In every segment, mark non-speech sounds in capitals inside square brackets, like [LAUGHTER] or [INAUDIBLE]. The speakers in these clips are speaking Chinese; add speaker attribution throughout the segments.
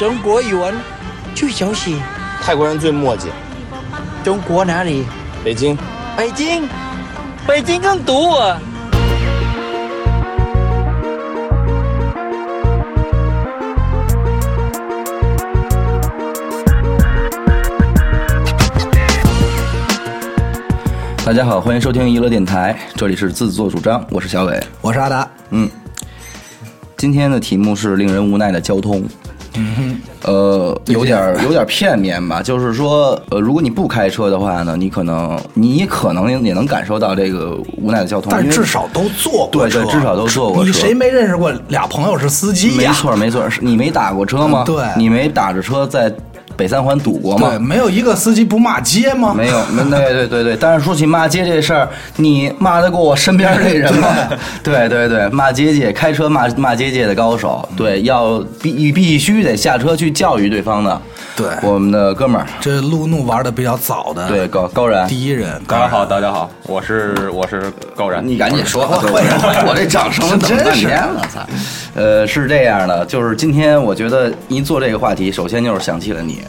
Speaker 1: 中国语文最熟悉，
Speaker 2: 泰国人最墨迹，
Speaker 1: 中国哪里？
Speaker 2: 北京。
Speaker 1: 北京，北京更堵我。
Speaker 3: 大家好，欢迎收听娱乐电台，这里是自作主张，我是小伟。嗯
Speaker 4: 我是阿达，
Speaker 3: 今天的题目是令人无奈的交通，
Speaker 4: 嗯
Speaker 3: 呃，有点儿有点儿片面吧，就是说，呃，如果你不开车的话呢，你可能你可能也能感受到这个无奈的交通，
Speaker 4: 但
Speaker 3: 啊因
Speaker 4: 是
Speaker 3: 为
Speaker 4: 至少都坐过
Speaker 3: 对
Speaker 4: 车，
Speaker 3: 对，至少都坐过车。
Speaker 4: 你谁没认识过俩朋友是司机
Speaker 3: 没
Speaker 4: 呀？
Speaker 3: 错没错，是你没打过车吗？
Speaker 4: 嗯对
Speaker 3: 你没打着车在北三环堵过吗？
Speaker 4: 对，没有一个司机不骂街吗？
Speaker 3: [LAUGHS] 没有，没对对对对，但是说起骂街这事儿，你骂得过我身边这人吗？对对对，骂街界开车骂骂街界的高手，对，要必必须得下车去教育对方的。
Speaker 4: 对
Speaker 3: 我们的哥们儿，
Speaker 4: 这路怒玩的比较早的，
Speaker 3: 对高高然，
Speaker 4: 第一人，
Speaker 5: 大家好，大家好，我是我是高然。
Speaker 3: 你赶紧说，
Speaker 4: 我
Speaker 3: 对我我这掌声等半天了，操！呃，是这样的，就是今天我觉得一做这个话题，首先就是想起了你，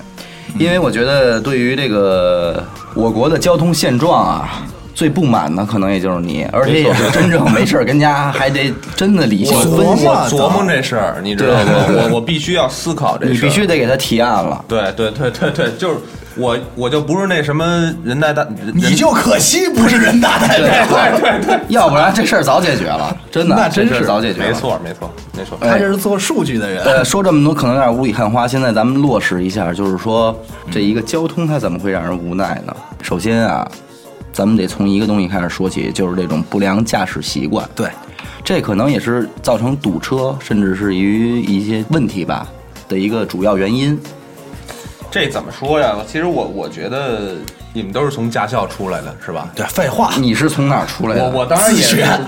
Speaker 3: 因为我觉得对于这个我国的交通现状啊。最不满的可能也就是你，而且也是真正没事儿跟家 [LAUGHS] 还得真的理性
Speaker 5: 我
Speaker 3: 分析，
Speaker 5: 我琢磨这事儿，你知道吗？我我必须要思考这事儿。
Speaker 3: 你必须得给他提案了。
Speaker 5: 对对对对对，就是我我就不是那什么人大大，
Speaker 4: 你
Speaker 5: 人
Speaker 4: 就可惜不是人大代表。
Speaker 5: 对对对，
Speaker 3: [LAUGHS] 要不然这事儿早解决了，真的，
Speaker 4: 那真
Speaker 3: 这事儿
Speaker 4: 是
Speaker 3: 早解决了。哎
Speaker 5: 没错没错没错。
Speaker 4: 他这是做数据的人，
Speaker 3: 呃，说这么多可能有点雾里看花。现在咱们落实一下，就是说这一个交通它怎么会让人无奈呢？首先啊，咱们得从一个东西开始说起，就是这种不良驾驶习惯。
Speaker 4: 对，
Speaker 3: 这可能也是造成堵车，甚至是于一些问题吧的一个主要原因。
Speaker 5: 这怎么说呀？其实我我觉得你们都是从驾校出来的，是吧？
Speaker 4: 对，废话，
Speaker 3: 你是从哪儿出来的？
Speaker 5: 我我当然也
Speaker 4: 自
Speaker 5: 是
Speaker 4: 学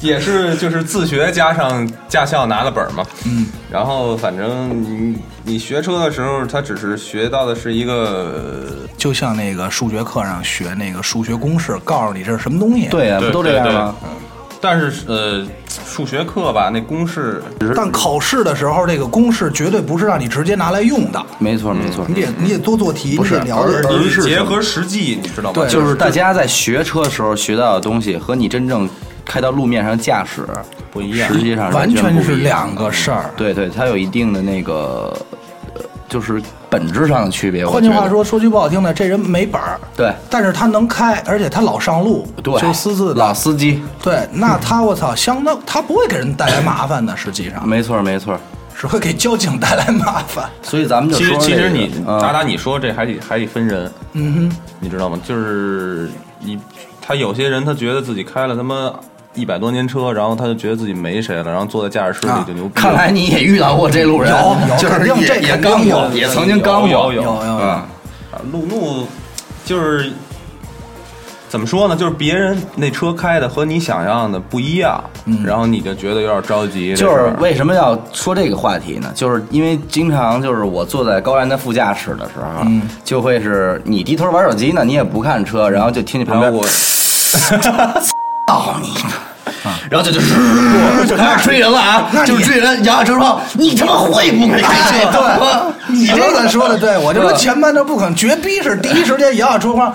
Speaker 5: 也是就是自学加上驾校拿的本儿嘛。嗯，然后反正你你学车的时候，他只是学到的是一个
Speaker 4: 就像那个数学课上学那个数学公式，告诉你这是什么东西。，
Speaker 3: 对呀、
Speaker 5: 对
Speaker 3: 不都这样吗？
Speaker 5: 但是呃，数学课吧，那公式
Speaker 4: 但考试的时候，这个公式绝对不是让你直接拿来用的，
Speaker 3: 没错，没错。
Speaker 5: 嗯
Speaker 4: 你得你得多做题，
Speaker 3: 不
Speaker 4: 你
Speaker 3: 是
Speaker 4: 得了解
Speaker 3: 而。
Speaker 5: 你得结合实际，你知道吗？
Speaker 4: 对
Speaker 3: 就是大家在学车时候学到的东西和你真正开到路面上驾驶
Speaker 5: 不一样
Speaker 3: 实际上是
Speaker 4: 完全
Speaker 3: 不
Speaker 4: 是
Speaker 3: 一样
Speaker 4: 两个事儿
Speaker 3: 对对，它有一定的那个，呃就是本质上的区别。我
Speaker 4: 换句
Speaker 3: 觉
Speaker 4: 话
Speaker 3: 得，
Speaker 4: 说，说句不好听的，这人没本儿，
Speaker 3: 对
Speaker 4: 但是他能开，而且他老上路，
Speaker 3: 对，
Speaker 4: 就私自
Speaker 3: 老
Speaker 4: 的，
Speaker 3: 司机，
Speaker 4: 对，那他我操，相当他不会给人带来麻烦的，实际上
Speaker 3: 没错没错。
Speaker 4: 只会给交警带来麻烦。
Speaker 3: 所以咱们就
Speaker 5: 其实
Speaker 3: 说
Speaker 5: 其
Speaker 3: 这
Speaker 5: 实
Speaker 3: 个
Speaker 5: 你
Speaker 3: 嗯
Speaker 5: 达达你说这还得还得分人，嗯哼，你知道吗？就是你他有些人他觉得自己开了他妈一百多年车，然后他就觉得自己没谁了，然后坐在驾驶室里就牛逼了。
Speaker 3: 啊看来你也遇到过这路人
Speaker 4: 有，有
Speaker 3: 就是
Speaker 4: 肯定
Speaker 3: 也
Speaker 4: 这
Speaker 3: 也
Speaker 4: 肯定
Speaker 3: 刚
Speaker 4: 有
Speaker 3: 过，也曾经刚
Speaker 5: 有
Speaker 3: 过，
Speaker 5: 有
Speaker 4: 有有
Speaker 3: 嗯，
Speaker 5: 啊路怒就是怎么说呢？就是别人那车开的和你想象的不一样，然后你就觉得有点着急。这
Speaker 3: 嗯就
Speaker 5: 事
Speaker 3: 是
Speaker 4: 啊
Speaker 5: 儿
Speaker 3: 为什么要说这个话题呢？就是因为经常就是我坐在高然的副驾驶的时候，啊
Speaker 4: 嗯
Speaker 3: 就会是你低头玩手机呢，你也不看车，然后就听见旁
Speaker 5: 然后
Speaker 3: 边
Speaker 5: 我
Speaker 4: [LAUGHS]
Speaker 3: 操你妈！
Speaker 4: 啊
Speaker 3: 然后就就就开始追人了
Speaker 4: [LAUGHS]
Speaker 3: 啊，就是追人，然后就说你他妈会不会开车？ [LAUGHS]
Speaker 4: 哎 [LAUGHS] 对，你这个说的对，我就说前半段不可能，绝逼是第一时间摇下车窗，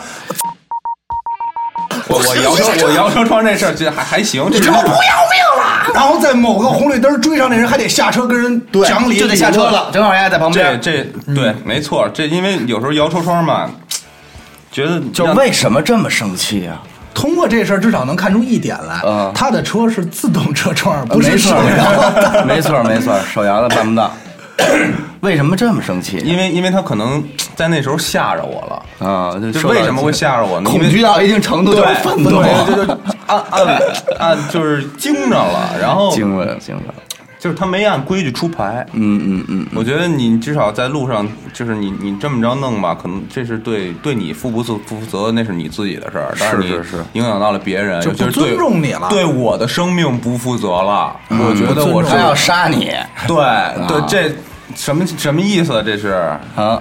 Speaker 5: 我我摇车我摇车窗这事儿，这还还行，这
Speaker 4: 我不要命了。然后在某个红绿灯追上那人，还得下车跟人讲理，
Speaker 3: 就得下车了，正好人家在旁
Speaker 5: 这
Speaker 3: 边。
Speaker 5: 这对，没错，这因为有时候摇车窗嘛，觉得
Speaker 3: 就是
Speaker 5: 让
Speaker 3: 为什么这么生气啊？
Speaker 4: 通过这事儿，至少能看出一点来，
Speaker 3: 嗯呃
Speaker 4: 他的车是自动车窗，不
Speaker 3: 没
Speaker 4: 是手
Speaker 3: 错
Speaker 4: 摇
Speaker 3: [LAUGHS]
Speaker 4: 的。，
Speaker 3: 没错，没错，手摇的办
Speaker 5: [COUGHS]
Speaker 3: 不到。为什么这么生气
Speaker 5: 因为因为他可能在那时候吓着我了。
Speaker 3: 啊？就
Speaker 5: 就
Speaker 3: 受到
Speaker 5: 为什么会吓着我呢？因
Speaker 3: 恐
Speaker 5: 为
Speaker 3: 惧到一定程度就
Speaker 5: 对
Speaker 3: 是愤怒，
Speaker 5: 对，就就按按按啊就是惊着了，然后
Speaker 3: 惊了，惊了。
Speaker 5: 就是他没按规矩出牌。
Speaker 3: 嗯嗯嗯，
Speaker 5: 我觉得你至少在路上，就是你你这么着弄吧，可能这是对对你负不负不负责，那是你自己的事儿，但你
Speaker 3: 是是
Speaker 5: 影响到了别人，
Speaker 4: 就
Speaker 5: 尤其是
Speaker 4: 不尊
Speaker 5: 对
Speaker 4: 重你了
Speaker 5: 对我的生命不负责了。
Speaker 3: 嗯
Speaker 5: 我觉得我是
Speaker 3: 他要杀你
Speaker 4: [LAUGHS]
Speaker 5: 对
Speaker 4: 啊
Speaker 5: 对这什么什么意思啊？这是
Speaker 3: 啊！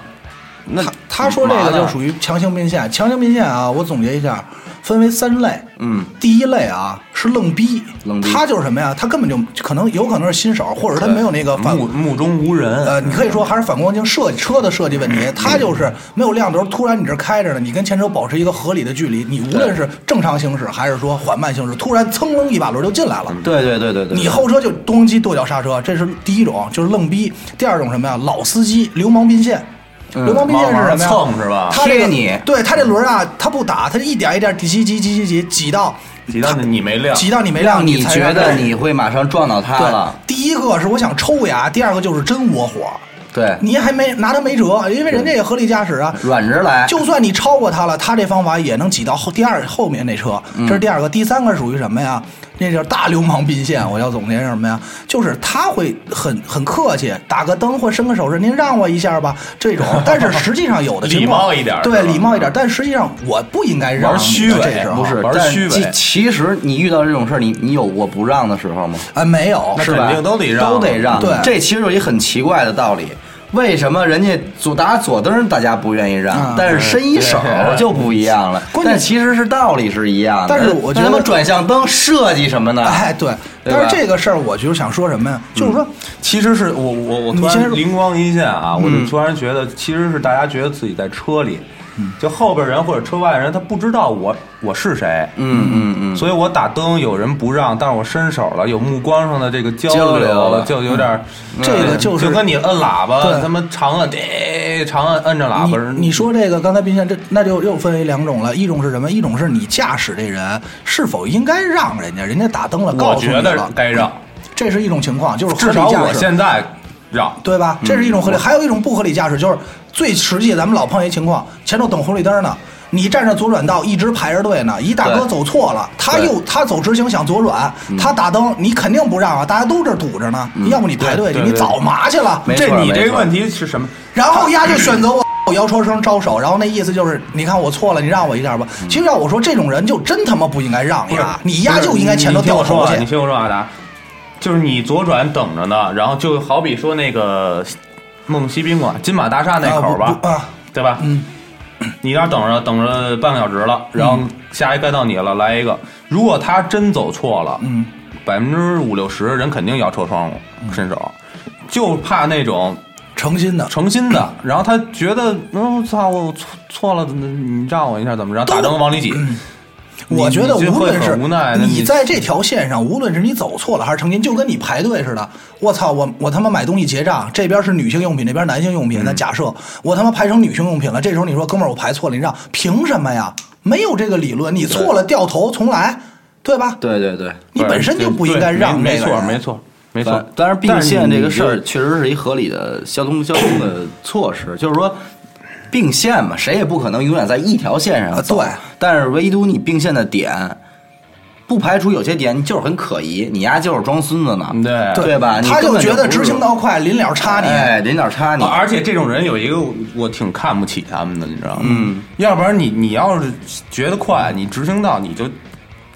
Speaker 5: 那
Speaker 4: 他说这个就
Speaker 5: 于
Speaker 4: 属于强行变现，强行变现啊！我总结一下，分为三类。
Speaker 3: 嗯，
Speaker 4: 第一类啊是愣逼，
Speaker 3: 愣逼
Speaker 4: 他就是什么呀？他根本就可能有可能是新手，或者他没有那个
Speaker 3: 嗯
Speaker 4: 反
Speaker 5: 目目中无人，
Speaker 4: 呃，你可以说还是反光镜设计车的设计问题，
Speaker 3: 嗯
Speaker 4: 它就是没有亮头，突然你这开着呢，你跟前车保持一个合理的距离，你无论是正常行驶还是说缓慢行驶，突然蹭楞一把轮就进来了。
Speaker 3: 对对对对对，
Speaker 4: 你后车就东击跺脚刹车，这是第一种，就是愣逼。第二种什么呀？老司机流氓变线。
Speaker 3: 嗯
Speaker 4: 流氓变线是什么呀？
Speaker 5: 往上蹭是吧
Speaker 4: 他这
Speaker 3: 贴
Speaker 4: 个
Speaker 3: 你
Speaker 4: 对他这轮啊，他不打，他一点一点挤挤挤挤挤挤挤到
Speaker 5: 急到你没亮，
Speaker 4: 挤到你没亮，
Speaker 3: 啊让你
Speaker 4: 才
Speaker 3: 觉
Speaker 4: 让
Speaker 3: 得
Speaker 4: 他
Speaker 3: 你会马上撞到他
Speaker 4: 对
Speaker 3: 了，。
Speaker 4: 第一个是我想抽牙，第二个就是真窝火。
Speaker 3: 对，
Speaker 4: 你还没拿他没辙，因为人家也合理驾驶啊。
Speaker 3: 哎软着
Speaker 5: 哎
Speaker 3: 来，
Speaker 4: 就算你超过他了，他这方法也能挤到后第二后面那车，
Speaker 5: 嗯
Speaker 4: 这是第二个。第三个属于什么呀？那叫大流氓并线。我要总结是什么呀？就是他会很很客气，打个灯或伸个手势，您让我一下吧，这
Speaker 5: [LAUGHS]
Speaker 4: 种。但是实际上有的情况
Speaker 5: 礼貌一点
Speaker 4: 对
Speaker 5: 是吧
Speaker 4: 礼貌一点，但实际上我不应该让
Speaker 5: 玩
Speaker 4: 你的
Speaker 5: 虚伪
Speaker 4: 这时候
Speaker 3: 不是
Speaker 5: 玩
Speaker 3: 但
Speaker 5: 虚伪
Speaker 3: 其其实你遇到这种事儿，你你有我不让的时候吗？
Speaker 4: 啊，没有
Speaker 5: 那
Speaker 3: 是吧？
Speaker 5: 肯定都得让
Speaker 3: 都得让。
Speaker 4: 对
Speaker 3: 这其实有一很奇怪的道理。为什么人家左打左灯，大家不愿意让，
Speaker 4: 嗯
Speaker 3: 但是伸一手就不一样了？
Speaker 4: [LAUGHS] 关键
Speaker 3: 但其实是道理是一样的。
Speaker 4: 但是我觉得
Speaker 3: 那他们转向灯设计什么呢？
Speaker 4: 哎，对。
Speaker 3: 对
Speaker 4: 但
Speaker 3: 吧
Speaker 4: 是这个事儿，我就想说什么呀？
Speaker 5: 嗯
Speaker 4: 就是说，
Speaker 5: 其实是我我我
Speaker 4: 你
Speaker 5: 突
Speaker 4: 先
Speaker 5: 然
Speaker 4: 说嗯
Speaker 5: 灵光一现啊，我就突然觉得，其实是大家觉得自己在车里，
Speaker 4: 嗯
Speaker 5: 就后边人或者车外人，他不知道我我是谁，
Speaker 3: 嗯嗯嗯，
Speaker 5: 所以我打灯有人不让，但是我伸手了，有目光上的这个交
Speaker 3: 交流
Speaker 5: 了，
Speaker 3: 了
Speaker 5: 就有点儿
Speaker 4: 嗯这个就是
Speaker 5: 就跟你摁喇叭，
Speaker 4: 对
Speaker 5: 他妈长按得长按摁着喇叭，
Speaker 4: 你你说这个刚才冰线这那就又分为两种了，一种是什么？一种是你驾驶这人是否应该让人家，人家打灯了，
Speaker 5: 我
Speaker 4: 告诉你
Speaker 5: 觉得
Speaker 4: 了，
Speaker 5: 该让，
Speaker 4: 这是一种情况，就是合
Speaker 5: 至
Speaker 4: 理
Speaker 5: 少
Speaker 4: 驾
Speaker 5: 我
Speaker 4: 驶，
Speaker 5: 现嗯在让，
Speaker 4: 对吧？这是一种合理，还有一种不合理驾驶，就是最实际，咱们老碰一情况，前头等红绿灯呢。你站上左转道一直排着队呢，一大哥
Speaker 3: 对
Speaker 4: 走错了，他
Speaker 3: 对
Speaker 4: 又他走直行想左转，
Speaker 5: 嗯
Speaker 4: 他打灯，你肯定不让啊，大家都这儿堵着呢，要不你排队去，
Speaker 5: 对
Speaker 4: 你
Speaker 5: 对
Speaker 4: 早麻去了，
Speaker 3: 没错
Speaker 5: 这你
Speaker 3: 没
Speaker 5: 这个
Speaker 3: 错
Speaker 5: 问题是什么？
Speaker 4: 然后丫就选择我我摇车声招手，然后那意思就是，你看我错了，你让我一下吧。其实要我说，这种人就真他妈不应该让
Speaker 5: 嗯不是
Speaker 4: 哎呀，你丫就应该前头
Speaker 5: 你听
Speaker 4: 掉
Speaker 5: 我说
Speaker 4: 头
Speaker 5: 啊，你
Speaker 4: 去。
Speaker 5: 听我说啊，阿达，就是你左转等着呢，然后就好比说那个梦溪宾馆、金马大厦那口吧，
Speaker 4: 啊不不啊
Speaker 5: 对吧？
Speaker 4: 嗯，
Speaker 5: 你那儿等着等着半个小时了，然后下一该到你了，来一个。如果他真走错了，
Speaker 4: 嗯，
Speaker 5: 百分之五六十人肯定摇车窗户伸手，就怕那种
Speaker 4: 诚心的，
Speaker 5: 诚心的，然后他觉得，嗯，操，我错错了，你让我一下怎么着？打灯往里挤，
Speaker 4: 嗯我觉得
Speaker 5: 你就
Speaker 4: 无
Speaker 5: 会
Speaker 4: 论是
Speaker 5: 很无奈那
Speaker 4: 你
Speaker 5: 你
Speaker 4: 在这条线上，无论是你走错了还是成心，就跟你排队似的。我操，我我他妈买东西结账，这边是女性用品，那边男性用
Speaker 5: 嗯
Speaker 4: 品。那假设我他妈排成女性用品了，这时候你说哥们儿我排错了，你让，凭什么呀？没有这个理论，你错了掉头重来，对吧？
Speaker 3: 对对对。
Speaker 4: 你本身就不应该让
Speaker 5: 没没
Speaker 4: 这个
Speaker 5: 错，
Speaker 4: 人。
Speaker 5: 没错，没错
Speaker 3: 当。当然，并线这个事
Speaker 5: 但是
Speaker 3: 儿
Speaker 5: 你
Speaker 3: 确实是一合理的交通交通的措施，就是说。并线嘛，谁也不可能永远在一条线上
Speaker 4: 啊
Speaker 3: 走。
Speaker 4: 对
Speaker 3: 但是唯独你并线的点，不排除有些点你就是很可疑，你丫就是装孙子呢，
Speaker 5: 对
Speaker 3: 对吧？
Speaker 4: 他
Speaker 3: 你根
Speaker 4: 就
Speaker 3: 本
Speaker 4: 觉得
Speaker 3: 不是
Speaker 4: 执行刀快，临了插你。
Speaker 3: 哎，领导插你
Speaker 5: 就，而且这种人有一个我我挺看不起他们的，你知道吗？嗯，要不然你你要是觉得快，你直行道你就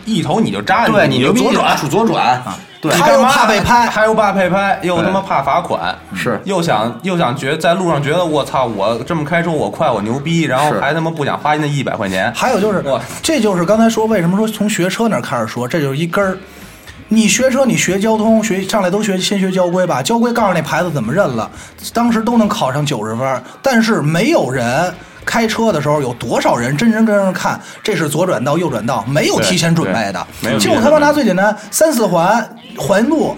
Speaker 5: 一头你就扎进去，
Speaker 3: 对
Speaker 5: 你
Speaker 3: 你
Speaker 5: 就
Speaker 3: 牛逼
Speaker 5: 左转，
Speaker 3: 你左转，啊对，
Speaker 4: 他又怕被拍
Speaker 5: 他又怕被拍，又
Speaker 3: 对
Speaker 5: 他妈怕罚款，
Speaker 3: 是
Speaker 5: 又想又想觉在路上觉得我操，我这么开车我快我牛逼，然后
Speaker 3: 是
Speaker 5: 还他妈不想花那一百块钱，
Speaker 4: 还有就是
Speaker 5: 哇，
Speaker 4: 这就是刚才说为什么说从学车那儿开始说，这就是一根儿。你学车，你学交通，学上来都学先学交规吧。交规告诉那牌子怎么认了，当时都能考上九十分。但是没有人开车的时候，有多少人真人跟人看这是左转道、右转道，没有
Speaker 5: 对
Speaker 4: 提前准备的
Speaker 5: 对没有，提
Speaker 4: 就
Speaker 5: 前
Speaker 4: 他妈
Speaker 5: 准备
Speaker 4: 拿最简单三四环环路，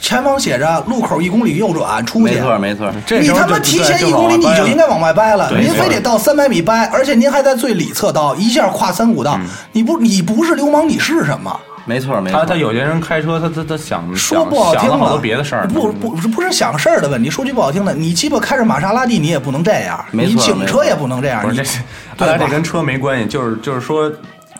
Speaker 4: 前方写着路口一公里右转出去，
Speaker 3: 没错没错，
Speaker 5: 这
Speaker 4: 你
Speaker 5: 时候
Speaker 4: 他妈
Speaker 5: 就
Speaker 4: 提
Speaker 5: 对
Speaker 4: 前
Speaker 5: 就
Speaker 4: 一
Speaker 5: 往
Speaker 4: 公里
Speaker 5: 外
Speaker 4: 你
Speaker 5: 掰
Speaker 4: 就
Speaker 5: 了
Speaker 4: 应该往外掰了，
Speaker 5: 对
Speaker 4: 您
Speaker 5: 没
Speaker 4: 非
Speaker 5: 错
Speaker 4: 得到三百米掰，而且您还在最里侧道，一下跨三股道，
Speaker 5: 嗯
Speaker 4: 你不你不是流氓你是什么？
Speaker 3: 没错没
Speaker 5: 他
Speaker 3: 错
Speaker 5: 他，有些人开车，他他他想
Speaker 4: 说
Speaker 5: 想
Speaker 4: 不好听
Speaker 5: 想了
Speaker 4: 的，
Speaker 5: 好多别的事儿嗯呢，
Speaker 4: 不不不是想事儿的问题。说句不好听的，你鸡巴开着玛莎拉蒂你也不能这样，
Speaker 3: 没
Speaker 4: 你
Speaker 3: 错
Speaker 4: 警
Speaker 3: 没
Speaker 4: 车
Speaker 3: 错
Speaker 4: 也不能这样
Speaker 5: 不，是
Speaker 4: 你
Speaker 5: 这是，
Speaker 4: [LAUGHS] 对
Speaker 5: 他这
Speaker 4: 吧
Speaker 5: 跟车没关系，就是就是说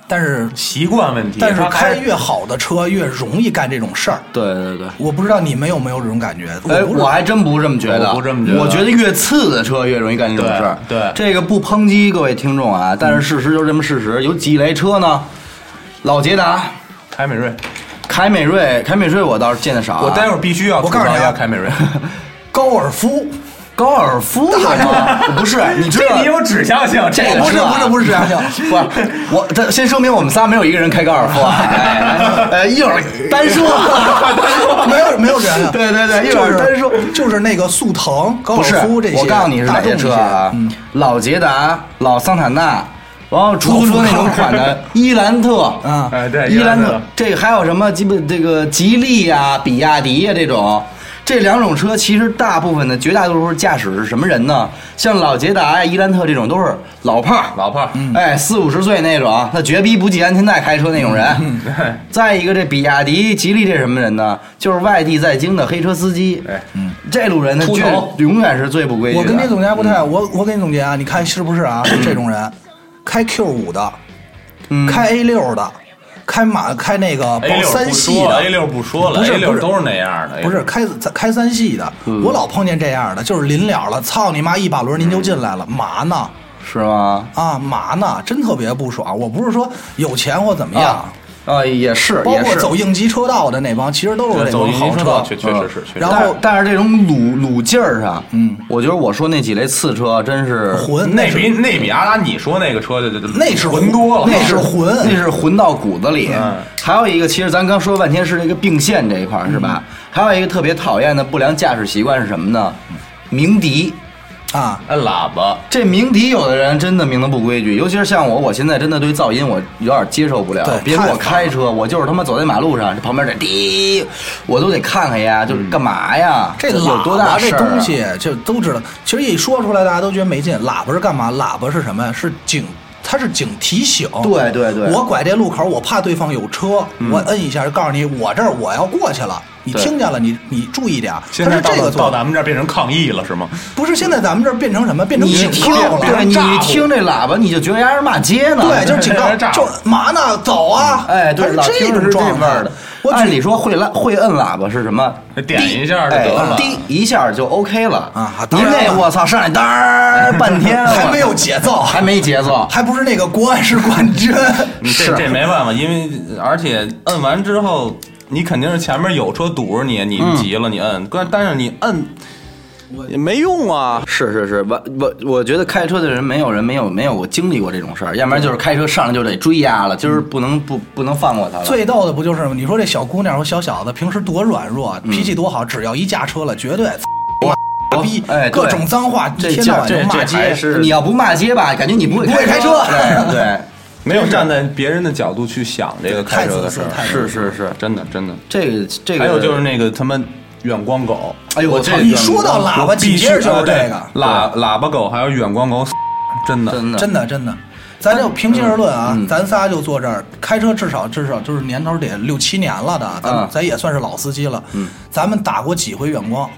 Speaker 4: 但是
Speaker 5: 习惯问题。
Speaker 4: 但是
Speaker 5: 他
Speaker 4: 开越好的车越容易干这种事儿。
Speaker 3: 对对对。
Speaker 4: 我不知道你们有没有这种感觉？
Speaker 3: 哎，
Speaker 4: 不是
Speaker 3: 我还真不是这么觉得，
Speaker 5: 我不这么觉得
Speaker 3: 我觉得越次的车越容易干这种事儿。
Speaker 5: 对对
Speaker 3: 这个不抨击各位听众啊，但是事实就是这么事实。有几类车呢？老捷达、
Speaker 5: 凯美瑞，
Speaker 3: 凯美瑞，凯美瑞我倒是见的少啊、
Speaker 5: 我待会儿必须要
Speaker 4: [LAUGHS] 我告诉
Speaker 5: 吐
Speaker 4: 你啊
Speaker 5: 槽一下凯美瑞，
Speaker 4: 高尔夫
Speaker 3: 高尔夫好吗？啊不是，你知道
Speaker 2: 这你有指向性，这
Speaker 3: 这
Speaker 2: 个
Speaker 3: 个
Speaker 4: 不是
Speaker 3: 吧
Speaker 4: 不是不是这样想，
Speaker 3: [LAUGHS] 不，我这先声明，我们仨没有一个人开高尔夫啊，哎，哎一会儿单
Speaker 4: [LAUGHS]
Speaker 3: 说，
Speaker 4: 没有没有这样想，
Speaker 3: 对对对，一会
Speaker 4: 就
Speaker 3: 儿
Speaker 4: 是
Speaker 3: 单说。
Speaker 4: 就是那个速腾、高
Speaker 3: 不
Speaker 4: 尔
Speaker 3: 是
Speaker 4: 夫哦这，些，
Speaker 3: 我告诉你是
Speaker 4: 大
Speaker 3: 哪
Speaker 4: 众嗯
Speaker 3: 些
Speaker 4: 一
Speaker 3: 车啊？老捷达、老桑塔纳，然后出
Speaker 4: 哦
Speaker 3: 租车那种款的
Speaker 4: [LAUGHS]
Speaker 3: 伊兰特，
Speaker 4: 啊
Speaker 5: 哎对
Speaker 3: 伊
Speaker 5: 伊兰特
Speaker 3: 特，这还有什么基本这个吉利呀、比亚迪呀这种。这两种车其实大部分的绝大多数驾驶是什么人呢？像老捷达呀、伊兰特这种都是老炮儿，
Speaker 5: 老炮儿，
Speaker 4: 嗯
Speaker 3: 哎，四五十岁那种，那绝逼不系安全带开车那种人。
Speaker 4: 嗯
Speaker 5: 哎
Speaker 3: 再一个，这比亚迪、吉利这什么人呢？就是外地在京的黑车司机。嗯
Speaker 5: 哎，
Speaker 3: 这路人他
Speaker 2: 秃
Speaker 3: 绝
Speaker 2: 头
Speaker 3: 永远是最不规矩
Speaker 4: 我
Speaker 3: 的。嗯
Speaker 4: 跟你总结还不太，我我给你总结啊，你看是不是啊？这种人，开 Q 五的，
Speaker 3: 嗯
Speaker 4: 开 A 六的，开马开那个
Speaker 5: [LAUGHS]
Speaker 4: 宝
Speaker 5: A 六
Speaker 4: 三
Speaker 5: 不
Speaker 4: 系
Speaker 5: 说了，A
Speaker 4: 的，
Speaker 5: 六不说了
Speaker 4: 不是
Speaker 5: ，A
Speaker 4: 不
Speaker 5: 六
Speaker 4: 是
Speaker 5: 都是那样的，
Speaker 4: 不是开开三系的，
Speaker 3: 嗯
Speaker 4: 我老碰见这样的，就是临了了，操你妈一把轮您就进来
Speaker 3: 嗯
Speaker 4: 了，嘛呢？
Speaker 3: 是吗？
Speaker 4: 啊嘛呢？真特别不爽。我不是说有钱或怎么样，
Speaker 3: 啊，也是，
Speaker 4: 包
Speaker 3: 也
Speaker 4: 括
Speaker 3: 是。
Speaker 4: 走应急车道的那帮，其实都是那
Speaker 5: 走
Speaker 4: 种
Speaker 5: 一
Speaker 4: 豪
Speaker 5: 车道，
Speaker 4: 车
Speaker 5: 确。
Speaker 4: 嗯
Speaker 5: 确实是，确实
Speaker 4: 然
Speaker 5: 是
Speaker 4: 后
Speaker 3: 但但是这种鲁鲁劲儿上，嗯，我觉得我说那几类次车真是，
Speaker 4: 混
Speaker 5: 那
Speaker 4: 是
Speaker 5: 比那比阿达你说那个车就就
Speaker 4: 那是
Speaker 5: 混多了，
Speaker 4: 那是混，
Speaker 3: 那是混到骨子里
Speaker 5: 嗯。
Speaker 3: 还有一个，其实咱刚说半天是这个并线这一块儿是吧？还有一个特别讨厌的不良驾驶习惯是什么呢？鸣笛。
Speaker 4: 啊，
Speaker 5: 按哎喇叭，
Speaker 3: 这鸣笛有的人真的鸣得不规矩，尤其是像我，我现在真的对噪音我有点接受不了
Speaker 4: 对。
Speaker 3: 别说我
Speaker 4: 太烦了
Speaker 3: 开车，我就是他妈走在马路上，这旁边这滴，我都得看看呀，就是干嘛呀？
Speaker 4: 嗯这
Speaker 3: 有
Speaker 4: 喇
Speaker 3: 多
Speaker 4: 叭
Speaker 3: 大
Speaker 4: 这
Speaker 3: 事儿啊
Speaker 4: 东西就都知道，其实一说出来大家都觉得没劲。喇叭是干嘛？喇叭是什么呀？是警，它是警提醒。
Speaker 3: 对对对嗯
Speaker 4: 我拐这路口，我怕对方有车，我摁一下就告诉你，我这儿我要过去了。你
Speaker 3: 对
Speaker 4: 听见了，你你注意点儿。
Speaker 5: 现
Speaker 4: 它
Speaker 5: 在
Speaker 4: 是
Speaker 5: 到
Speaker 4: 这个
Speaker 5: 到
Speaker 4: 做法，
Speaker 5: 咱们这儿变成抗议了是吗？
Speaker 4: 不是现在咱们这儿变成什么？变成
Speaker 3: 你
Speaker 4: 警
Speaker 3: 听，
Speaker 4: 告了。
Speaker 3: 对，你听这喇叭，你就觉得人是骂街呢。
Speaker 4: 对，就是警告
Speaker 5: 这是，炸
Speaker 4: 就是嘛呢？走啊！
Speaker 3: [LAUGHS] 哎，对，
Speaker 4: 它
Speaker 3: 老
Speaker 4: 是
Speaker 3: 听着
Speaker 4: 种
Speaker 3: 是这
Speaker 4: 状
Speaker 3: 味
Speaker 4: 态
Speaker 3: 儿的。
Speaker 4: 我
Speaker 3: 按
Speaker 4: 举
Speaker 3: 理说会拉会摁喇叭是什么？
Speaker 5: 点一下就
Speaker 3: 哎
Speaker 5: 得了
Speaker 3: 滴一下就 OK 了
Speaker 4: 啊当
Speaker 3: 您
Speaker 4: 然
Speaker 3: 那
Speaker 4: 了
Speaker 3: 我操，上来当儿半天，
Speaker 4: [LAUGHS] 还没有
Speaker 3: 我
Speaker 4: 节奏，
Speaker 3: 还嗯
Speaker 4: 还
Speaker 3: 没节奏，
Speaker 4: 还不是那个国安是冠
Speaker 3: [LAUGHS]
Speaker 4: 军。
Speaker 5: 嗯这这没办法，因为而且摁完之后，你肯定是前面有车堵着你，你
Speaker 4: 嗯
Speaker 5: 急了你摁，但但是你摁也没用啊。
Speaker 3: 是是是，我我我觉得开车的人没有人没有没有经历过这种事儿，要不然就是开车上来就得追压了，就是不能不不能放过他了。
Speaker 4: 最逗的不就是吗？你说这小姑娘或小小子平时多软弱，
Speaker 3: 嗯
Speaker 4: 脾气多好，只要一驾车了，绝对
Speaker 3: 我
Speaker 4: 我逼
Speaker 3: 哎，对
Speaker 4: 各种脏话，
Speaker 3: 这
Speaker 4: 一天到晚就
Speaker 5: 这
Speaker 4: 骂
Speaker 5: 这还
Speaker 4: 街。
Speaker 5: 是
Speaker 3: 你要不骂街吧，感觉你不会
Speaker 4: 不会
Speaker 3: 开
Speaker 4: 开车
Speaker 3: 对对，
Speaker 5: 没有站在别人的角度去想这个开车的事儿，
Speaker 4: 太自私太
Speaker 3: 是是是，
Speaker 5: 真的真的。
Speaker 3: 这个这个
Speaker 5: 还有就是那个他妈远光狗，
Speaker 3: 哎呦我这
Speaker 4: 操你说到喇叭，紧
Speaker 5: 必须
Speaker 4: 接着就是这
Speaker 5: 啊
Speaker 4: 个，
Speaker 5: 对喇喇叭狗还有远光狗， [LAUGHS] 真的
Speaker 3: 真的
Speaker 4: 真的真的。咱就平心而论啊
Speaker 3: 嗯嗯，
Speaker 4: 咱仨就坐这儿开车，至少至少就是年头得六七年了的，咱
Speaker 3: 嗯
Speaker 4: 们咱也算是老司机了。咱们打过几回远光，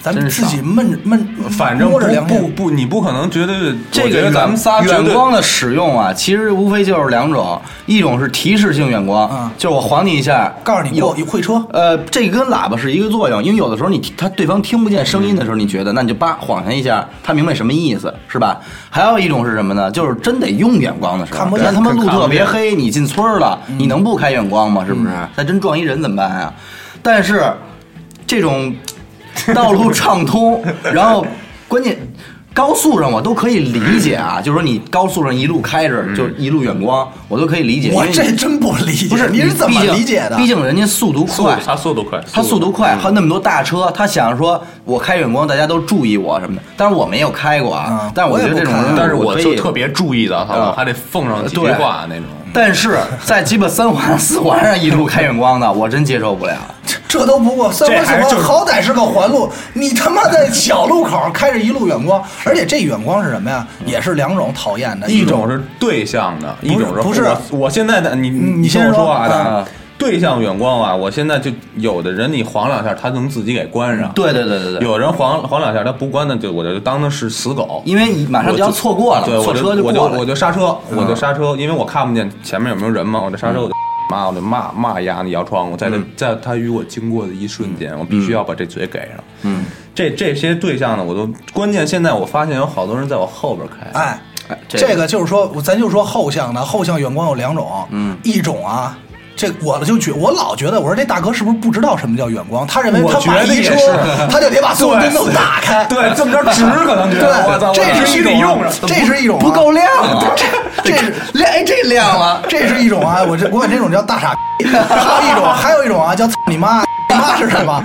Speaker 4: 咱们
Speaker 3: 真
Speaker 4: 自
Speaker 3: 少
Speaker 4: 己闷闷，
Speaker 5: 反正不
Speaker 4: 摸着良
Speaker 5: 不
Speaker 4: 心。
Speaker 5: 不，你不可能绝对。
Speaker 3: 这
Speaker 5: 我觉
Speaker 3: 个
Speaker 5: 得咱们仨绝
Speaker 3: 远
Speaker 5: 对
Speaker 3: 光的使用啊，其实无非就是两种，一种是提示性远光，
Speaker 4: 嗯
Speaker 3: 就是我晃你一下，
Speaker 4: 告诉你
Speaker 3: 有
Speaker 4: 过有会车，
Speaker 3: 呃，这跟喇叭是一个作用，因为有的时候你他对方听不见声音的时候，你觉得那你就叭晃他一下，他明白什么意思是吧？还有一种是什么呢？就是真得用远光的时候，
Speaker 4: 看不见嗯
Speaker 3: 咱他妈路
Speaker 5: 看不
Speaker 3: 特别
Speaker 5: 见
Speaker 3: 黑，你进村儿了，你能不开远光吗？是不是？咱真撞一人怎么办啊？但是这种道路畅通，然后关键。高速上我都可以理解啊，就是说你高速上一路开着，就一路远光，我都可以理解。
Speaker 4: 我
Speaker 3: 因为
Speaker 4: 这
Speaker 3: 你
Speaker 4: 真不理解，
Speaker 3: 不是
Speaker 4: 你是怎么
Speaker 3: 毕竟
Speaker 4: 理解的？
Speaker 3: 毕竟人家速度
Speaker 5: 速度
Speaker 3: 快，
Speaker 5: 它速度快，
Speaker 3: 他速度快，还有那么多大车，他想说我开远光，大家都注意我什么的。但是我没有开过啊
Speaker 4: 嗯，
Speaker 3: 但是觉得这种
Speaker 4: 我也
Speaker 3: 人，
Speaker 4: 不开
Speaker 5: 但是我
Speaker 3: 可
Speaker 5: 就
Speaker 3: 以
Speaker 5: 特。别注意到他
Speaker 3: 啊
Speaker 5: 了，还得奉上几句
Speaker 3: 对
Speaker 5: 话那种。
Speaker 3: 但是在鸡巴三环四环上一路开远光的，我真接受不了。
Speaker 4: 这都不过，三环四
Speaker 5: 还是就
Speaker 4: 环
Speaker 5: 是
Speaker 4: 好歹是个环路，你他妈在小路口开着一路远光，而且这远光是什么呀？也是两种讨厌的，
Speaker 5: 一
Speaker 4: 种
Speaker 5: 种是对向的，一
Speaker 4: 不是
Speaker 5: 种是
Speaker 4: 不是
Speaker 5: 我我现在的你
Speaker 4: 嗯你
Speaker 5: 听我
Speaker 4: 先说
Speaker 5: 啊，
Speaker 3: 啊
Speaker 5: 大对向远光啊，我现在就有的人你晃两下，他能自己给关上。
Speaker 3: 对对对对对，
Speaker 5: 有人晃晃两下，他不关的就我就当他是死狗，
Speaker 3: 因为马上就要错过了，
Speaker 5: 对，
Speaker 3: 错
Speaker 5: 我
Speaker 3: 车
Speaker 5: 就我
Speaker 3: 过
Speaker 5: 我
Speaker 3: 了。嗯
Speaker 5: 就刹车，我就刹车，因为我看不见前面有没有人嘛，我就刹车，我就骂，我就骂骂丫你摇窗户，在他
Speaker 3: 嗯
Speaker 5: 在他与我经过的一瞬间，我必须要把这嘴给上。嗯，这这些对象呢，我都关键现在我发现有好多人在我后边开，
Speaker 4: 哎，
Speaker 3: 哎这
Speaker 4: 这个就是说，咱就说后向的，后向远光有两种，嗯，一种啊。这我就觉我老觉得，我说这大哥是不是不知道什么叫远光？他认为
Speaker 5: 我
Speaker 4: 他
Speaker 5: 觉
Speaker 4: 买
Speaker 5: 得
Speaker 4: 一
Speaker 5: 也
Speaker 4: 车
Speaker 5: 是，
Speaker 4: 他就得把所有灯都打开。
Speaker 3: 啊
Speaker 5: 对，这么着值可能觉得，我操，我
Speaker 4: 这是一
Speaker 5: 得
Speaker 4: 种啊
Speaker 5: 用上，
Speaker 4: 这是一种啊
Speaker 3: 不够亮啊，
Speaker 4: 这是
Speaker 3: 亮哎 [LAUGHS] 这亮了，
Speaker 4: 这是一种啊，我这我管这种叫大傻逼，还有一种还有一种啊叫操你妈，你妈是什么？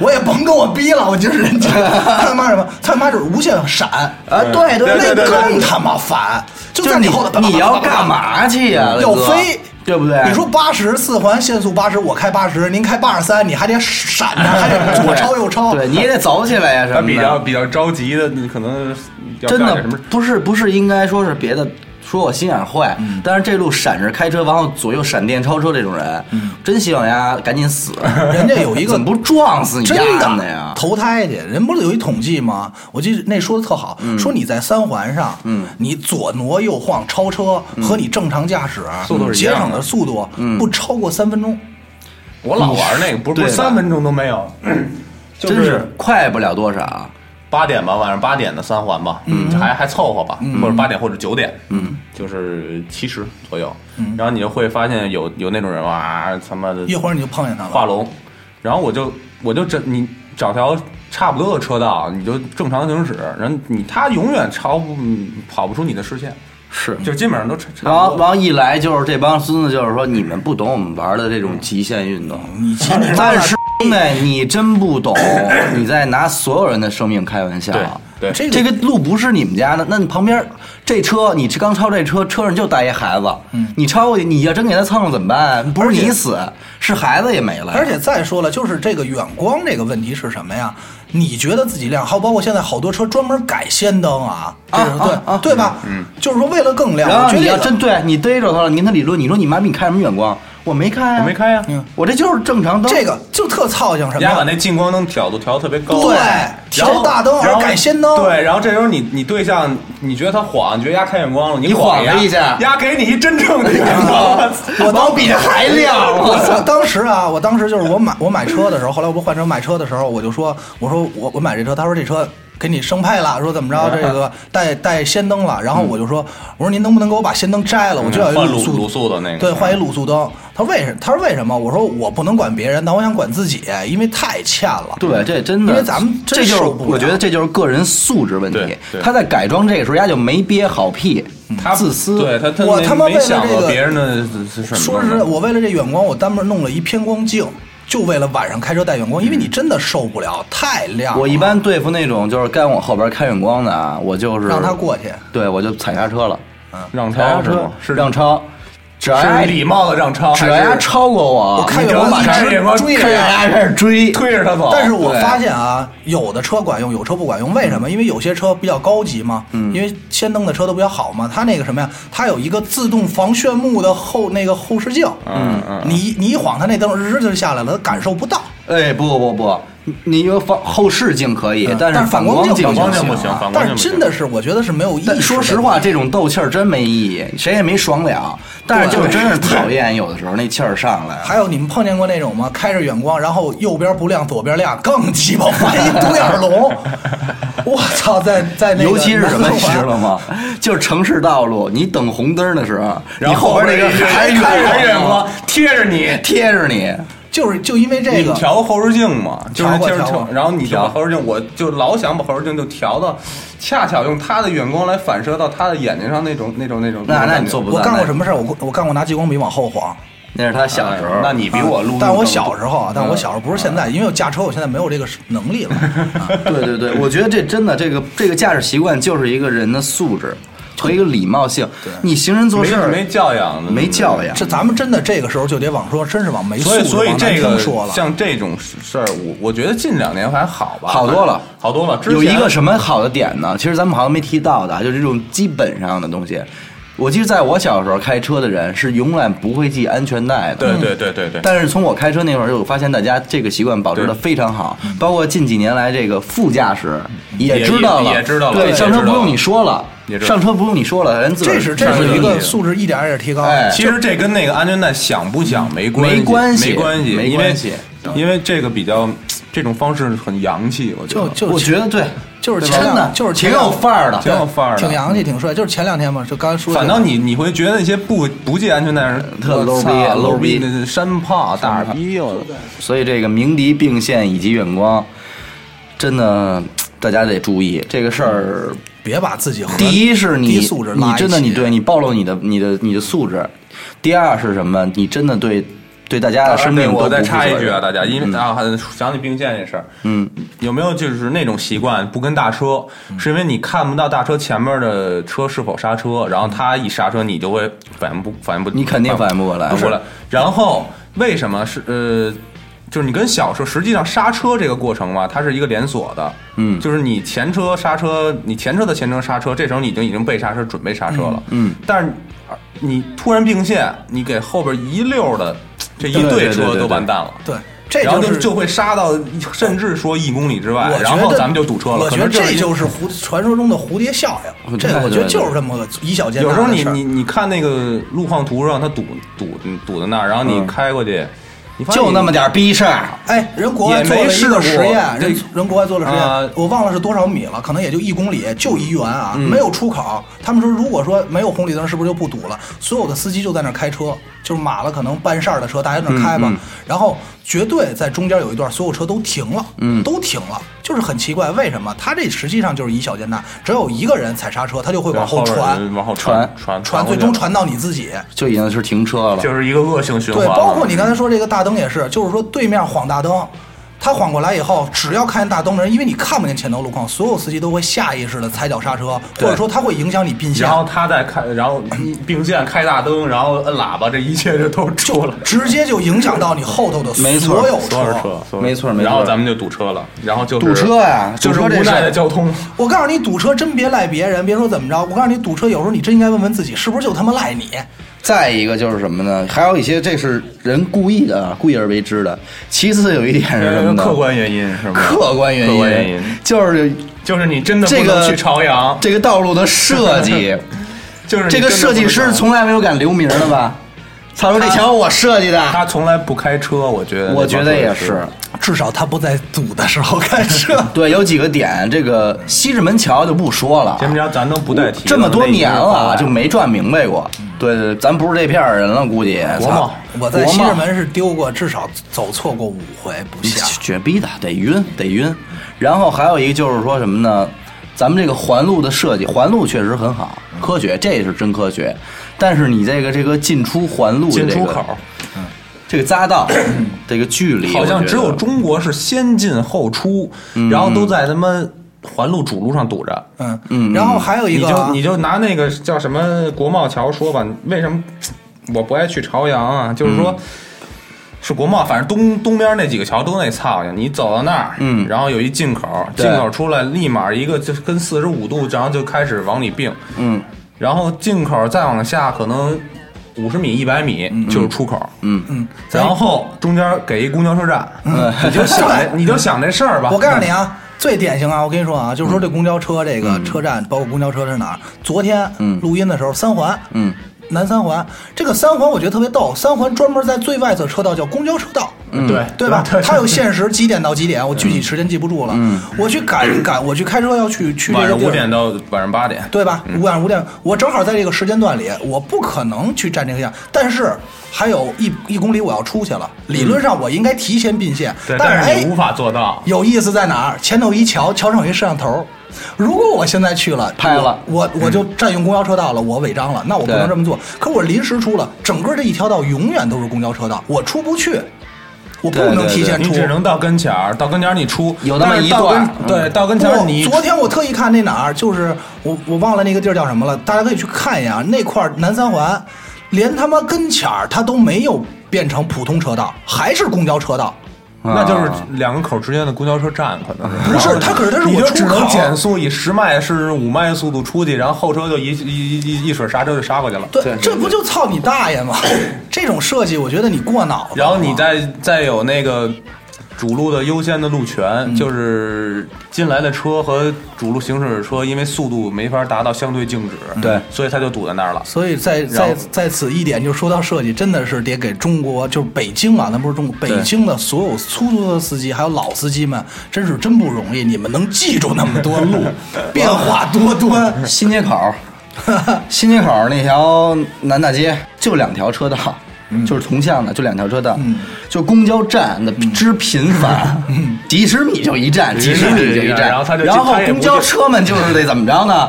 Speaker 4: 我也甭跟我逼了，我今儿人家他妈什么？他妈就是无限闪，
Speaker 3: 啊对对
Speaker 4: 呃
Speaker 3: 对
Speaker 4: 那
Speaker 3: 对
Speaker 4: 更他妈烦，就
Speaker 3: 就是
Speaker 4: 在
Speaker 3: 你
Speaker 4: 后头，
Speaker 3: 你要干？嘛去呀？
Speaker 4: 嗯要
Speaker 3: 雷哥
Speaker 4: 飞，
Speaker 3: 对不对？
Speaker 4: 你说八十四环限速八十，我开八十，您开八十三，你还得闪着，还得左超右超。
Speaker 3: 对，你也得走起来呀什
Speaker 5: 他
Speaker 3: 么的。
Speaker 5: 比较比较着急的，你可能要
Speaker 3: 真
Speaker 5: 干
Speaker 3: 的
Speaker 5: 点什么。
Speaker 3: 不是不是，应该说是别的，说我心眼坏，
Speaker 4: 嗯
Speaker 3: 但是这路闪着开车，然后左右闪电超车这种人，真希望丫赶紧死。
Speaker 4: 嗯人家有一
Speaker 3: [LAUGHS]
Speaker 4: 个
Speaker 3: 怎么不撞死你丫
Speaker 4: 真
Speaker 3: 的呀？
Speaker 4: 投胎去，人不是有一统计吗？我记得那说的特好，
Speaker 3: 嗯
Speaker 4: 说你在三环上，你左挪右晃超车
Speaker 3: 嗯
Speaker 4: 和你正常驾驶
Speaker 5: 速度是一
Speaker 4: 节
Speaker 5: 样的
Speaker 4: 省的速度不超过三分钟。
Speaker 5: 我老玩那个，不是不
Speaker 3: 对吧
Speaker 5: 是三分钟都没有，就
Speaker 3: 真是快不了多少。
Speaker 5: 八点吧，晚上八点的三环吧，嗯，还还凑合吧，或者八点或者九点，嗯，就是七十左右。
Speaker 3: 嗯
Speaker 5: 然后你就会发现有有那种人哇，他妈的
Speaker 4: 一会儿你就碰见他
Speaker 5: 画
Speaker 4: 了。
Speaker 5: 龙，然后我就我就这你找条差不多的车道，你就正常行驶，然后你他永远超不嗯跑不出你的视线，
Speaker 3: 是
Speaker 5: 就基本上都差
Speaker 3: 然
Speaker 5: 差
Speaker 3: 后
Speaker 5: 不，多。
Speaker 3: 然后一来就是这帮孙子，就是说你们不懂我们玩的这种极限运动。
Speaker 4: 嗯你前面
Speaker 3: 但是兄弟，你真不
Speaker 4: [COUGHS]
Speaker 3: 懂，你在拿所有人的生命开玩笑。
Speaker 5: 对对
Speaker 4: 这个
Speaker 3: 这个路不是你们家的，那你旁边这车，你刚超这车，车上就带一孩子，
Speaker 4: 嗯
Speaker 3: 你超过去，你要真给他蹭了怎么办？不是你死，是孩子也没了。
Speaker 4: 而且再说了，就是这个远光这个问题是什么呀？你觉得自己亮，还有包括现在好多车专门改氙灯啊，这是
Speaker 3: 啊
Speaker 4: 对、
Speaker 3: 啊啊
Speaker 4: 对吧？嗯，就是说为了更亮，
Speaker 3: 然
Speaker 4: 我
Speaker 3: 后
Speaker 4: 觉得
Speaker 3: 你
Speaker 4: 这
Speaker 3: 要
Speaker 4: 个
Speaker 3: 真对你逮着他了，您他理论，你说你妈逼你开什么远光？我没开啊，
Speaker 5: 我没开呀，
Speaker 3: 我这就是正常灯。
Speaker 4: 这个就特操性什么
Speaker 5: 丫把
Speaker 4: 呀？
Speaker 5: 那近光灯调度调的特别高，
Speaker 4: 对
Speaker 5: 然后
Speaker 4: 调大灯而
Speaker 5: 然后
Speaker 4: 改氙灯
Speaker 5: 对，然后这时候你你对象你觉得他晃，你觉得丫开远光了，
Speaker 3: 你
Speaker 5: 晃
Speaker 3: 晃他一下
Speaker 5: 丫给你一真正的远光，
Speaker 3: 我当比这还亮。我
Speaker 4: [LAUGHS] 我当时啊，我当时就是我买我买车的时候，后来我不换车买车的时候，我就说我说我我买这车，他说这车给你升配了，说怎么着这个带带氙灯了，然后我就说我说您能不能给我把氙灯摘了，我就要一
Speaker 5: 换
Speaker 4: 卤
Speaker 5: 卤
Speaker 4: 素
Speaker 5: 卤素的那个
Speaker 4: 对，换一卤素灯。他说为什他说为什么？我说我不能管别人，但我想管自己，因为太欠了。
Speaker 3: 对，这真的，
Speaker 4: 因为咱们真
Speaker 3: 这就是
Speaker 4: 受不了
Speaker 3: 我觉得这就是个人素质问题
Speaker 5: 对。对
Speaker 3: 他在改装这个时候，丫就没憋好屁，
Speaker 5: 他
Speaker 3: 自私。
Speaker 5: 对他他
Speaker 4: 我
Speaker 5: 没
Speaker 4: 他妈为
Speaker 5: 没
Speaker 4: 了
Speaker 5: 想
Speaker 4: 这
Speaker 5: 过
Speaker 4: 个
Speaker 5: 别人的是是什
Speaker 4: 说
Speaker 5: 么
Speaker 4: 实在，我为了这远光，我专门弄了一偏光镜，就为了晚上开车带远光，因为你真的受不了，太亮了。
Speaker 3: 我一般对付那种就是该往后边开远光的啊，我就是
Speaker 4: 让他过去。
Speaker 3: 对我就踩刹车了，
Speaker 5: 让
Speaker 3: 踩刹
Speaker 5: 超是
Speaker 3: 车
Speaker 5: 吗？
Speaker 3: 是让超，只要
Speaker 5: 是
Speaker 3: 丫
Speaker 5: 礼貌的让超，
Speaker 3: 只要
Speaker 5: 还
Speaker 3: 丫
Speaker 5: 是
Speaker 3: 超过我，
Speaker 4: 我开
Speaker 3: 你
Speaker 4: 远
Speaker 3: 给我
Speaker 4: 光
Speaker 3: 把
Speaker 4: 一
Speaker 5: 开
Speaker 4: 直
Speaker 5: 远光
Speaker 4: 追
Speaker 3: 开
Speaker 4: 着
Speaker 3: 始
Speaker 4: 呀。
Speaker 3: 丫开始追，
Speaker 5: 推着他走？
Speaker 4: 但是我
Speaker 3: 哦对嗯
Speaker 4: 发现啊，有的车管用，有车不管用。为什么？因为有些车比较高级嘛，因为氙灯的车都比较好嘛。它那个什么呀，它有一个自动防眩目的后那个后视镜，
Speaker 5: 嗯嗯
Speaker 4: 你一你一晃它那灯日就下来了，它感受不到。
Speaker 3: 哎，不不不，你你有反后视镜可以
Speaker 4: 嗯，
Speaker 3: 但是
Speaker 4: 但是反
Speaker 3: 反
Speaker 4: 光
Speaker 3: 光
Speaker 4: 镜
Speaker 3: 镜
Speaker 5: 反光
Speaker 3: 就
Speaker 5: 镜不
Speaker 3: 行
Speaker 5: 行，
Speaker 3: 啊
Speaker 5: 反光
Speaker 4: 但
Speaker 5: 镜
Speaker 4: 是
Speaker 5: 不行
Speaker 4: 真的是，我觉得是没有意义。
Speaker 3: 但说实，话，这种斗气儿真没意义，谁也没爽了。但是就是真是讨厌，有的时候那气儿上来了。
Speaker 4: 还有你们碰见过那种吗？开着远光，然后右边不亮，左边亮，更鸡巴
Speaker 3: [LAUGHS]
Speaker 4: 烦，一独眼龙。我操，在在那个
Speaker 3: 尤其是什么，啊
Speaker 4: 南
Speaker 3: 你
Speaker 4: 环
Speaker 3: 知道吗？ [LAUGHS] 就是城市道路，你等红灯的时候，
Speaker 5: 然
Speaker 3: 你
Speaker 5: 后
Speaker 3: 边那个还
Speaker 5: 开着
Speaker 3: 远
Speaker 5: 远光贴着你，
Speaker 3: 贴着你，
Speaker 4: 就是就因为这
Speaker 5: 你
Speaker 4: 个
Speaker 5: 们调后视镜嘛，就是
Speaker 4: 调过
Speaker 5: 就是
Speaker 4: 调过
Speaker 5: 调，然后你就把后视镜，我就老想把后视镜就调到，恰巧用他的远光来反射到他的眼睛上那种那种那种。
Speaker 3: 那
Speaker 5: 种
Speaker 3: 那
Speaker 5: 感
Speaker 3: 你
Speaker 5: 觉
Speaker 3: 做不
Speaker 4: 我
Speaker 3: 到。
Speaker 4: 干过
Speaker 3: 那
Speaker 4: 什么事儿？我过我干过拿激光笔往后晃。
Speaker 3: 那是他小时候。
Speaker 5: 那你比我撸，
Speaker 4: 但我小时候啊，但我小时候不
Speaker 3: 嗯
Speaker 4: 是现在，因为我驾车，我现在没有这个
Speaker 3: [LAUGHS]
Speaker 4: 能力了。啊
Speaker 3: 对对对，我觉得这真的，这个这个驾驶习惯就是一个人的素质和一个礼貌性。你行人做
Speaker 5: 没
Speaker 3: 事儿
Speaker 5: 没教养，
Speaker 3: 没教养，
Speaker 4: 这咱们真的这个时候就得往说，真是往没素
Speaker 5: 所以，
Speaker 4: 质
Speaker 5: 所以
Speaker 4: 往难
Speaker 5: 这
Speaker 4: 听
Speaker 5: 个
Speaker 4: 说了。
Speaker 5: 像这种事儿，我我觉得近两年还好吧，
Speaker 3: 好多了
Speaker 5: 好多了。之前
Speaker 3: 有一个什么好的点呢？其实咱们好像没提到的啊，就是这种基本上的东西。我记得在我小时候开车的人是永远不会系安全带的。
Speaker 5: 对对对对对，
Speaker 3: 嗯但是从我开车那会儿，我发现大家这个习惯保持的非常好，包括近几年来这个副驾驶也
Speaker 5: 嗯也
Speaker 3: 知道了，
Speaker 5: 也也知道了
Speaker 3: 对，
Speaker 5: 也
Speaker 3: 上车
Speaker 5: 知道
Speaker 3: 不用
Speaker 5: 了
Speaker 3: 你说了
Speaker 5: 也，知道
Speaker 3: 上车不用你说了，人自个儿
Speaker 4: 这是这
Speaker 3: 上车
Speaker 4: 是一
Speaker 3: 就
Speaker 4: 个
Speaker 3: 行
Speaker 4: 素质一点儿一点儿提高。
Speaker 3: 哎
Speaker 5: 其实这跟那个安全带想不想没关
Speaker 3: 没关系
Speaker 5: 没关系，
Speaker 3: 没
Speaker 5: 因为
Speaker 3: 关系
Speaker 5: 因为这个比较这种方式很洋气，我觉
Speaker 4: 就
Speaker 5: 得。
Speaker 4: 就
Speaker 3: 我觉得对，
Speaker 4: 就是
Speaker 3: 对
Speaker 4: 前
Speaker 3: 吧
Speaker 4: 两
Speaker 3: 真的
Speaker 4: 就是
Speaker 3: 挺
Speaker 4: 前两
Speaker 3: 有范儿的，
Speaker 5: 挺有范儿的
Speaker 4: 挺洋气，挺帅。就是前两天嘛，就刚才说的，
Speaker 5: 反倒你你会觉得那些不不系安全带的人
Speaker 3: 特 low
Speaker 5: 我操
Speaker 3: 逼 low 逼
Speaker 5: 那山炮大耳逼，我
Speaker 3: 所以这个鸣笛、并线以及远光，真的大家得注意这个事儿。
Speaker 4: 别把自己和
Speaker 3: 第一是你
Speaker 4: 嗯低素质拉
Speaker 3: 你
Speaker 4: 一起
Speaker 3: 真的你对你暴露你的你的你的素质；第二是什么？你真的对对大家的生命
Speaker 5: 对
Speaker 3: 都
Speaker 5: 我
Speaker 3: 不
Speaker 5: 再
Speaker 3: 负
Speaker 5: 插一
Speaker 3: 责
Speaker 5: 句啊，
Speaker 3: 任嗯
Speaker 5: 大家，因为啊，想起并线这事儿，嗯，有没有就是那种习惯不跟大车，
Speaker 3: 嗯
Speaker 5: 是因为你看不到大车前面的车是否刹车，然后他一刹车，你就会反应不反应不，
Speaker 3: 你肯定反应不过来
Speaker 5: 反应不过来。然后为什么是呃？就是你跟小车，实际上刹车这个过程嘛，它是一个连锁的，嗯，就是你前车刹车，你前车的前车刹车，这时候你就已经被刹车准备刹车了，嗯，但是你突然并线，你给后边一溜儿的这一
Speaker 3: 对对
Speaker 5: 队
Speaker 3: 对
Speaker 5: 车
Speaker 3: 对
Speaker 5: 都
Speaker 3: 对
Speaker 5: 完蛋了，
Speaker 4: 对，这
Speaker 5: 然后就是就会杀到，甚至说一公里之外
Speaker 4: 我觉，得
Speaker 5: 然后咱们就堵车了。
Speaker 4: 我
Speaker 5: 可
Speaker 4: 觉得
Speaker 5: 能
Speaker 4: 这
Speaker 5: 是
Speaker 4: 就是蝴传说中的蝴蝶效应，这
Speaker 3: 对
Speaker 4: 个我觉得
Speaker 3: 对
Speaker 4: 就是这么个以小见
Speaker 5: 有
Speaker 4: 大的
Speaker 5: 时
Speaker 4: 事儿。
Speaker 5: 候你你你看那个路况图上，它堵堵堵在那儿，然后你
Speaker 3: 嗯
Speaker 5: 开过去，你发现
Speaker 3: 就那么点儿逼事儿。
Speaker 4: 哎，人国外
Speaker 5: 也
Speaker 4: 做
Speaker 5: 没
Speaker 4: 了一
Speaker 5: 试
Speaker 4: 个
Speaker 5: 过
Speaker 4: 实验，人
Speaker 5: 这
Speaker 4: 人国外做了实验，
Speaker 5: 啊嗯
Speaker 4: 我忘了是多少米了，可能也就一公里，就一元啊，没有出口。他们说，如果说没有红绿灯，是不是就不堵了？所有的司机就在那儿开车，就是码了可能半扇儿的车，大家在那儿开
Speaker 5: 嗯
Speaker 4: 吧。然后绝对在中间有一段，所有车都停了，
Speaker 5: 嗯
Speaker 4: 都停了，就是很奇怪，为什么？他这实际上就是以小见大，只要有一个人踩刹车，他就会往后
Speaker 5: 边
Speaker 4: 传，
Speaker 5: 往后
Speaker 3: 传
Speaker 5: 传
Speaker 4: 传，
Speaker 5: 过
Speaker 4: 最
Speaker 5: 去
Speaker 4: 终传到你自己。
Speaker 3: 就已经是停车了，
Speaker 5: 就是一个恶性循环
Speaker 4: 对，
Speaker 5: 了。嗯
Speaker 4: 包括你刚才说这个大灯也是，就是说对面晃大灯，他晃过来以后，只要看见大灯的人，因为你看不见前头路况，所有司机都会下意识的踩脚刹车，或者说他会影响你并线
Speaker 5: 然，后他再开，然后
Speaker 3: [CLEARS THROAT]
Speaker 5: 并线开大灯，然后摁喇叭，这一切就都出来了。
Speaker 4: 直接就影响到你后头的
Speaker 3: 没错
Speaker 4: 所有
Speaker 5: 所有
Speaker 4: 车。
Speaker 5: 车，所有
Speaker 3: 没错没错
Speaker 5: 然后咱们就堵车了，然后就是
Speaker 3: 堵车呀
Speaker 5: 就是
Speaker 3: 堵车这
Speaker 5: 无
Speaker 3: 事儿
Speaker 5: 奈的交通。
Speaker 4: 我告诉你，堵车真别赖别人，别说怎么着，我告诉你，堵车有时候你真应该问问自己，是不是就他妈赖你？
Speaker 3: 再一个就是什么呢？还有一些这是人故意的，故意而为之的。其次有一点是什么呢？
Speaker 5: 呃客观原因是吗？
Speaker 3: 客观原因，
Speaker 5: 客观原因
Speaker 3: 就是
Speaker 5: 就是你真的不
Speaker 3: 这
Speaker 5: 能
Speaker 3: 个
Speaker 5: 去朝阳，
Speaker 3: 这个道路的设计，
Speaker 5: [LAUGHS] 就是你
Speaker 3: 这个设计师从来没有敢留名的吧？他说这墙我设计
Speaker 5: 他
Speaker 3: 的，
Speaker 5: 从来不开车，我觉得
Speaker 3: 我觉得也是。
Speaker 4: 至少他不在堵的时候开
Speaker 5: [LAUGHS]
Speaker 4: 车。
Speaker 3: 对，有几个点，这个西直门桥就不说了啊，
Speaker 5: 前面咱咱都不带提了
Speaker 3: 这么多年了
Speaker 5: 那一个
Speaker 3: 就没转明白过。对对，对咱不是这片儿人了，估计。
Speaker 5: 国贸
Speaker 3: 操
Speaker 4: 我在
Speaker 3: 国
Speaker 4: 西
Speaker 3: 贸
Speaker 4: 直门是丢过，至少走错过五回不下。
Speaker 3: 绝逼的，得晕，得晕。然后还有一个就是说什么呢？咱们这个环路的设计，环路确实很好，科学，这是真科学。但是你这个这个进出环路的
Speaker 5: 进
Speaker 3: 这个
Speaker 5: 出口，
Speaker 3: 这个匝道 [COUGHS] 这个距离，
Speaker 5: 好
Speaker 3: 我
Speaker 5: 像
Speaker 3: 觉
Speaker 5: 只有
Speaker 3: 得嗯
Speaker 5: 中国是先进后出，然后都在他妈环路主路上堵着。
Speaker 4: 嗯嗯，然后还有一
Speaker 5: 你
Speaker 4: 个啊
Speaker 5: 就你就拿那个叫什么国贸桥说吧，为什么我不爱去朝阳啊？就是说。
Speaker 4: 嗯
Speaker 5: 是国贸，反正东东边那几个桥都那操性。你走到那儿，嗯，然后有一进口，
Speaker 3: 对
Speaker 5: 进口出来立马一个就是跟四十五度，然后就开始往里并，
Speaker 3: 嗯，
Speaker 5: 然后进口再往下可能五十米、一百米就是出口，嗯嗯，然后中间给一公交车站，你就想
Speaker 4: [LAUGHS]
Speaker 5: 这你就想这事儿吧。
Speaker 4: 嗯我告诉你啊，最典型啊，我跟你说啊，就是说这公交车这个车站，包括公交车是哪儿？昨天录音的时候，三环，嗯，南三环，这个三环我觉得特别逗，三环专门在最外侧车道叫公交车道。
Speaker 5: 对
Speaker 4: 对吧？它有限时几点到几点，我具体时间记不住了。我去赶赶，我去开车要去去这
Speaker 5: 晚
Speaker 4: 个
Speaker 5: 上
Speaker 4: 地
Speaker 5: 五
Speaker 4: 儿
Speaker 5: 点到晚上八点，
Speaker 4: 对吧？晚上五点，我正好在这个时间段里，我不可能去占这个线，但是还有一一公里我要出去了，理论上我应该提前并线，
Speaker 5: 对，
Speaker 4: 但
Speaker 5: 但
Speaker 4: 是哎
Speaker 5: 是你无法做到。
Speaker 4: 有意思在哪儿？前头一桥，桥上有一摄像头。如果我现在去了，
Speaker 3: 拍了嗯
Speaker 4: 我我我就占用公交车道了，我违章了，那我不能
Speaker 3: 对
Speaker 4: 这么做。可我临时出了，整个这一条道永远都是公交车道，我出不去，我不
Speaker 3: 对对
Speaker 4: 能提前
Speaker 5: 你
Speaker 4: 出。
Speaker 5: 只能到跟前儿，到跟前儿你出
Speaker 3: 有那么
Speaker 5: 但是
Speaker 3: 一
Speaker 5: 到
Speaker 3: 段
Speaker 5: 跟
Speaker 3: 嗯
Speaker 5: 对，到跟前儿
Speaker 4: 不，
Speaker 5: 你
Speaker 4: 昨天我特意看那哪儿，就是我我忘了那个地儿叫什么了，大家可以去看一眼啊。那块儿南三环，连他妈跟前儿它都没有变成普通车道，还是公交车道。
Speaker 5: 那就是两个口之间的公交车站，可能是
Speaker 4: 不是
Speaker 5: 然后
Speaker 4: 它可是它是
Speaker 5: 你
Speaker 4: 我
Speaker 5: 就
Speaker 4: 出
Speaker 5: 只能
Speaker 4: 口
Speaker 5: 减速，以十迈甚至五迈的速度出去，然后后车就一一一一一水刹车就刹过去了。
Speaker 4: 对，这不就操 [COUGHS] 你大爷吗？这种设计，我觉得你过脑子了。
Speaker 5: 然后你再再有那个主路的优先的路
Speaker 3: 嗯
Speaker 5: 权，就是进来的车和主路行驶车，因为速度没法达到相对静止，
Speaker 3: 对
Speaker 5: 所以它就堵在那儿了。
Speaker 4: 所以在
Speaker 5: 然
Speaker 4: 在
Speaker 5: 后
Speaker 4: 在此一点，就说到设计，真的是得给中国，就是北京啊，那不是中国，北京的所有出租车司机还有老司机们，真是真不容易。你们能记住那么多
Speaker 5: [LAUGHS]
Speaker 4: 路，变化多端，
Speaker 3: [LAUGHS] 新街口，新街口那条南大街就两条车道，
Speaker 5: 嗯
Speaker 3: 就是同向的，就两条车道，就公交站的
Speaker 5: 嗯
Speaker 3: 之频繁，几十米就一站，几十米就一站，
Speaker 5: 然后他就
Speaker 3: 然后
Speaker 5: 他也不
Speaker 3: 公交车们就是得怎么着呢？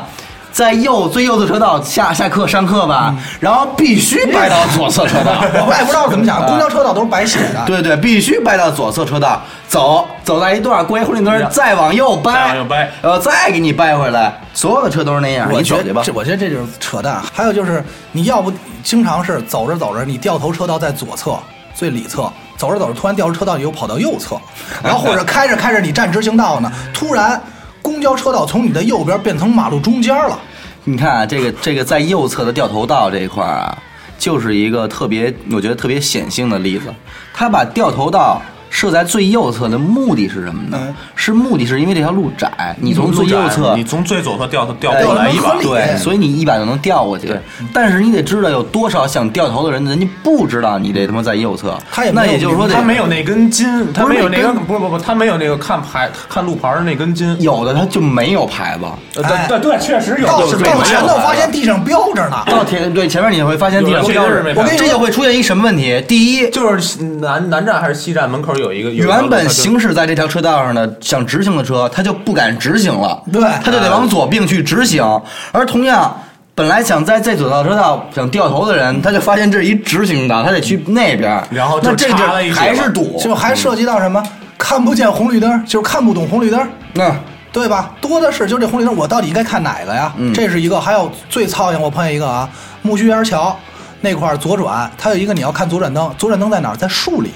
Speaker 3: 在右最右侧车道下下课上课
Speaker 5: 嗯
Speaker 3: 吧，然后必须掰到左侧车
Speaker 5: [LAUGHS]
Speaker 3: 道，
Speaker 4: 我也不知道怎
Speaker 5: 嗯
Speaker 4: 么讲，公交车道都是白写的。
Speaker 3: 啊对对，必须掰到左侧车道，走走到一段过一红绿灯儿，再往右掰，
Speaker 5: 再往右掰
Speaker 3: 然后再给你掰回来，所有的车都是那样，啊
Speaker 4: 我
Speaker 3: 你走
Speaker 4: 觉
Speaker 3: 去
Speaker 4: 得
Speaker 3: 吧
Speaker 4: 这，。我觉得这就是扯淡。还有就是，你要不经常是走着走着，你掉头车道在左侧最里侧，走着走着突然掉头车道你又跑到右侧，然后或者开着开着你占直行道呢，突然公交车道从你的右边变成马路中间了。
Speaker 3: 你看啊，这个这个在右侧的掉头道这一块儿啊，就是一个特别，我觉得特别显性的例子。他把掉头道设在最右侧的目的是什么呢？
Speaker 4: 嗯
Speaker 3: 是目的是因为这条路窄，你从最
Speaker 5: 路窄
Speaker 3: 右侧
Speaker 5: 你从最左侧掉掉
Speaker 3: 哎
Speaker 5: 过来一
Speaker 4: 合
Speaker 5: 把
Speaker 4: 理，
Speaker 3: 对，所以你一把就能掉过去。但是你得知道有多少想掉头的人，人家不知道你这他妈在右侧，
Speaker 4: 他也没有
Speaker 3: 那也就是说得
Speaker 5: 他没有那根筋，他
Speaker 3: 不是
Speaker 5: 没有那
Speaker 3: 那
Speaker 5: 个
Speaker 3: 根
Speaker 5: 不是不不，他没有那个看牌看路牌儿那根筋。
Speaker 3: 有的他就没有牌子。
Speaker 5: 呃
Speaker 4: 哎
Speaker 5: 对对对，确实有
Speaker 4: 到
Speaker 5: 就是没有啊
Speaker 4: 到前头发现地上标着呢。
Speaker 3: 啊到前对前面你会发现地上
Speaker 5: 有的
Speaker 3: 标
Speaker 5: 确实
Speaker 3: 着
Speaker 5: 是没，
Speaker 4: 牌子
Speaker 3: 这就会出现一什么问题？第一，
Speaker 5: 就是南南站还是西站门口有一个有一个
Speaker 3: 原本
Speaker 5: 路口就
Speaker 3: 行驶在这条车道上的想直行的车，他就不敢直行了，
Speaker 4: 对
Speaker 3: 他就得往左并去直行。而同样，本来想在这左道车道想掉头的人，他就发现这是一直行道，他得去那边，
Speaker 5: 然后就
Speaker 3: 那这
Speaker 5: 插
Speaker 3: 地
Speaker 5: 了一
Speaker 3: 儿
Speaker 5: 脚
Speaker 3: 还是堵，
Speaker 4: 就还涉及到什么看不见红绿灯，就是看不懂红绿灯。
Speaker 3: 那
Speaker 4: 对吧？多的是，就是这红绿灯，我到底应该看哪个呀？
Speaker 5: 嗯
Speaker 4: 这是一个，还有最操心，我碰见一个啊，木须园桥那块儿左转，它有一个你要看左转灯，左转灯在哪儿？在树
Speaker 5: [LAUGHS]
Speaker 4: 里。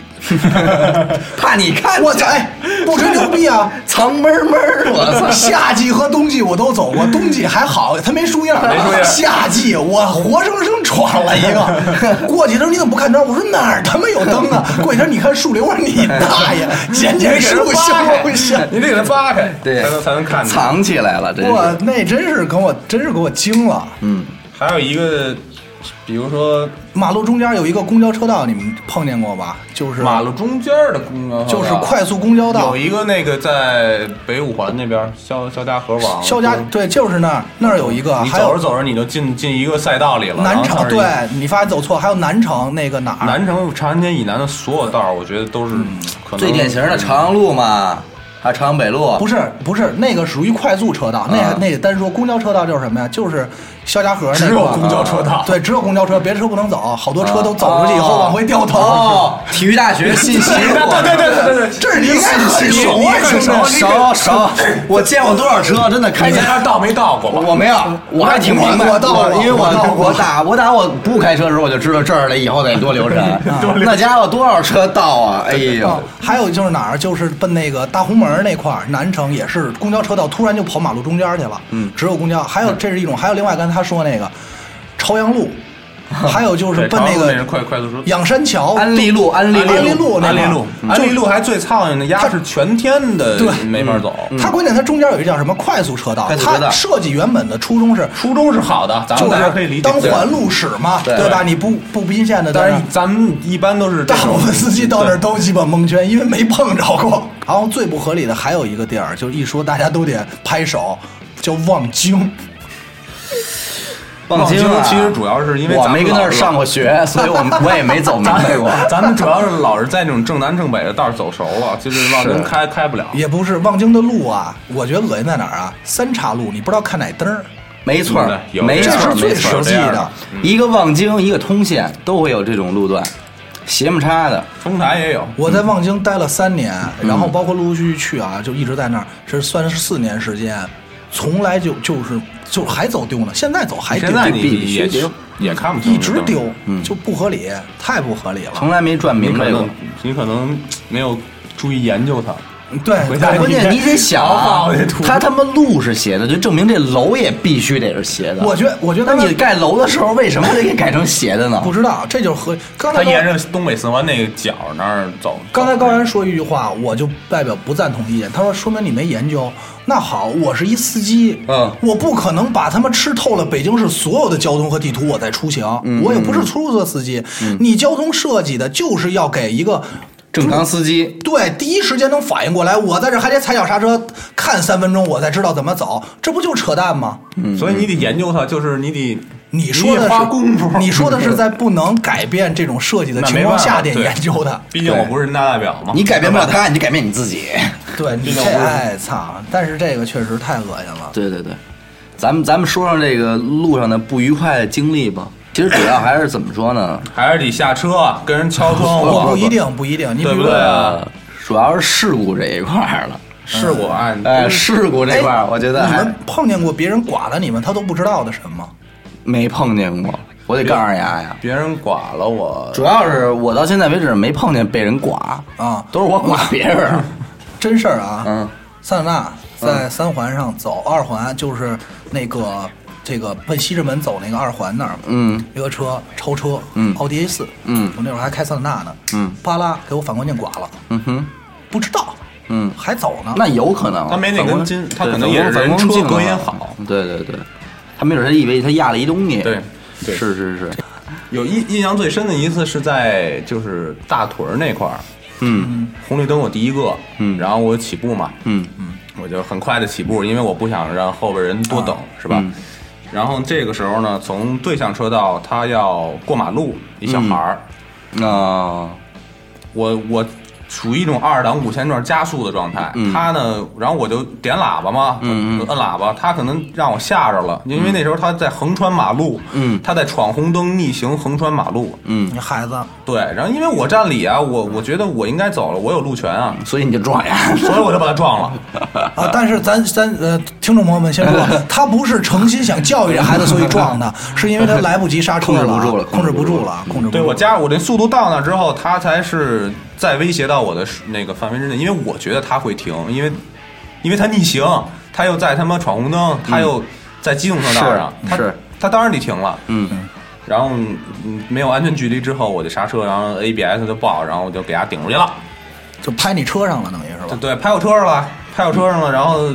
Speaker 3: 怕你看见
Speaker 4: 我操，哎，不吹牛
Speaker 5: [LAUGHS]
Speaker 4: 逼啊！
Speaker 3: 藏闷闷儿，我操！
Speaker 4: 夏季和冬季我都走过，冬季还好，它没树叶儿。
Speaker 5: 没树叶儿
Speaker 4: 夏季我活生生闯了一
Speaker 5: [LAUGHS]
Speaker 4: 个，过去他说你怎么不看灯？我说哪儿他妈有灯啊？过去他说你看树林，我说你大爷，捡捡树香不香？
Speaker 5: 你得给它扒开，
Speaker 3: 对，
Speaker 5: 才能才能看见。
Speaker 3: 藏起来了，真
Speaker 4: 我
Speaker 3: 是。
Speaker 4: 那真是给我，真是给我惊了。
Speaker 5: 还有一个，比如说
Speaker 4: 马路中间有一个公交车道，你们碰见过吧？就是
Speaker 5: 马路中间的公交车道，
Speaker 4: 就是快速公交道
Speaker 5: 有，一个那个在北五环那边，肖肖家河往
Speaker 4: 肖家对，就是那儿那儿有一个，
Speaker 5: 你
Speaker 4: 还
Speaker 5: 走着
Speaker 4: 有
Speaker 5: 走着你就进进一个赛道里了。然
Speaker 4: 南
Speaker 5: 后它
Speaker 4: 城，
Speaker 5: 是一个
Speaker 4: 对你发现走错，还有南城那个哪儿？
Speaker 5: 南城长安街以南的所有道儿，我觉得都是可能
Speaker 3: 最典型的朝阳路嘛，还有朝阳北路，
Speaker 4: 不
Speaker 3: 是
Speaker 4: 是不是，那个属于快速车道，那
Speaker 3: 啊
Speaker 4: 那单说公交车道就是什么呀？就是肖家河那
Speaker 5: 只有
Speaker 4: 块儿
Speaker 5: 公交车道。啊
Speaker 4: 对，只有公交车，别的车不能走，好多车都走出去以后往回掉头。
Speaker 3: 哦，体育大学信息
Speaker 5: 对
Speaker 3: 部。
Speaker 5: 对对对对对，
Speaker 4: 这是你应该很熟啊，
Speaker 5: 你
Speaker 4: 兄
Speaker 5: 你
Speaker 4: 弟。
Speaker 3: 少少，我见过多少车，真的开
Speaker 5: 你在
Speaker 3: 见。
Speaker 5: 那儿到没到过吧？
Speaker 3: 我没有，我还挺明白。
Speaker 4: 我到过
Speaker 3: 因为
Speaker 4: 我到过
Speaker 3: 我打我打我不开车的时候，我就知道这儿了，以后得多留神。那家伙多少车到啊！哎
Speaker 4: 啊
Speaker 3: 呦，，
Speaker 4: 还有就是哪儿，就是奔那个大红门儿那块儿，南城也是公交车道突然就跑马路中间儿去了，嗯，只有公交。还有这是一种，还有另外刚才他说那个朝
Speaker 3: [LAUGHS]
Speaker 4: 阳路，还有就是
Speaker 5: 对
Speaker 4: 奔
Speaker 5: 朝阳
Speaker 4: 那
Speaker 5: 路那
Speaker 4: 个
Speaker 5: 是快快速嗯车
Speaker 4: 仰山桥、
Speaker 3: 安利路，安利
Speaker 4: 安利
Speaker 3: 路，嗯
Speaker 4: 路那
Speaker 5: 安利
Speaker 4: 块儿
Speaker 5: 路，安利路还最操心的，
Speaker 4: 它
Speaker 5: 丫是全天的
Speaker 4: 对
Speaker 5: 没法走。
Speaker 4: 它关键它中间有一个叫什么快速车道
Speaker 3: 快，速车道
Speaker 4: 它设计原本的初衷是
Speaker 5: 初衷是好的，咱
Speaker 4: 就
Speaker 5: 们大家可以理
Speaker 4: 是
Speaker 5: 解。
Speaker 4: 当环路使嘛，
Speaker 3: 对
Speaker 4: 对吧？你不不宾县的，
Speaker 5: 但
Speaker 4: 当
Speaker 5: 是
Speaker 4: 然
Speaker 5: 咱们一般都是这
Speaker 4: [LAUGHS] 大
Speaker 5: 种
Speaker 4: 部分司机到那儿都基本蒙圈，因为没碰着过。然后最不合理的还有一个地儿，就是一说大家都得拍手，叫望京。
Speaker 5: 望京
Speaker 3: 啊
Speaker 5: 其实主要是因为
Speaker 3: 我
Speaker 5: 咱们
Speaker 3: 没跟那儿上过学，所以我们我也没走明
Speaker 5: 咱
Speaker 3: 白过。
Speaker 5: 咱 [LAUGHS] 们主要是老是在那种正南正北的道儿走熟了，就是往
Speaker 3: 是
Speaker 5: 京开开不了。
Speaker 4: 也不是望京的路啊，我觉得恶心在哪儿啊？三岔路，你不知道看哪灯儿，
Speaker 3: 没错儿，
Speaker 5: 有
Speaker 3: 没
Speaker 5: 这
Speaker 3: 错
Speaker 5: 是
Speaker 3: 儿，
Speaker 5: 最
Speaker 3: 没错儿
Speaker 5: 实际的
Speaker 3: 这样一个望京，一个通县，都会有这种路段，斜不叉的。
Speaker 5: 丰台也有，
Speaker 4: 我在望京待了三年，然后包括陆陆续续去啊，就一直在那儿，这算是四年时间，从来就就是就还走丢呢，现在走还丢
Speaker 5: 现，在你
Speaker 3: 必须
Speaker 5: 也
Speaker 3: 丢
Speaker 5: 也看不清，
Speaker 4: 一直丢，就不合理，太不合理了。
Speaker 3: 从来没转
Speaker 5: 你
Speaker 3: 明
Speaker 5: 可
Speaker 3: 白过
Speaker 5: 能。你可能没有注意研究它。
Speaker 4: 对，
Speaker 5: 回家
Speaker 4: 我
Speaker 3: 关键你得想啊
Speaker 5: 好好地涂，
Speaker 3: 他他妈路是斜的，就证明这楼也必须得是斜的。
Speaker 4: 我觉得我觉得
Speaker 3: 那你盖楼的时候为什么得给改成斜的呢？
Speaker 4: 不知道，这就是和刚
Speaker 5: 他
Speaker 4: 才高
Speaker 5: 沿着东北四环那个角那儿走。
Speaker 4: 刚才高原说一句话，我就代表不赞同意见。他说：“说明你没研究。”那好，我是一司机，
Speaker 3: 嗯
Speaker 4: 我不可能把他们吃透了北京市所有的交通和地图，我再出行。
Speaker 5: 嗯
Speaker 4: 我也不是出租车司机，你交通设计的就是要给一个
Speaker 3: 正常司机
Speaker 4: 对第一时间能反应过来，我在这还得踩脚刹车看三分钟，我才知道怎么走，这不就是扯淡吗？
Speaker 3: 嗯
Speaker 5: 所以你得研究它，就是你得
Speaker 4: 你说的
Speaker 5: 得
Speaker 4: 是
Speaker 5: 花功夫，
Speaker 4: 你说的是在不能改变这种设计的
Speaker 5: [LAUGHS] 那
Speaker 4: 情
Speaker 5: 没
Speaker 4: 况
Speaker 5: 办法
Speaker 4: 下得
Speaker 5: 对
Speaker 4: 研究的。
Speaker 5: [LAUGHS] 毕竟我不是人大代表嘛，
Speaker 3: 你改变不
Speaker 5: 对
Speaker 3: 了
Speaker 5: 吧
Speaker 3: 他，你就改变你自己。
Speaker 4: [LAUGHS] 对
Speaker 5: 这
Speaker 4: 你这
Speaker 5: 种不是
Speaker 4: 哎操！但是这个确实太恶心了。
Speaker 3: 对对对，咱们咱们说上这个路上的不愉快的经历吧。其实主要还是怎么说呢？
Speaker 5: 还是得下车啊跟人
Speaker 3: [LAUGHS]
Speaker 5: 敲窗
Speaker 4: 不不
Speaker 5: 户，啊
Speaker 4: 一定，不一定。你比
Speaker 5: 对
Speaker 4: 如
Speaker 5: 不对
Speaker 4: 说，
Speaker 5: 啊
Speaker 3: 呃，主要是事故这一块儿了。
Speaker 5: [LAUGHS] 是我按
Speaker 3: 哎，事故这块儿，我觉得
Speaker 4: 你
Speaker 3: 还
Speaker 4: 们碰见过别人剐了你们，他都不知道的什么？
Speaker 3: 没碰见过。我得告诉丫呀，
Speaker 5: [LAUGHS] 别人剐了我，
Speaker 3: 主要是我到现在为止没碰见被人剐
Speaker 4: 啊
Speaker 3: 都是我剐别人。
Speaker 4: 真事儿啊！
Speaker 3: 嗯，
Speaker 4: 塞纳在三环上走二环，就是那个这个奔西直门走那个二环那儿，
Speaker 3: 嗯，
Speaker 4: 一个车超车，
Speaker 3: 嗯
Speaker 4: 奥迪 A 四，
Speaker 3: 嗯
Speaker 4: 我那会儿还开塞纳呢，
Speaker 3: 嗯，
Speaker 4: 巴拉给我反光镜剐了，
Speaker 3: 嗯哼，
Speaker 4: 不知道，
Speaker 3: 嗯，
Speaker 4: 还走呢，
Speaker 3: 那有可能啊
Speaker 5: 他没那根筋
Speaker 3: 反
Speaker 5: 他
Speaker 3: 光
Speaker 5: 可能
Speaker 3: 对
Speaker 5: 也是
Speaker 3: 反光
Speaker 5: 人车
Speaker 3: 镜啊
Speaker 5: 隔音好
Speaker 3: 对对对，他没准他以为他压了一东西。
Speaker 5: 对对
Speaker 3: 是是是，
Speaker 5: 有印印象最深的一次是在就是大屯儿那块儿，
Speaker 3: 嗯
Speaker 5: 红绿灯我第一个，
Speaker 3: 嗯
Speaker 5: 然后我起步嘛，
Speaker 3: 嗯
Speaker 5: 我就很快的起步，因为我不想让后边人多等，是吧？
Speaker 3: 嗯
Speaker 5: 然后这个时候呢，从对向车道他要过马路，一小孩儿，
Speaker 3: 啊，
Speaker 5: 我我处于一种二档五千转加速的状态，
Speaker 3: 嗯
Speaker 5: 他呢，然后我就点喇叭嘛，呃
Speaker 3: 嗯嗯
Speaker 5: 我就摁喇叭，他可能让我吓着了，因为那时候他在横穿马路，
Speaker 3: 嗯
Speaker 5: 他在闯红灯逆行横穿马路，
Speaker 3: 嗯，
Speaker 4: 你孩子
Speaker 5: 对，然后因为我站里啊，我我觉得我应该走了，我有路权啊，
Speaker 3: 所以你就撞呀。
Speaker 5: 所以我就把他撞了。
Speaker 4: 啊，但是咱咱呃，听众朋友们先说，他不是诚心想教育这孩子，所以撞的，是因为他来不及刹车
Speaker 3: 控制不住了
Speaker 4: 了，控制不住了，控制不住了。
Speaker 5: 对我加我这速度到那之后，他才是再威胁到我的那个范围之内，因为我觉得他会停，因为因为他逆行，他又在他妈闯红灯，
Speaker 4: 嗯
Speaker 5: 他又在机动车道上，
Speaker 3: 是
Speaker 5: 他
Speaker 3: 是
Speaker 5: 他当然得停了。
Speaker 3: 嗯，
Speaker 5: 然后嗯没有安全距离之后，我就刹车，然后 ABS 就爆，然后我就给他顶出去了。
Speaker 4: 就拍你车上了，等于
Speaker 5: 对
Speaker 4: 是吧？
Speaker 5: 对，拍我车上了，拍我车上了，然后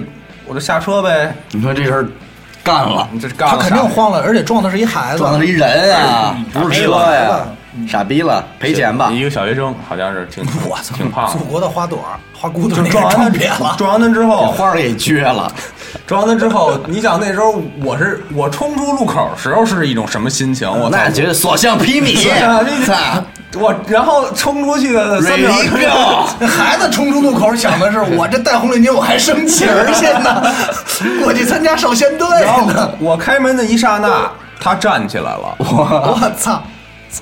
Speaker 5: 我就下车呗。
Speaker 3: 你说这事儿干了，
Speaker 5: 你这干
Speaker 4: 他
Speaker 5: 了啥
Speaker 4: 肯定慌了，而且撞的是一孩子，
Speaker 3: 撞的是一人啊，
Speaker 5: 嗯
Speaker 3: 不是车
Speaker 4: 傻逼
Speaker 3: 呀
Speaker 4: 了，
Speaker 3: 傻逼了，赔钱吧
Speaker 5: 一。个小学生好像是挺
Speaker 4: 我操，
Speaker 5: 挺胖
Speaker 4: 祖
Speaker 5: 的。
Speaker 4: 国的花朵，花骨朵
Speaker 5: 就
Speaker 4: 那
Speaker 5: 撞
Speaker 4: 个
Speaker 5: 完
Speaker 4: 撞
Speaker 5: 他
Speaker 4: 瘪了，
Speaker 5: 撞完他之
Speaker 3: 给
Speaker 5: 后，
Speaker 3: 花儿给撅 [LAUGHS] 了，
Speaker 5: 撞完他之后，你想那时候我是我冲出路口时候是一种什么心情？我
Speaker 3: 那觉得所向披靡 [LAUGHS]
Speaker 5: 操！
Speaker 3: 啊
Speaker 5: 这，
Speaker 4: 啊
Speaker 3: 操！
Speaker 5: 这我然后冲出去的三秒
Speaker 3: Ready go
Speaker 4: 那孩子冲出路口想的是，我这戴红领巾我还升旗儿去
Speaker 5: [LAUGHS]
Speaker 4: 呢，我去参加少先队
Speaker 5: 然后
Speaker 4: 呢，
Speaker 5: 我开门的一刹那，他站起来了。
Speaker 4: 我操！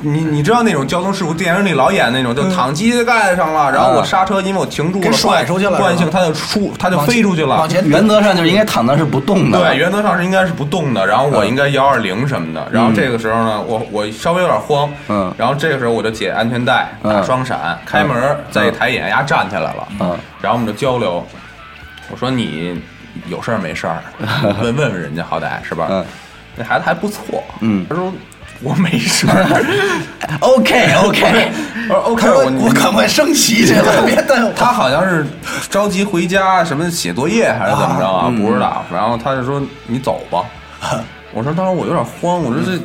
Speaker 5: 你你知道那种交通事故电影里老演那种，就躺机械盖子上了，然后我刹车，因为我停住了，
Speaker 4: 嗯给甩出去了是吧
Speaker 5: 惯性它就出，它就
Speaker 4: 往前
Speaker 5: 飞出去了
Speaker 4: 往。前
Speaker 3: 原则上就是应该躺那是不动的。嗯
Speaker 5: 对，，原则上是应该是不动的，然后我应该幺二零什么的，然后这个时候呢，我我稍微有点慌，
Speaker 3: 嗯
Speaker 5: 然后这个时候我就解安全带，
Speaker 3: 嗯
Speaker 5: 打双闪，开门，再一抬眼，丫站起来了，
Speaker 3: 嗯，
Speaker 5: 然后我们就交流，我说你有事儿没
Speaker 3: [LAUGHS]
Speaker 5: 事儿，问问问人家好歹是吧？
Speaker 3: 嗯
Speaker 5: 那孩子还不错，
Speaker 3: 嗯
Speaker 5: 他说我没事儿，
Speaker 3: [LAUGHS] ，OK OK，
Speaker 5: [LAUGHS] 我说 OK，
Speaker 4: 他说
Speaker 5: 我
Speaker 4: 我赶快升旗去
Speaker 5: [LAUGHS]
Speaker 4: 了，别耽误。
Speaker 5: 他好像是着急回家，什么写作业还是怎么着啊？不知道。然后他就说：“你走 [LAUGHS] 吧。”我说：“当时我有点慌，我说这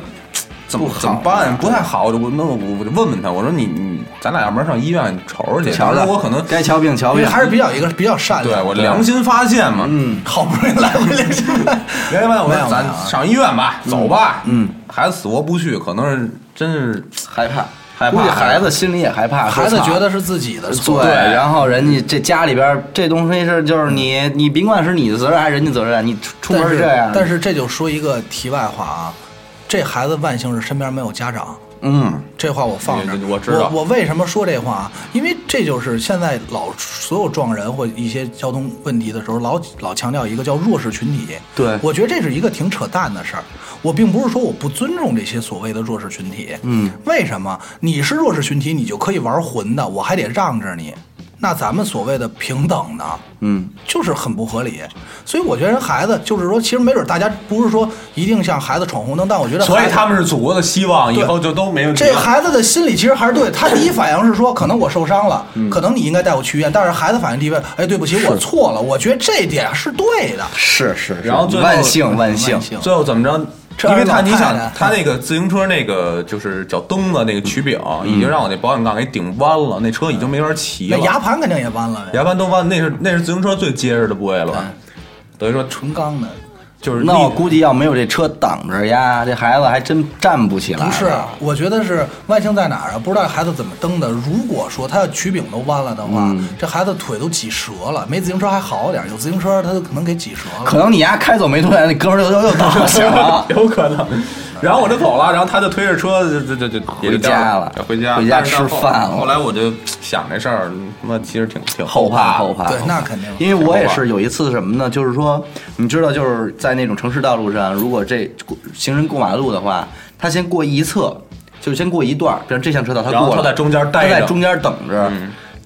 Speaker 5: 怎么怎么办啊呀？不太好。”我那我我就问问他，我说你：“你咱俩要不然上医院瞅瞅去？”
Speaker 3: 瞧
Speaker 5: 当
Speaker 3: 瞧，
Speaker 5: 时我可能
Speaker 3: 该瞧病瞧
Speaker 4: 因
Speaker 3: 病
Speaker 4: 为，还是比较一个比较善
Speaker 5: 对
Speaker 4: 良，
Speaker 5: 我良心发现嘛。嗯，
Speaker 4: 好不容易来回两千，
Speaker 5: 原来我
Speaker 4: 没
Speaker 5: 说
Speaker 4: 有
Speaker 5: 咱
Speaker 4: 没有啊
Speaker 5: 上医院吧，走吧。
Speaker 3: 嗯，
Speaker 5: 孩子死活不去，可能是真是
Speaker 3: 害怕
Speaker 5: 害怕
Speaker 3: 估计孩子心里也害怕，
Speaker 4: [LAUGHS] 孩子
Speaker 3: 说操
Speaker 4: 觉得是自己的错
Speaker 3: 对，，然后人家这家里边儿这东西是就是你，你甭管是你的责任还是人家责任，你出出
Speaker 4: 但
Speaker 3: 门
Speaker 4: 是
Speaker 3: 这样，
Speaker 4: 但是这就说一个题外话啊，这孩子万幸是身边没有家长。
Speaker 3: 嗯，
Speaker 4: 这话我放着
Speaker 5: 我，我知道
Speaker 4: 我为什么说这话啊？因为这就是现在老所有撞人或一些交通问题的时候，老老强调一个叫弱势群体。
Speaker 3: 对
Speaker 4: 我觉得这是一个挺扯淡的事儿。我并不是说我不尊重这些所谓的弱势群体。嗯，为什么你是弱势群体，你就可以玩混的，我还得让着你？那咱们所谓的平等呢，
Speaker 3: 嗯，
Speaker 4: 就是很不合理。所以我觉得孩子就是说，其实没准大家不是说一定像孩子闯红灯，但我觉得
Speaker 5: 所
Speaker 4: 孩
Speaker 5: 以
Speaker 4: 子
Speaker 5: 他们是祖国的希望，以后就都没问题
Speaker 4: 这
Speaker 5: 了。
Speaker 4: 孩子的心理其实还是对，他第一反应是说，可能我受伤了，
Speaker 3: 嗯
Speaker 4: 可能你应该带我去医院。但是孩子反应第一问，哎，对不起，我错了。我觉得这点是对的。
Speaker 3: 是是，
Speaker 5: 然后最后
Speaker 3: 万幸万幸
Speaker 4: 万，幸
Speaker 5: 最后怎么
Speaker 4: 这
Speaker 5: 着？
Speaker 4: 二
Speaker 5: 因为他，
Speaker 4: 老太
Speaker 5: 你想
Speaker 4: 太，
Speaker 5: 他那个自行车那个就是脚蹬子那个曲柄，已经让我那保险杠给顶弯了，那车已经没法骑
Speaker 4: 那
Speaker 5: 了。
Speaker 4: 牙盘肯定也弯了呗，
Speaker 5: 牙弯都弯，那是那是自行车最结实的部位了吧？等于说
Speaker 4: 纯钢的。
Speaker 5: 就是
Speaker 3: 那
Speaker 5: 力。
Speaker 3: 我估计要没有这车挡着呀，这孩子还真站不啊起来。
Speaker 4: 不是，我觉得是万幸在哪儿啊？不知道孩子怎么蹬的。如果说他要曲柄都弯了的话，
Speaker 3: 嗯
Speaker 4: 这孩子腿都挤折了。没自行车还好点儿，有自行车他就可能给挤折了。
Speaker 3: 可能你丫开走没多远，那哥们儿又又又倒下了 [LAUGHS]
Speaker 5: 有可能。然后我就走了，然后他就推着车就就就就也就
Speaker 3: 回家了
Speaker 5: 回家
Speaker 3: 回家
Speaker 5: 但是到
Speaker 3: 吃饭了
Speaker 5: 后来我就想这事儿，他妈其实挺挺
Speaker 3: 后怕后
Speaker 5: 后
Speaker 3: 怕，
Speaker 4: 对那肯定
Speaker 3: 因为我也是有一次什么呢？就是说，你知道，就是在那种城市道路上，如果这过行人过马路的话，他先过一侧，就是先过一段儿，比如这项车道他
Speaker 5: 然后
Speaker 3: 过了，
Speaker 5: 他在中间待
Speaker 3: 他在
Speaker 5: 着嗯
Speaker 3: 中间等着，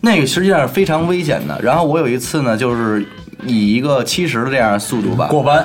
Speaker 3: 那个实际上是非常危险的。然后我有一次呢，就是以一个七十的这样的速度吧，
Speaker 5: 过弯，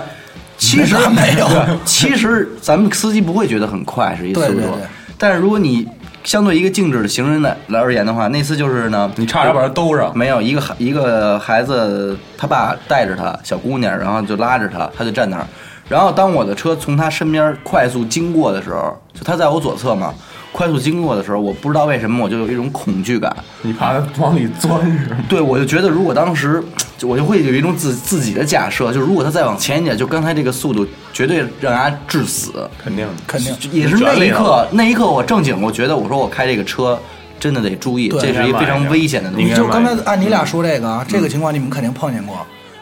Speaker 3: 七
Speaker 5: [LAUGHS]
Speaker 3: 十
Speaker 4: 那没有
Speaker 3: 对 [LAUGHS] 其实咱们司机不会觉得很快是一速度，
Speaker 4: 对对对
Speaker 3: 但是如果你相对一个静止的行人来来而言的话，那次就是呢，
Speaker 5: 你差点把他兜上。
Speaker 3: 没有一个孩一个孩子，他爸带着他小姑娘，然后就拉着他，他就站那儿。然后当我的车从他身边快速经过的时候，就他在我左侧嘛，快速经过的时候，我不知道为什么我就有一种恐惧感。
Speaker 5: 你怕他往里钻是吗？
Speaker 3: 对，我就觉得如果当时，就我就会有一种自自己的假设，就如果他再往前一点，就刚才这个速度，绝对让他致死。
Speaker 5: 肯定的，
Speaker 4: 肯定
Speaker 3: 就也是那一刻，那一刻我正经，我觉得我说我开这个车真的得注意，
Speaker 4: 对哎
Speaker 3: 这是一个非常危险的东
Speaker 5: 应
Speaker 4: 你
Speaker 5: 该
Speaker 3: 西。
Speaker 4: 就刚才按你
Speaker 3: 嗯
Speaker 4: 俩说这个啊，这个情况你们肯定碰见过。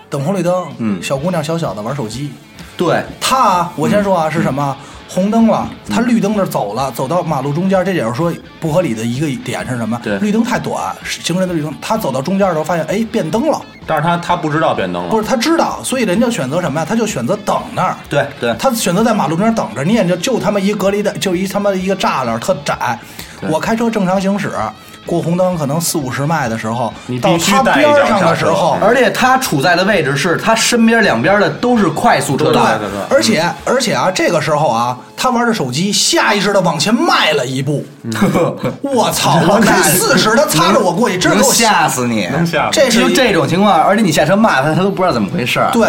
Speaker 4: 等红绿灯，
Speaker 3: 嗯
Speaker 4: 小姑娘小小的玩手机，
Speaker 3: 对，
Speaker 4: 他啊，我先说啊，是什么？红灯了，他绿灯这走了，走到马路中间，这也是说不合理的一个点是什么
Speaker 3: 对？
Speaker 4: 绿灯太短，行人的绿灯，他走到中间的时候发现，哎，变灯了，
Speaker 5: 但是他他不知道变灯了，
Speaker 4: 不是他知道，所以人家选择什么呀？他就选择等那儿，
Speaker 3: 对对
Speaker 4: 他选择在马路中间等着，你也就就他妈一隔离带，就一他妈一个栅栏特窄，我开车正常行驶。过红灯可能四五十迈的时候
Speaker 5: 你，
Speaker 4: 到
Speaker 5: 必须
Speaker 4: 他
Speaker 5: 带一
Speaker 4: 边
Speaker 5: 脚
Speaker 4: 上的
Speaker 5: 刹
Speaker 4: 时
Speaker 5: 车嗯
Speaker 4: 候，
Speaker 3: 哦而且他处在的位置是他身边两边的都是快速车道，
Speaker 5: 对对对
Speaker 4: 而且而且啊，这个时候啊，他玩着手机，下意识的往前迈了一步。
Speaker 3: 嗯
Speaker 4: [LAUGHS]
Speaker 3: [LAUGHS]
Speaker 4: 我操！我开四十，他擦着我过去，真是
Speaker 3: 能
Speaker 4: 给我
Speaker 3: 吓死你！
Speaker 5: 能吓
Speaker 4: 这是
Speaker 3: 就
Speaker 4: 一
Speaker 3: 这种情况，而且你下车骂他，他都不知道怎么回事儿。
Speaker 4: 对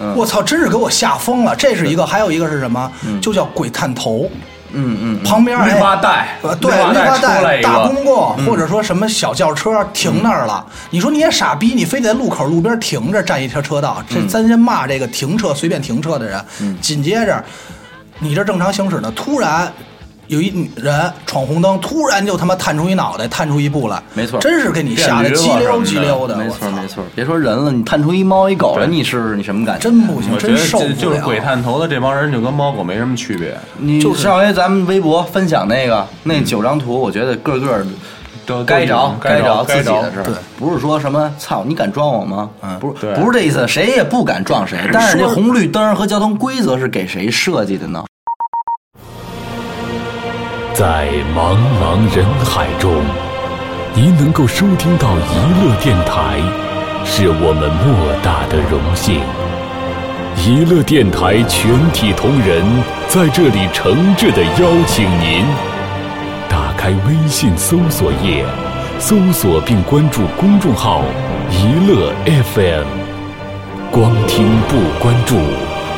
Speaker 3: 嗯，
Speaker 4: 我操，真是给我吓疯了。这是一个，还有一个是什么？就叫鬼探头。
Speaker 3: 嗯嗯，
Speaker 4: 旁边
Speaker 5: 绿
Speaker 4: 哎
Speaker 5: 化带
Speaker 4: 呃对，
Speaker 5: 绿化
Speaker 4: 绿
Speaker 5: 带
Speaker 4: 化
Speaker 5: 出来
Speaker 4: 带
Speaker 5: 一个嗯
Speaker 4: 大公共，或者说什么小轿车停那儿了，你说你也傻逼，你非得在路口路边停着占一条车道，
Speaker 5: 嗯
Speaker 4: 这咱先骂这个停车随便停车的人，紧接着你这正常行驶呢，突然。有一女人闯红灯，突然就他妈探出一脑袋，探出一步来，
Speaker 3: 没错
Speaker 4: 真是给你吓得
Speaker 5: 电驴
Speaker 4: 激
Speaker 5: 了什
Speaker 4: 溜激
Speaker 5: 么的
Speaker 4: 溜的，
Speaker 3: 没
Speaker 4: 我
Speaker 3: 错
Speaker 4: 操
Speaker 3: 没，错，别说人了，你探出一猫一狗
Speaker 5: 对
Speaker 3: 来，你试试你什么感觉？
Speaker 4: 真不行，
Speaker 5: 我觉
Speaker 4: 真
Speaker 5: 得
Speaker 4: 受不
Speaker 5: 这
Speaker 4: 了。
Speaker 5: 就是鬼探头的这帮人就跟猫狗没什么区别，
Speaker 3: 你上回咱们微博分享那个那九张图，我觉得个个
Speaker 5: 都
Speaker 3: 该着
Speaker 5: 都该
Speaker 3: 着
Speaker 5: 着嗯
Speaker 3: 自己的事儿
Speaker 4: 对，
Speaker 3: 不是说什么操你敢撞我吗？不是
Speaker 5: 对
Speaker 3: 不是这意思，谁也不敢撞谁。
Speaker 5: [LAUGHS]
Speaker 3: 但是这红绿灯和交通规则是给谁设计的呢？
Speaker 2: 在茫茫人海中，您能够收听到娱乐电台，是我们莫大的荣幸。娱乐电台全体同仁在这里诚挚的邀请您，打开微信搜索页，搜索并关注公众号“娱乐 FM”。光听不关注，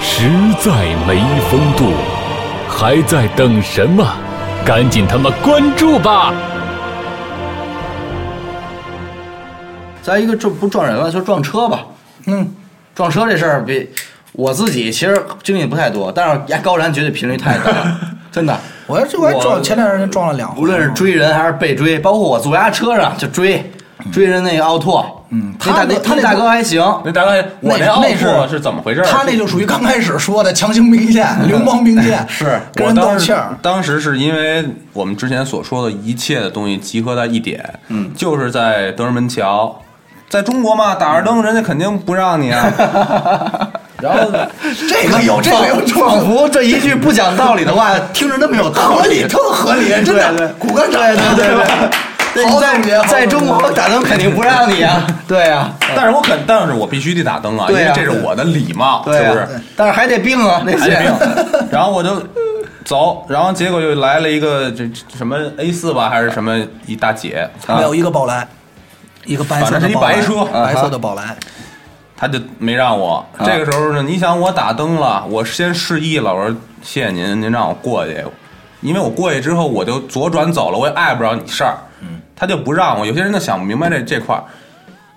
Speaker 2: 实在没风度，还在等什么？赶紧他妈关注吧！
Speaker 3: 再一个，这不撞人了，就撞车吧。
Speaker 4: 嗯，
Speaker 3: 撞车这事儿，比我自己其实经历不太多，但是压高燃绝对频率太大了，
Speaker 5: [LAUGHS]
Speaker 3: 真的。
Speaker 4: 我这我还
Speaker 3: 我
Speaker 4: 撞前两天撞了两回，
Speaker 3: 无论是追人还是被追，包括我坐他车上就追，追人那个奥拓，嗯那大
Speaker 4: 他那
Speaker 3: 哥
Speaker 4: 他那
Speaker 3: 那大哥还行，
Speaker 5: 那大概我
Speaker 4: 那
Speaker 5: 奥
Speaker 4: 那
Speaker 5: 拓
Speaker 4: 是
Speaker 5: 是怎么回事儿？啊
Speaker 4: 他那就属于刚开始说的强行
Speaker 5: [LAUGHS]
Speaker 4: 兵线、流氓兵线，
Speaker 3: 是
Speaker 5: 我
Speaker 4: 跟人斗
Speaker 5: 当
Speaker 4: 气
Speaker 5: 时
Speaker 4: 儿。
Speaker 5: 当时是因为我们之前所说的一切的东西集合在一点，嗯，就是在德胜门桥，在中国嘛，打着灯人家肯定不让你啊。然后
Speaker 4: 这个有，这个有，
Speaker 3: 仿佛这一句不讲道理的话，听着那么有道
Speaker 4: 合
Speaker 3: 理
Speaker 4: 理，，特合理，
Speaker 3: [LAUGHS]
Speaker 4: 真
Speaker 3: 对对
Speaker 4: 的，骨干长
Speaker 3: 对对对对。那你
Speaker 4: 好总结
Speaker 3: 在
Speaker 4: 好
Speaker 3: 在中国打灯肯定不让你啊，对啊，
Speaker 5: 但是我肯，但是我必须得打灯啊，因
Speaker 3: 对
Speaker 5: 为
Speaker 3: 啊
Speaker 5: 这是我的礼貌，
Speaker 3: 对
Speaker 5: 是不
Speaker 3: 啊
Speaker 5: 是？，
Speaker 3: 但是还得病啊，那
Speaker 5: 还
Speaker 3: 些
Speaker 5: 得
Speaker 3: [LAUGHS]
Speaker 4: 嗯
Speaker 5: 病。然后我就走，然后结果又来了一个这这什么 A 四吧，还是什么一大姐，
Speaker 4: [LAUGHS] 没
Speaker 5: 她
Speaker 4: 有一个宝来，一个白色
Speaker 5: 啊反
Speaker 4: 的
Speaker 5: 正是一
Speaker 4: 宝来
Speaker 5: 白车啊
Speaker 4: 白色的宝来，
Speaker 5: 她就没让我。这个时候呢，你想我打灯了，我先示意了，我说谢谢您，您让我过去，因为我过去之后我就左转走了，我也碍不着你事儿。嗯，她就不让我，有些人就想不明白这这块儿，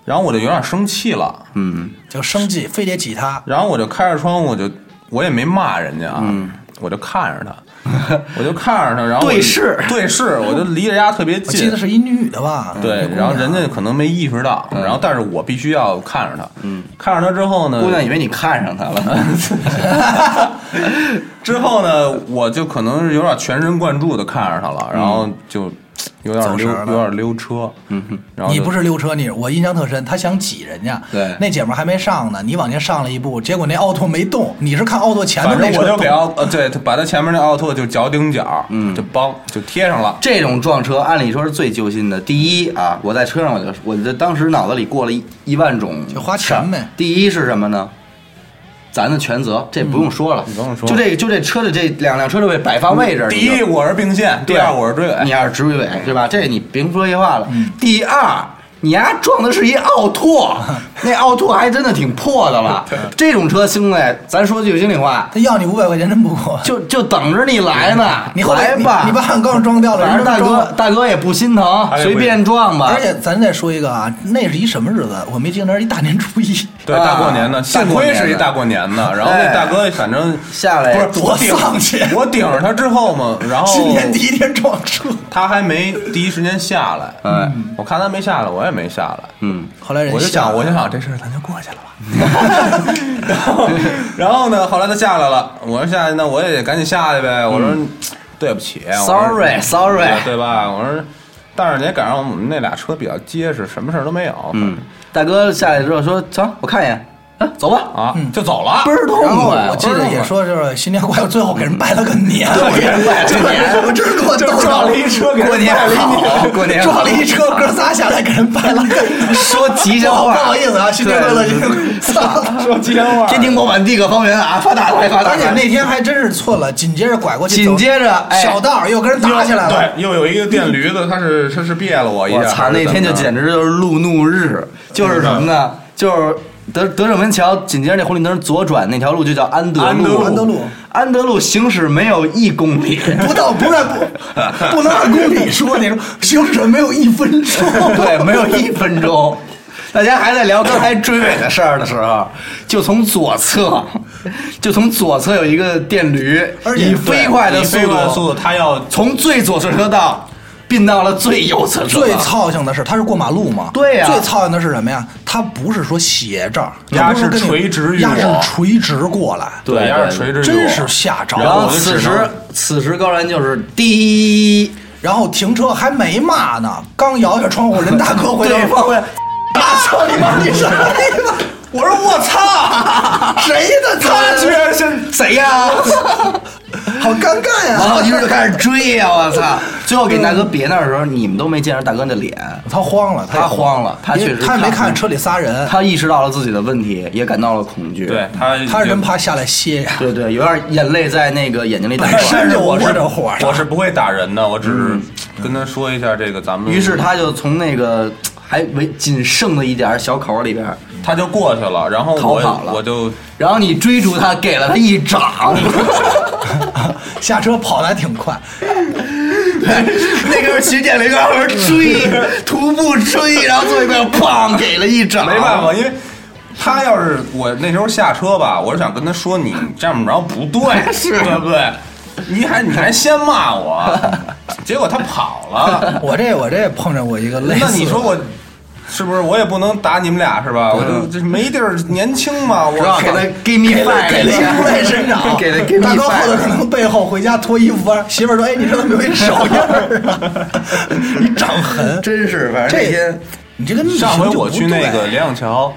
Speaker 5: 然后我就有点生气了。
Speaker 4: 就生气，非得挤他。
Speaker 5: 然后我就开着窗户，我就我也没骂人家啊，
Speaker 4: 嗯
Speaker 5: 我就看着他， [LAUGHS] 我就看着他，然后我就
Speaker 3: 对视
Speaker 5: 对
Speaker 4: [LAUGHS]
Speaker 5: 视，我就离着家特别
Speaker 4: 我记
Speaker 5: 近
Speaker 4: 得。是一女的吧？一
Speaker 5: 嗯对
Speaker 4: 姑，娘
Speaker 5: 然
Speaker 4: 啊
Speaker 5: 后人家可能没意识到，然后但是我必须要看着他，
Speaker 4: 嗯
Speaker 5: 看着他之后呢，
Speaker 3: 姑娘以为你看上他 [LAUGHS] 了，
Speaker 5: 之后呢，我就可能是有点全神贯注的看着他了，然后就有点
Speaker 4: 嗯走神
Speaker 5: 溜，
Speaker 4: 儿了
Speaker 5: 有点溜车，嗯，然后
Speaker 4: 你
Speaker 5: 就
Speaker 4: 不是溜车，你我印象特深，他想挤人家，
Speaker 3: 对
Speaker 4: 那姐们儿还没上呢，你往前上了一步，结果那奥拓没动，你是看奥拓前头
Speaker 5: 反
Speaker 4: 那
Speaker 5: 正
Speaker 4: 车
Speaker 5: 我就
Speaker 4: 动
Speaker 5: 给奥呃，对，他把他前面那奥拓就脚顶角，嗯，就帮就贴上了，
Speaker 3: 这种撞车按理说是最揪心的。第一啊，我在车上我就我这当时脑子里过了一一万种，
Speaker 4: 就花钱呗。
Speaker 3: 第一是什么呢？咱的全责，这不用说了，
Speaker 5: 嗯不用说嗯
Speaker 3: 就这就这车的这两辆车的位摆放位置，
Speaker 5: 第一我是并线，第
Speaker 3: 对
Speaker 5: 二我是追尾，嗯
Speaker 3: 你要是直追尾，对吧？这你甭说这话了。第二，你丫撞的是一
Speaker 5: [LAUGHS]
Speaker 3: 奥拓，那奥拓还真的挺破的了。这种车，兄弟，咱说句心里话，
Speaker 4: 他要你五百块钱真不过，
Speaker 3: 就就等着你来呢，
Speaker 4: 你后来
Speaker 3: 来吧。
Speaker 4: 你你把俺杠撞掉了，
Speaker 3: 反正
Speaker 4: 人都
Speaker 3: 大
Speaker 4: 撞
Speaker 3: 哥
Speaker 4: 了。
Speaker 3: 大哥也不心疼，
Speaker 5: 哎
Speaker 3: 随便撞吧
Speaker 4: 而。且咱再说一个啊，那是一什么日子？我没记那是一大年初一，
Speaker 5: 对，
Speaker 3: 啊
Speaker 5: 大过年的，
Speaker 3: 大
Speaker 5: 幸
Speaker 3: 过
Speaker 5: 亏
Speaker 3: 年的
Speaker 5: 是一大过年的。然后
Speaker 3: 哎
Speaker 5: 那大哥反正
Speaker 3: 下来
Speaker 5: 不是
Speaker 4: 多
Speaker 5: 我顶
Speaker 4: 丧气
Speaker 5: [LAUGHS] 我顶着他之后嘛，然
Speaker 3: 哦
Speaker 5: 后
Speaker 4: 新年第一天撞车。
Speaker 5: 他还没第一时间下来，嗯
Speaker 3: 哎，
Speaker 5: 我看他没下来，我也没下来，
Speaker 3: 嗯，
Speaker 4: 后来人
Speaker 5: 我就
Speaker 4: 下
Speaker 5: 想，
Speaker 4: 来
Speaker 5: 我就想这事儿咱就过去了吧。然后，然后呢？后来他下来了，我说下去，那我也得赶紧下去呗。我说对不起我说嗯
Speaker 3: Sorry, sorry
Speaker 5: 对对吧？我说，但是也赶上我们那俩车比较结实，什么事儿都没有。嗯
Speaker 3: 大哥下来之后说：“成，我看一眼，啊，走吧。
Speaker 5: 啊，就走了。
Speaker 3: 倍儿痛
Speaker 4: [LAUGHS] 然后
Speaker 3: 快
Speaker 4: 我，记得也说就是新年快乐，最后给人拜了个年，
Speaker 3: 给人拜了个年
Speaker 4: 我真是给我逗
Speaker 3: 撞了一车给人拜了一年 [LAUGHS] 过年好
Speaker 4: 撞了一车，哥仨下来给人拜了个
Speaker 3: [LAUGHS]
Speaker 4: 年。
Speaker 3: 说吉祥话。
Speaker 4: 不好意思啊，新年快乐，新年快乐。操
Speaker 3: [LAUGHS]
Speaker 5: 说吉祥话，
Speaker 3: 天庭饱满，地阁方圆啊，发大财，发大
Speaker 4: 而且
Speaker 3: 财。
Speaker 4: 那天还真是错了，紧接着拐过去走，
Speaker 3: 紧接着哎
Speaker 4: 小道儿又跟人打起来了。
Speaker 5: 对，又有一个电驴子，他是他是别了我一下。
Speaker 3: 我操，那天就简直就是路怒日，就是什么呢？就是德德胜门桥紧接着那红绿灯左转那条路就叫安德路，
Speaker 4: 安德路
Speaker 3: 安德路行驶没有一公
Speaker 4: [LAUGHS]
Speaker 3: 里。
Speaker 4: 不到不是不不能按公里说，你说行驶没有一分钟，
Speaker 3: [LAUGHS] 对，没有一分钟。啊大家还在聊刚才追尾的事儿的时候，就从左侧，就从左侧有一个电驴，
Speaker 4: 而且
Speaker 3: 以飞快的
Speaker 5: 以
Speaker 3: 速
Speaker 5: 飞快的速度，
Speaker 3: 度，
Speaker 5: 他要
Speaker 3: 从最左侧车道并到了最右侧车道。
Speaker 4: 最操性的是，他是过马路嘛？
Speaker 3: 对呀
Speaker 4: 最操性的是什么呀？他不是说斜着，
Speaker 5: 鸭
Speaker 4: 他不
Speaker 5: 是
Speaker 4: 跟你
Speaker 5: 垂直于
Speaker 4: 鸭是
Speaker 5: 我
Speaker 4: 垂直过来，
Speaker 5: 对，
Speaker 3: 对
Speaker 5: 要是垂直于我，
Speaker 4: 真是吓着
Speaker 5: 然
Speaker 3: 然
Speaker 5: 后
Speaker 3: 后
Speaker 5: 我就
Speaker 3: 此
Speaker 5: 只
Speaker 3: 时
Speaker 5: 能，
Speaker 3: 此时高然就是滴，
Speaker 4: 然后停车还没骂呢，刚摇下窗户，人大哥回头
Speaker 3: 对方
Speaker 4: 回来，大操你妈！你什么意思？我说我操，谁的操？
Speaker 3: 他居然是谁呀、
Speaker 4: 好尴尬呀！
Speaker 3: 然后于是就开始追呀、我操！最后给大哥别那儿的时候，你们都没见着大哥的脸，
Speaker 4: 他慌了，也
Speaker 3: 他慌了他
Speaker 4: 因
Speaker 3: 确
Speaker 4: 为
Speaker 3: 实
Speaker 4: 他也没
Speaker 3: 看
Speaker 4: 看车里仨人，
Speaker 3: 他意识到了自己的问题，也感到了恐惧。
Speaker 5: 对他
Speaker 4: 他是真怕下来歇呀。
Speaker 3: [LAUGHS] 对对，有点眼泪在那个眼睛里打
Speaker 4: 本身
Speaker 5: 但
Speaker 3: 转。
Speaker 4: [LAUGHS]
Speaker 5: 是我
Speaker 4: 窝
Speaker 5: 是
Speaker 4: 着火呢
Speaker 5: 我是不会打人的，我只是跟他说一下这个咱们。
Speaker 3: 嗯于是他就从那个还为仅剩的一点儿小口里边儿，
Speaker 5: 他就过去了，然后
Speaker 3: 逃跑
Speaker 5: 我
Speaker 3: 了
Speaker 5: 我就
Speaker 3: 然后你追逐他，给了他一
Speaker 4: [LAUGHS]
Speaker 3: 掌。
Speaker 4: 下车跑的还挺快，
Speaker 3: 那个徐建林哥
Speaker 4: [LAUGHS]
Speaker 3: 追，徒步追，然后最后一个砰给了一掌。
Speaker 5: 没办法，因为。他要是我那时候下车吧，我是想跟他说你这么着不对，
Speaker 3: [LAUGHS] 是
Speaker 5: 对不对？你还你还先骂
Speaker 3: [LAUGHS]
Speaker 5: 我，结果他跑了。
Speaker 4: 我这我这碰着过 [LAUGHS] 一个类似
Speaker 5: 那
Speaker 4: 的，
Speaker 5: 你说我是不是我也不能打你们俩是
Speaker 4: 啊
Speaker 5: 吧？我就这没地儿，年轻嘛，我
Speaker 3: 然后给他 give me
Speaker 4: 给了
Speaker 3: five，
Speaker 4: 给了一
Speaker 3: 下
Speaker 4: 无赖生长，
Speaker 3: 给了 give
Speaker 4: 大
Speaker 3: me
Speaker 4: 哥后头
Speaker 3: five
Speaker 4: 可。能背后回家脱衣服翻，媳妇儿说：“哎，你这怎么有一手印儿啊？一掌痕。”
Speaker 3: 真是，反正那
Speaker 4: 这
Speaker 3: 天，
Speaker 4: 你这个逆行
Speaker 5: 上回
Speaker 4: 就
Speaker 5: 我
Speaker 4: 不
Speaker 5: 去
Speaker 4: 对
Speaker 5: 那个连阳桥，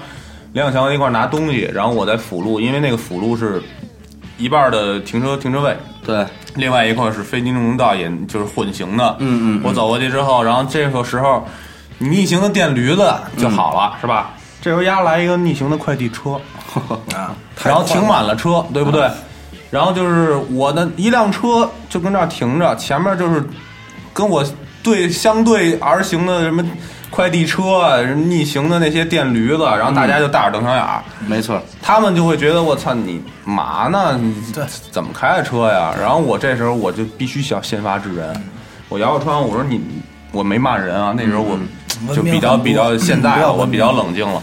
Speaker 5: 连阳桥那块儿拿东西，然后我在辅路，因为那个辅路是一半的停车停车位，
Speaker 3: 对，
Speaker 5: 另外一块是非机动车道，也就是混行的。
Speaker 3: 嗯嗯嗯
Speaker 5: 我走过去之后，然后这个时候逆行的电驴子就好了，是吧？嗯这时候丫来一个逆行的快递 [LAUGHS] 车，
Speaker 4: 啊，太
Speaker 5: 然后
Speaker 4: 快了
Speaker 5: 停满了嗯车，对不对？然后就是我的一辆车就跟这儿停着，前面就是跟我对相对而行的什么快递车啊、逆行的那些电驴子，然后大家就大眼瞪小眼儿。
Speaker 3: 没错，
Speaker 5: 他们就会觉得我操你嘛呢？你
Speaker 4: 对
Speaker 5: 怎么开的车呀？然后我这时候我就必须想先发制人，我摇摇窗户，我说你我没骂人啊，那时候我
Speaker 4: 嗯
Speaker 5: 就比较
Speaker 4: 文明很多
Speaker 5: 比较现在
Speaker 4: 不要
Speaker 5: 了，
Speaker 4: 文明
Speaker 5: 我比较冷静了，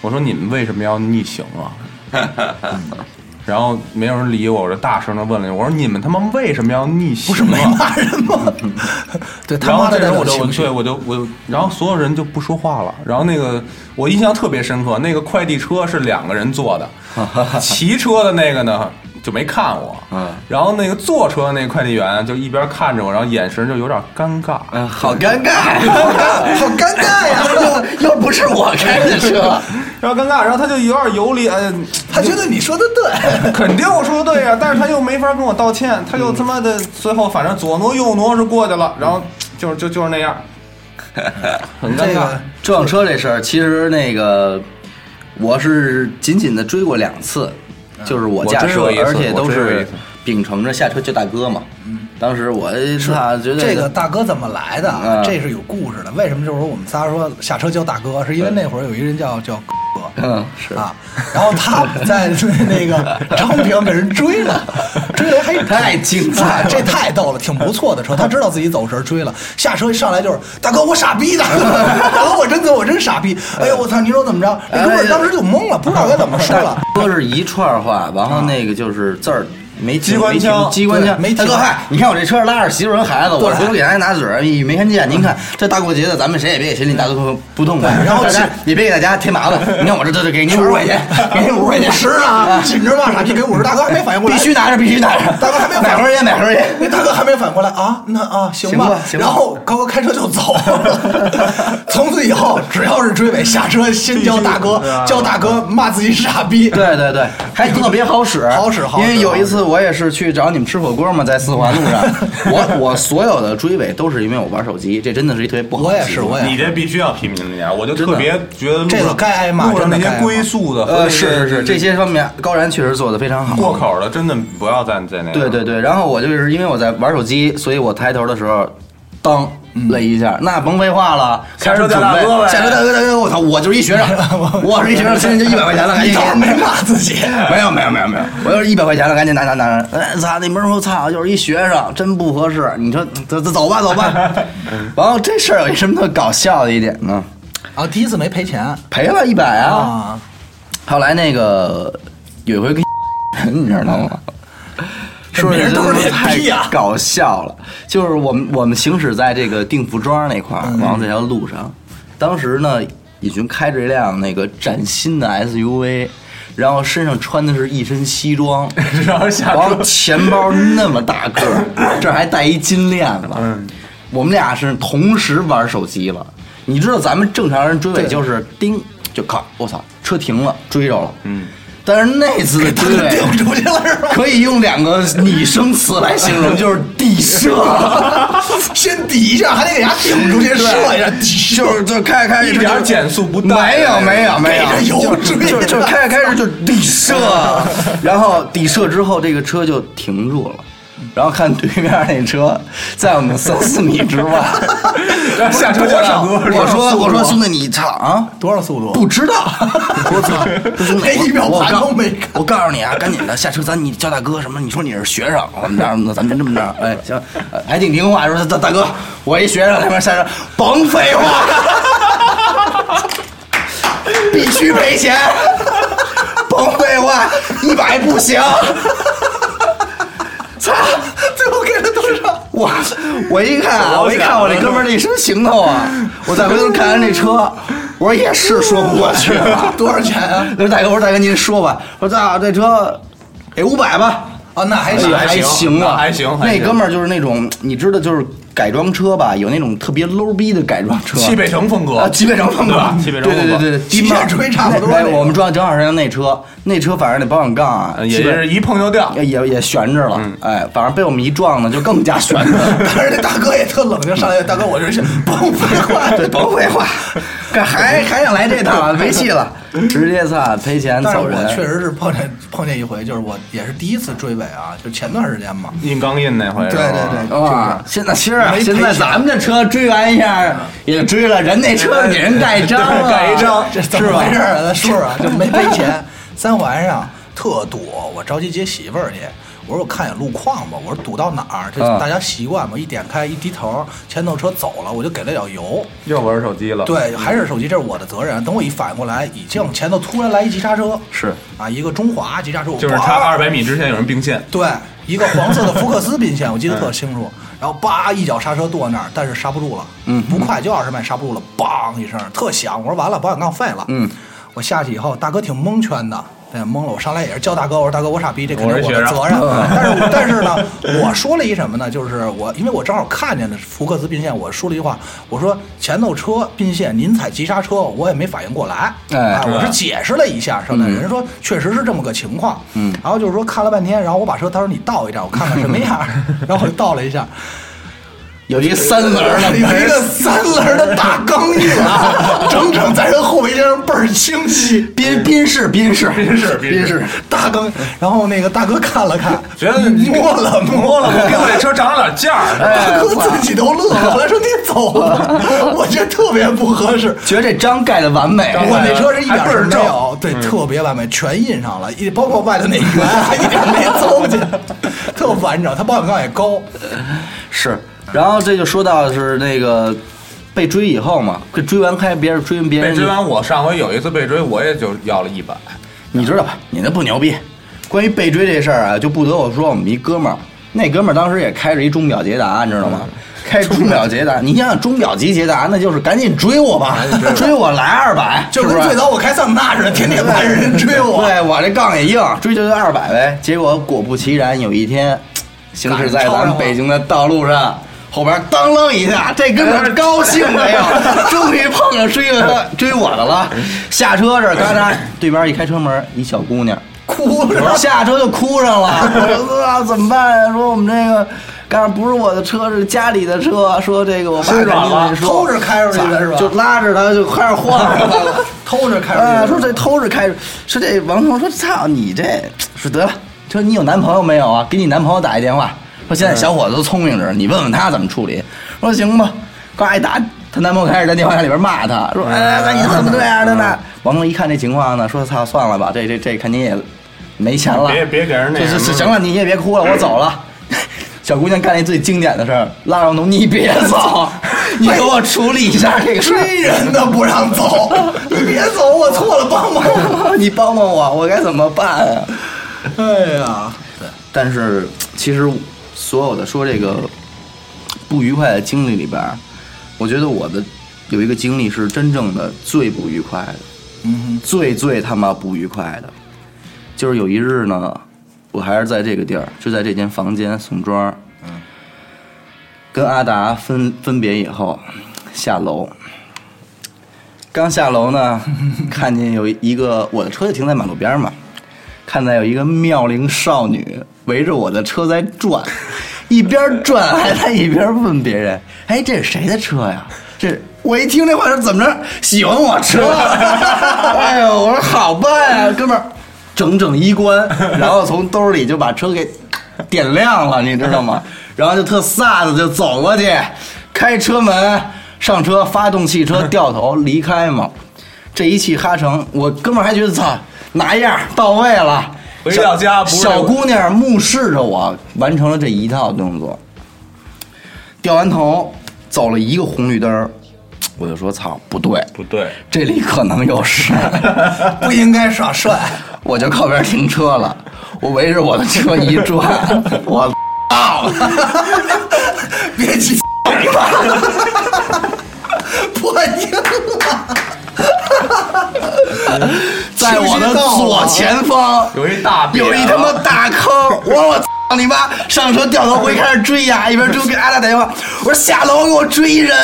Speaker 5: 我说你们为什么要逆行啊？
Speaker 4: 嗯
Speaker 5: [LAUGHS] 然后没有人理我，我就大声的问了一句，我说你们他妈为什么要逆行、啊？
Speaker 4: 不是没骂人吗？ [LAUGHS] 对他
Speaker 5: 然后
Speaker 4: 妈
Speaker 5: 这
Speaker 4: 的
Speaker 5: 时
Speaker 4: 带
Speaker 5: 候我
Speaker 4: 点
Speaker 5: 就我
Speaker 4: 情绪 [LAUGHS]
Speaker 5: 对，我就我，然后所有人就不说话了。然后那个我印象特别深刻，那个快递车是两个人坐
Speaker 4: [LAUGHS]
Speaker 5: 的，骑车的那个呢就没看我，
Speaker 3: 嗯
Speaker 5: 然后那个坐车的那个快递员就一边看着我，然后眼神就有点尴尬。
Speaker 3: 嗯，好尴尬， [LAUGHS] 好尴
Speaker 5: [LAUGHS]
Speaker 3: 尬呀！又又不是我开的车，
Speaker 5: 然后尴尬，然后他就有点有理，哎，
Speaker 4: 他觉得你说的对，
Speaker 5: 肯定我说的对呀、但是他又没法跟我道歉，他又他妈的最后反正左挪右挪是过去了，然后就就就是那样，很尴
Speaker 4: 这
Speaker 5: 尬
Speaker 4: 个。
Speaker 3: 撞车这事儿，其实那个我是紧紧的追过两次，就是我
Speaker 5: 嗯
Speaker 3: 驾
Speaker 5: 我追
Speaker 3: 车，
Speaker 5: 过一次
Speaker 3: 而且都
Speaker 5: 我追过一
Speaker 3: 是
Speaker 5: 次
Speaker 3: 秉承着下车救大哥嘛。
Speaker 5: 嗯
Speaker 3: 当时我是觉得
Speaker 4: 这个大哥怎么来的啊
Speaker 3: 嗯？
Speaker 4: 这是有故事的。为什么这会儿我们仨说下车叫大哥，是因为那会儿有一人叫叫哥。
Speaker 3: 嗯是
Speaker 4: 啊，然后他在那
Speaker 3: [LAUGHS]
Speaker 4: 个昌平给人追了，追了还
Speaker 3: 太精彩了
Speaker 4: 这太逗了，挺不错的车。他知道自己走神儿追了，下车一上来就是大哥，我傻
Speaker 3: [LAUGHS]
Speaker 4: 逼，大哥，大哥我真走，我真傻逼。哎呦我操，你说怎么着？
Speaker 3: 哎
Speaker 4: 那哥们儿当时就懵了，不知道该怎么说了。
Speaker 3: 说是一串话，然后那个就是字儿。
Speaker 4: 啊
Speaker 3: 没停
Speaker 5: 机关
Speaker 3: 没停
Speaker 5: 枪
Speaker 3: 机关枪，
Speaker 4: 对没
Speaker 3: 大哥
Speaker 4: 停
Speaker 3: 嗨，你看我这车拉着媳妇儿和孩子，我
Speaker 4: 对
Speaker 3: 回头给大家拿纸，没看
Speaker 4: [LAUGHS]
Speaker 3: 见。您看这大过节的，咱们谁也别给谁领大哥不痛快，
Speaker 4: 对然后
Speaker 3: 大家也别给大家添麻烦。你看我这这这给 [LAUGHS] 您五十块
Speaker 4: [LAUGHS]
Speaker 3: 钱，给您五十块钱，
Speaker 4: 五十啊，紧着骂傻逼给五十，大哥还没反应过来，
Speaker 3: 必须拿着，必须拿着。
Speaker 4: 大哥还没有
Speaker 3: 买
Speaker 4: 反
Speaker 3: 盒烟，买盒烟。
Speaker 4: 那大哥还没反过来啊？那啊，行吧。
Speaker 3: 行吧行吧
Speaker 4: 然后高哥开车就走了。 [LAUGHS] 从此以后，只要是追尾下车，先叫大哥，叫大哥骂自己傻逼。
Speaker 3: 对对对，还特别好使，
Speaker 4: 好使好使
Speaker 3: 因为有一次我也是去找你们吃火锅嘛，在四环路
Speaker 4: [LAUGHS]
Speaker 3: 上，我我所有的追尾都是因为我玩手机，这真的是一特别不好的
Speaker 4: 我也
Speaker 3: 习
Speaker 4: 是，
Speaker 3: 惯
Speaker 4: 我也
Speaker 5: 你
Speaker 4: 是。
Speaker 5: 这必须要批评人家，我就
Speaker 3: 真的
Speaker 5: 特别觉得路上
Speaker 4: 这个该挨骂
Speaker 5: 路上那
Speaker 4: 真的该挨
Speaker 5: 些
Speaker 4: 骂
Speaker 5: 归宿的和那
Speaker 3: 呃，
Speaker 5: 些
Speaker 3: 是是是，这些方面高然确实做的非常好。
Speaker 5: 过口的，真的不要再再那样。
Speaker 3: 对对对，然后我就是因为我在玩手机，所以我抬头的时候，当了一下，那甭废话了，开始
Speaker 5: 嗯下车
Speaker 3: 准备
Speaker 5: 叫大哥呗
Speaker 3: 下车大哥大哥，我操，我就是一学
Speaker 5: [LAUGHS]
Speaker 3: 生，我是一学生，现在就一百块钱了，赶紧
Speaker 4: 你倒是没骂自己。
Speaker 3: 没有没有没有没有，我要是一百块钱了，赶紧拿拿拿拿！哎，操那门口操，就是一学生，真不合适。你说走走走吧走吧。然后这事儿有什么特搞笑的一点呢？
Speaker 4: 啊，第一次没赔钱
Speaker 3: 赔了一百啊。
Speaker 4: 啊，
Speaker 3: 后来那个有一回跟 [LAUGHS] 你知道吗？说
Speaker 4: 名
Speaker 3: 这
Speaker 4: 儿都
Speaker 3: 真
Speaker 4: 是
Speaker 3: 的
Speaker 4: 脸
Speaker 3: 太
Speaker 4: 皮啊
Speaker 3: 搞笑了，就是我们我们行驶在这个定福庄那块儿，然后这条路上，当时呢，尹军开着一辆那个崭新的 SUV，然后身上穿的是一身西装，
Speaker 5: 然后下
Speaker 3: [LAUGHS] 然后
Speaker 5: 车
Speaker 3: 钱包那么大个
Speaker 5: [LAUGHS]
Speaker 3: 儿，这儿还带一金链子。
Speaker 5: 嗯
Speaker 3: 我们俩是同时玩手机了。你知道咱们正常人追尾就是叮就靠，我操，车停了，追着了。
Speaker 5: 嗯，
Speaker 3: 但是那次的追尾
Speaker 4: 顶出去了是吧？
Speaker 3: 可以用两个拟声词来形容，就是地
Speaker 5: [LAUGHS]
Speaker 3: 射。
Speaker 4: 先抵一下，还得给人家顶出去射一下，抵射
Speaker 3: 就是就开着开着
Speaker 5: 一点减速不带
Speaker 3: 没有没有没
Speaker 4: 给着
Speaker 3: 有，
Speaker 4: 油
Speaker 3: 就
Speaker 4: 追
Speaker 3: 就就开着开着就底射，然后底射之后这个车就停住了。然后看对面那车在我们三四米之外，
Speaker 5: 然后下车叫大哥
Speaker 3: 我说我说我说兄弟你操啊！
Speaker 4: 多少速度？
Speaker 3: 不知道， [LAUGHS] 我操！兄弟
Speaker 4: 连一秒
Speaker 3: 我
Speaker 4: 盘都
Speaker 3: 告
Speaker 4: 没看
Speaker 3: 我告诉你啊，赶紧的下车，咱你叫大哥什么？你说你是学生，我们这样，那咱们这么着，哎，行，呃还挺听话。说大大哥，我一学生，那边下车，甭废话， [LAUGHS] 必须赔钱， [LAUGHS] 甭废话，一百不
Speaker 4: [LAUGHS]
Speaker 3: 行。操！
Speaker 4: 最后给了多少？
Speaker 3: 我我一看啊，我一看我这哥们儿这身行头啊，我再回头看看这车，我说也是说不过去了。
Speaker 4: [LAUGHS] 多少钱啊？
Speaker 3: 那大哥，我说大哥您说吧，我说大这车给五百吧，哎
Speaker 4: 啊，那还行
Speaker 5: 那，还行
Speaker 3: 啊，
Speaker 5: 那还行还
Speaker 3: 那
Speaker 5: 行
Speaker 3: 哥们儿就是那种，你知道，就是改装车吧，有那种特别 low 逼的改装车，
Speaker 5: 西北城风格
Speaker 3: 啊，西北城风
Speaker 5: 对
Speaker 3: 格
Speaker 5: 吧，西北城
Speaker 3: 对
Speaker 5: 风格
Speaker 3: 对对对，
Speaker 4: 极限
Speaker 3: 帽
Speaker 4: 吹差不多
Speaker 3: 哎
Speaker 4: 那个呃
Speaker 3: 我们撞正好像那车，那车反正那保险杠啊，
Speaker 5: 呃也
Speaker 3: 基本
Speaker 5: 是一碰就掉。
Speaker 3: 也也悬着了，哎，反正被我们一撞呢，就更加悬着了。
Speaker 4: 嗯 [LAUGHS] 但是那大哥也特冷静，上来大哥我就是甭废话，
Speaker 3: [LAUGHS] 对，甭废话，干还还想来这趟，没戏
Speaker 4: [LAUGHS]
Speaker 3: 了，直接擦赔钱
Speaker 4: 但是
Speaker 3: 走
Speaker 4: 我
Speaker 3: 人。
Speaker 4: 确实是碰见碰见一回，就是我也是第一次追尾啊，就前段时间嘛。
Speaker 5: 印钢印那回是吧，
Speaker 4: 对对对
Speaker 3: 啊！现在其实
Speaker 4: 没赔
Speaker 3: 现在
Speaker 4: 钱嗯
Speaker 3: 咱们这车追完一下也追了，人那车给人盖章
Speaker 4: [LAUGHS]
Speaker 3: 了，
Speaker 4: 盖一
Speaker 3: 张
Speaker 4: 哎这
Speaker 3: [LAUGHS]
Speaker 4: 怎
Speaker 3: 是
Speaker 4: 么
Speaker 3: 吧
Speaker 4: 回事？儿啊？咱说说啊，就没赔 [LAUGHS] 钱。三环上特堵，我着急接媳妇儿去。我说我看眼路况吧，我说堵到哪儿？这
Speaker 3: 嗯
Speaker 4: 大家习惯嘛，一点开一低头，前头车走了，我就给了点油。
Speaker 5: 又玩手机了。
Speaker 4: 对，还是手机，这是我的责任。等我一反应过来，已经前头突然来一急刹车，
Speaker 3: 是
Speaker 4: 啊，一个中华急刹车，我
Speaker 5: 就是
Speaker 4: 叭
Speaker 5: 他二百米之前有人并线，
Speaker 4: 对，一个黄色的福克斯并线，我记得特清楚。然后叭一脚刹车跺那儿，但是刹不住了，嗯，不快就二十迈刹不住了，梆一声特响，我说完了，保险杠废了，嗯，我下去以后，大哥挺蒙圈的。哎，懵了！我上来也是叫大哥，我说大哥，我傻逼，这肯定
Speaker 5: 我是
Speaker 4: 我的
Speaker 5: 学
Speaker 4: 责任。啊但是但是呢，我说了一什么呢？就是我因为我正好看见了福克斯并线，我说了一句话，我说前头车并线，您踩急刹车，我也没反应过来。
Speaker 3: 哎
Speaker 4: 啊
Speaker 3: 是
Speaker 4: 我
Speaker 5: 吧嗯
Speaker 4: 是解释了一下，上来人说确实是这么个情况。嗯，然后就是说看了半天，然后我把车，他说你倒一下，我看看什
Speaker 5: [LAUGHS]
Speaker 4: 么样儿，然后我就倒了一下，
Speaker 3: 有一三轮儿的，
Speaker 4: [LAUGHS] 有一个三轮的大钢印啊，整整在人后备箱上倍儿清晰，
Speaker 3: 宾宾士宾士宾士宾士，
Speaker 4: 大钢。然后那个大哥看了看，
Speaker 5: 觉得你
Speaker 4: 摸了摸了，
Speaker 5: 给 [LAUGHS] 我这车涨了点价
Speaker 3: [LAUGHS]
Speaker 5: 儿。
Speaker 3: 哎
Speaker 4: 大哥自己都乐了，后来说你走吧，我觉得特别不合适。
Speaker 3: 觉得这章盖的完美，
Speaker 4: 我那车是一点
Speaker 5: 还倍
Speaker 4: 事
Speaker 5: 儿
Speaker 4: 儿没有，对，特别完美，全印上了，一包括外头那圆还一点没糟践，特完整。它保险杠也高，
Speaker 3: 是。然后这就说到是那个被追以后嘛，被追完开别人追别
Speaker 5: 被
Speaker 3: 人就
Speaker 5: 追完，我上回有一次被追，我也就要了一百。
Speaker 3: 你知道吧？你那不牛逼。关于被追这事儿啊，就不得我说，我们一哥们儿，那哥们儿当时也开着一钟表捷达，你知道吗？开钟表捷达，你想想钟表级捷达，那就是赶紧追我吧， [LAUGHS] 追我来二百，
Speaker 4: 就是
Speaker 3: 不
Speaker 4: 跟
Speaker 3: 是
Speaker 4: 最早我开桑塔纳似的，
Speaker 3: [LAUGHS]
Speaker 4: 天天派人追我。
Speaker 3: 对我这杠也硬，追就就二百呗。结果果不其然，有一天，行驶在咱们北京的道路上，后边当啷一
Speaker 4: [LAUGHS]
Speaker 3: 下，这哥们儿高兴的呀，终于碰上追了追我的了。下车这儿嘎
Speaker 4: [LAUGHS]
Speaker 3: 达，对边一开车门，一小姑娘。
Speaker 4: 哭
Speaker 3: 我
Speaker 4: 着
Speaker 3: 说下车就哭上了，
Speaker 4: [LAUGHS]
Speaker 3: 我说啊怎么办呀？说我们这个，刚不是我的车，是家里的车。说这个我爸
Speaker 5: 心
Speaker 3: 肯
Speaker 5: 软了
Speaker 3: 定得说，
Speaker 4: 偷着开出去的是吧
Speaker 3: 就拉着他就开始晃上了。
Speaker 4: [LAUGHS] 偷着开
Speaker 3: 啊，
Speaker 4: 出
Speaker 3: 说
Speaker 4: 去的。
Speaker 3: 这偷着开，说这王彤说操你这，说得了，说你有男朋友没有啊？给你男朋友打一电话，说现在小伙子都聪明着，你问问他怎么处理。我说行吧，刚一打，她男朋友开始在电话里边骂她，说哎，那你怎么这样的
Speaker 5: 嗯
Speaker 3: 呢？王彤一看这情况呢，说操算了吧，这这这肯定也没钱了，
Speaker 5: 别别给人那
Speaker 3: 这这
Speaker 5: 什
Speaker 3: 这
Speaker 5: 么
Speaker 3: 行了，你也别哭了，我走了。 [LAUGHS] 小姑娘干了一最经典的事儿，拉着王彤，你别
Speaker 4: [LAUGHS]
Speaker 3: 走，你给我处理一下这个事儿。
Speaker 4: 追人的不让走，你别走，我错了，帮帮我。
Speaker 3: [LAUGHS] 你帮帮我，我该怎么办啊？
Speaker 4: 哎呀，
Speaker 3: 但是其实所有的说这个不愉快的经历里边儿，我觉得我的有一个经历是真正的最不愉快的，
Speaker 4: 嗯
Speaker 3: 最最他妈不愉快的，就是有一日呢，我还是在这个地儿，就在这间房间宋庄，嗯，跟阿达分分别以后下楼。刚下楼呢，看见有一个我的车就停在马路边儿嘛，看到有一个妙龄少女围着我的车在转， [LAUGHS] 一边转还在一边问别人：“哎，这是谁的车呀？”这我一听这话是怎么着，喜欢我车？ [LAUGHS] 哎呦，我说好办呀、哥们儿，整整衣冠，然后从兜里就把车给点亮了，你知道吗？然后就特飒的就走过去，开车门上车，发动汽车掉头离开嘛。这一气哈成，我哥们儿还觉得操拿样到位了。
Speaker 5: 回到家不是
Speaker 3: 小姑娘目视着我，完成了这一套动作。掉完头，走了一个红绿灯儿，我就说操，不对，
Speaker 5: 不对，
Speaker 3: 这里可能
Speaker 5: [LAUGHS]
Speaker 3: 有事儿。
Speaker 4: 哼，不应该耍帅。
Speaker 3: 我就靠边停车了，我围着我的车一转，我
Speaker 4: 别急，破音了。
Speaker 3: 在我的左前方
Speaker 5: 有一啊大
Speaker 3: 有一他妈大坑，我说我操你妈！上车掉头回开始追呀，一边追给阿达打电话，我说下楼给我追一
Speaker 5: [LAUGHS]
Speaker 3: 人，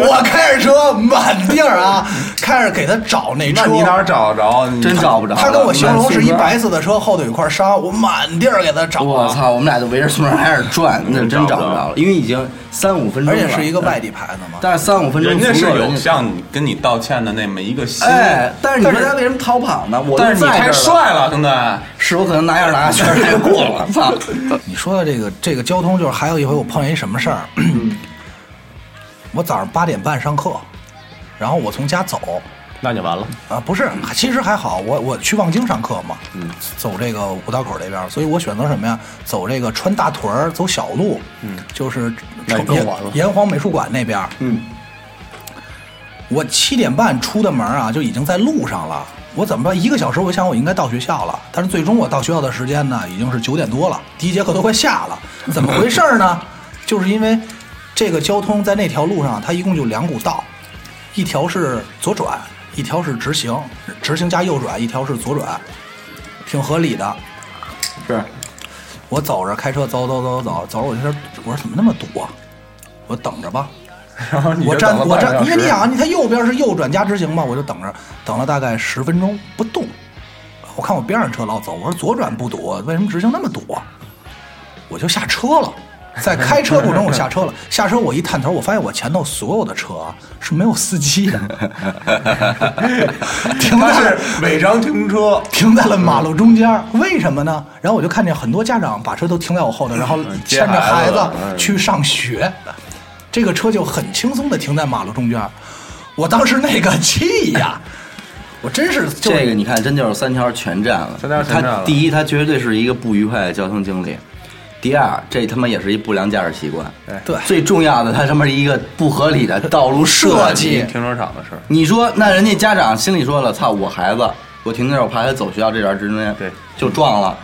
Speaker 4: 我开着车满地儿啊，开始给他找那车。
Speaker 5: 那你哪儿找得着？你
Speaker 3: 真找不着。
Speaker 4: 他跟我形容是一白色的车，后头有一块沙，我满地儿给他找
Speaker 3: 我
Speaker 4: 啊，
Speaker 3: 操！我们俩就围着孙儿开始转，
Speaker 5: 嗯
Speaker 3: 那真找不着了，因为已经三五分钟
Speaker 4: 而
Speaker 3: 了，嗯
Speaker 4: 且是一个外地牌子嘛。
Speaker 3: 但是三五分钟
Speaker 5: 人家
Speaker 3: 足
Speaker 5: 是
Speaker 3: 够
Speaker 5: 有
Speaker 3: 人家
Speaker 5: 向你跟你道歉的那么一个心，
Speaker 3: 哎，但是你
Speaker 4: 但
Speaker 3: 说
Speaker 4: 是
Speaker 3: 他为什么逃跑呢？我
Speaker 5: 但是你
Speaker 3: 在这儿
Speaker 5: 太
Speaker 3: 了，
Speaker 5: 帅了，兄弟。
Speaker 3: 是我可能拿样拿确实太过了，
Speaker 5: [LAUGHS]
Speaker 3: 操！
Speaker 4: 你说的这个这个交通，就是还有一回我碰见一什么事儿，
Speaker 6: 嗯
Speaker 4: [CLEARS THROAT] 我早上八点半上课，然后我从家走，
Speaker 6: 那就完了。
Speaker 4: 啊，不是，其实还好，我我去望京上课嘛，嗯，走这个五道口这边儿，所以我选择什么呀？走这个穿大屯儿，走小路，嗯，就是
Speaker 6: 那
Speaker 4: 城
Speaker 6: 更
Speaker 4: 炎
Speaker 6: 晚了
Speaker 4: 炎黄美术馆那边，嗯，我七点半出的门儿啊，就已经在路上了。我怎么着？一个小时，我想我应该到学校了，但是最终我到学校的时间呢，已经是九点多了，第一节课都快下了。怎么回事儿呢？ [LAUGHS] 就是因为这个交通在那条路上，它一共就两股道，一条是左转，一条是直行，直行加右转，一条是左转，挺合理的。
Speaker 3: 是
Speaker 4: 我走着开车走走走走走着，我就说我说怎么那么堵啊？我等着吧。
Speaker 5: [LAUGHS] 然后你就
Speaker 4: 我站
Speaker 5: 等了
Speaker 4: 我
Speaker 5: 半个
Speaker 4: 站，
Speaker 5: 小
Speaker 4: 因为你
Speaker 5: 时
Speaker 4: 想啊，你它右边是右转加直行嘛，我就等着，等了大概十分钟不动。我看我边上车老走，我说左转不堵，为什么直行那么堵啊？我就下车了。在开车过程，我下车了。下车我一探头，我发现我前头所有的车啊是没有司
Speaker 5: [LAUGHS]
Speaker 4: 机的，停
Speaker 5: 他
Speaker 4: 在
Speaker 5: 是违章停车，
Speaker 4: 停在了马路中间儿，为什么呢？然后我就看见很多家长把车都停在我后头，然后牵着孩子去上学，这个车就很轻松的停在马路中间儿。我当时那个气呀， [LAUGHS] 我真是就
Speaker 3: 这个你看，真就是三条全占了。
Speaker 5: 三条全占了
Speaker 3: 他第一，他绝对是一个不愉快的交通经历；第二，这他妈也是一不良驾驶习惯。
Speaker 4: 对
Speaker 3: 最重要的，他他妈是一个不合理的道路设计。
Speaker 5: 停车场的事儿。
Speaker 3: 你说，那人家家长心里说了：“操，我孩子，我停那儿，我怕他走学校这段之间，
Speaker 5: 对，
Speaker 3: 就撞了。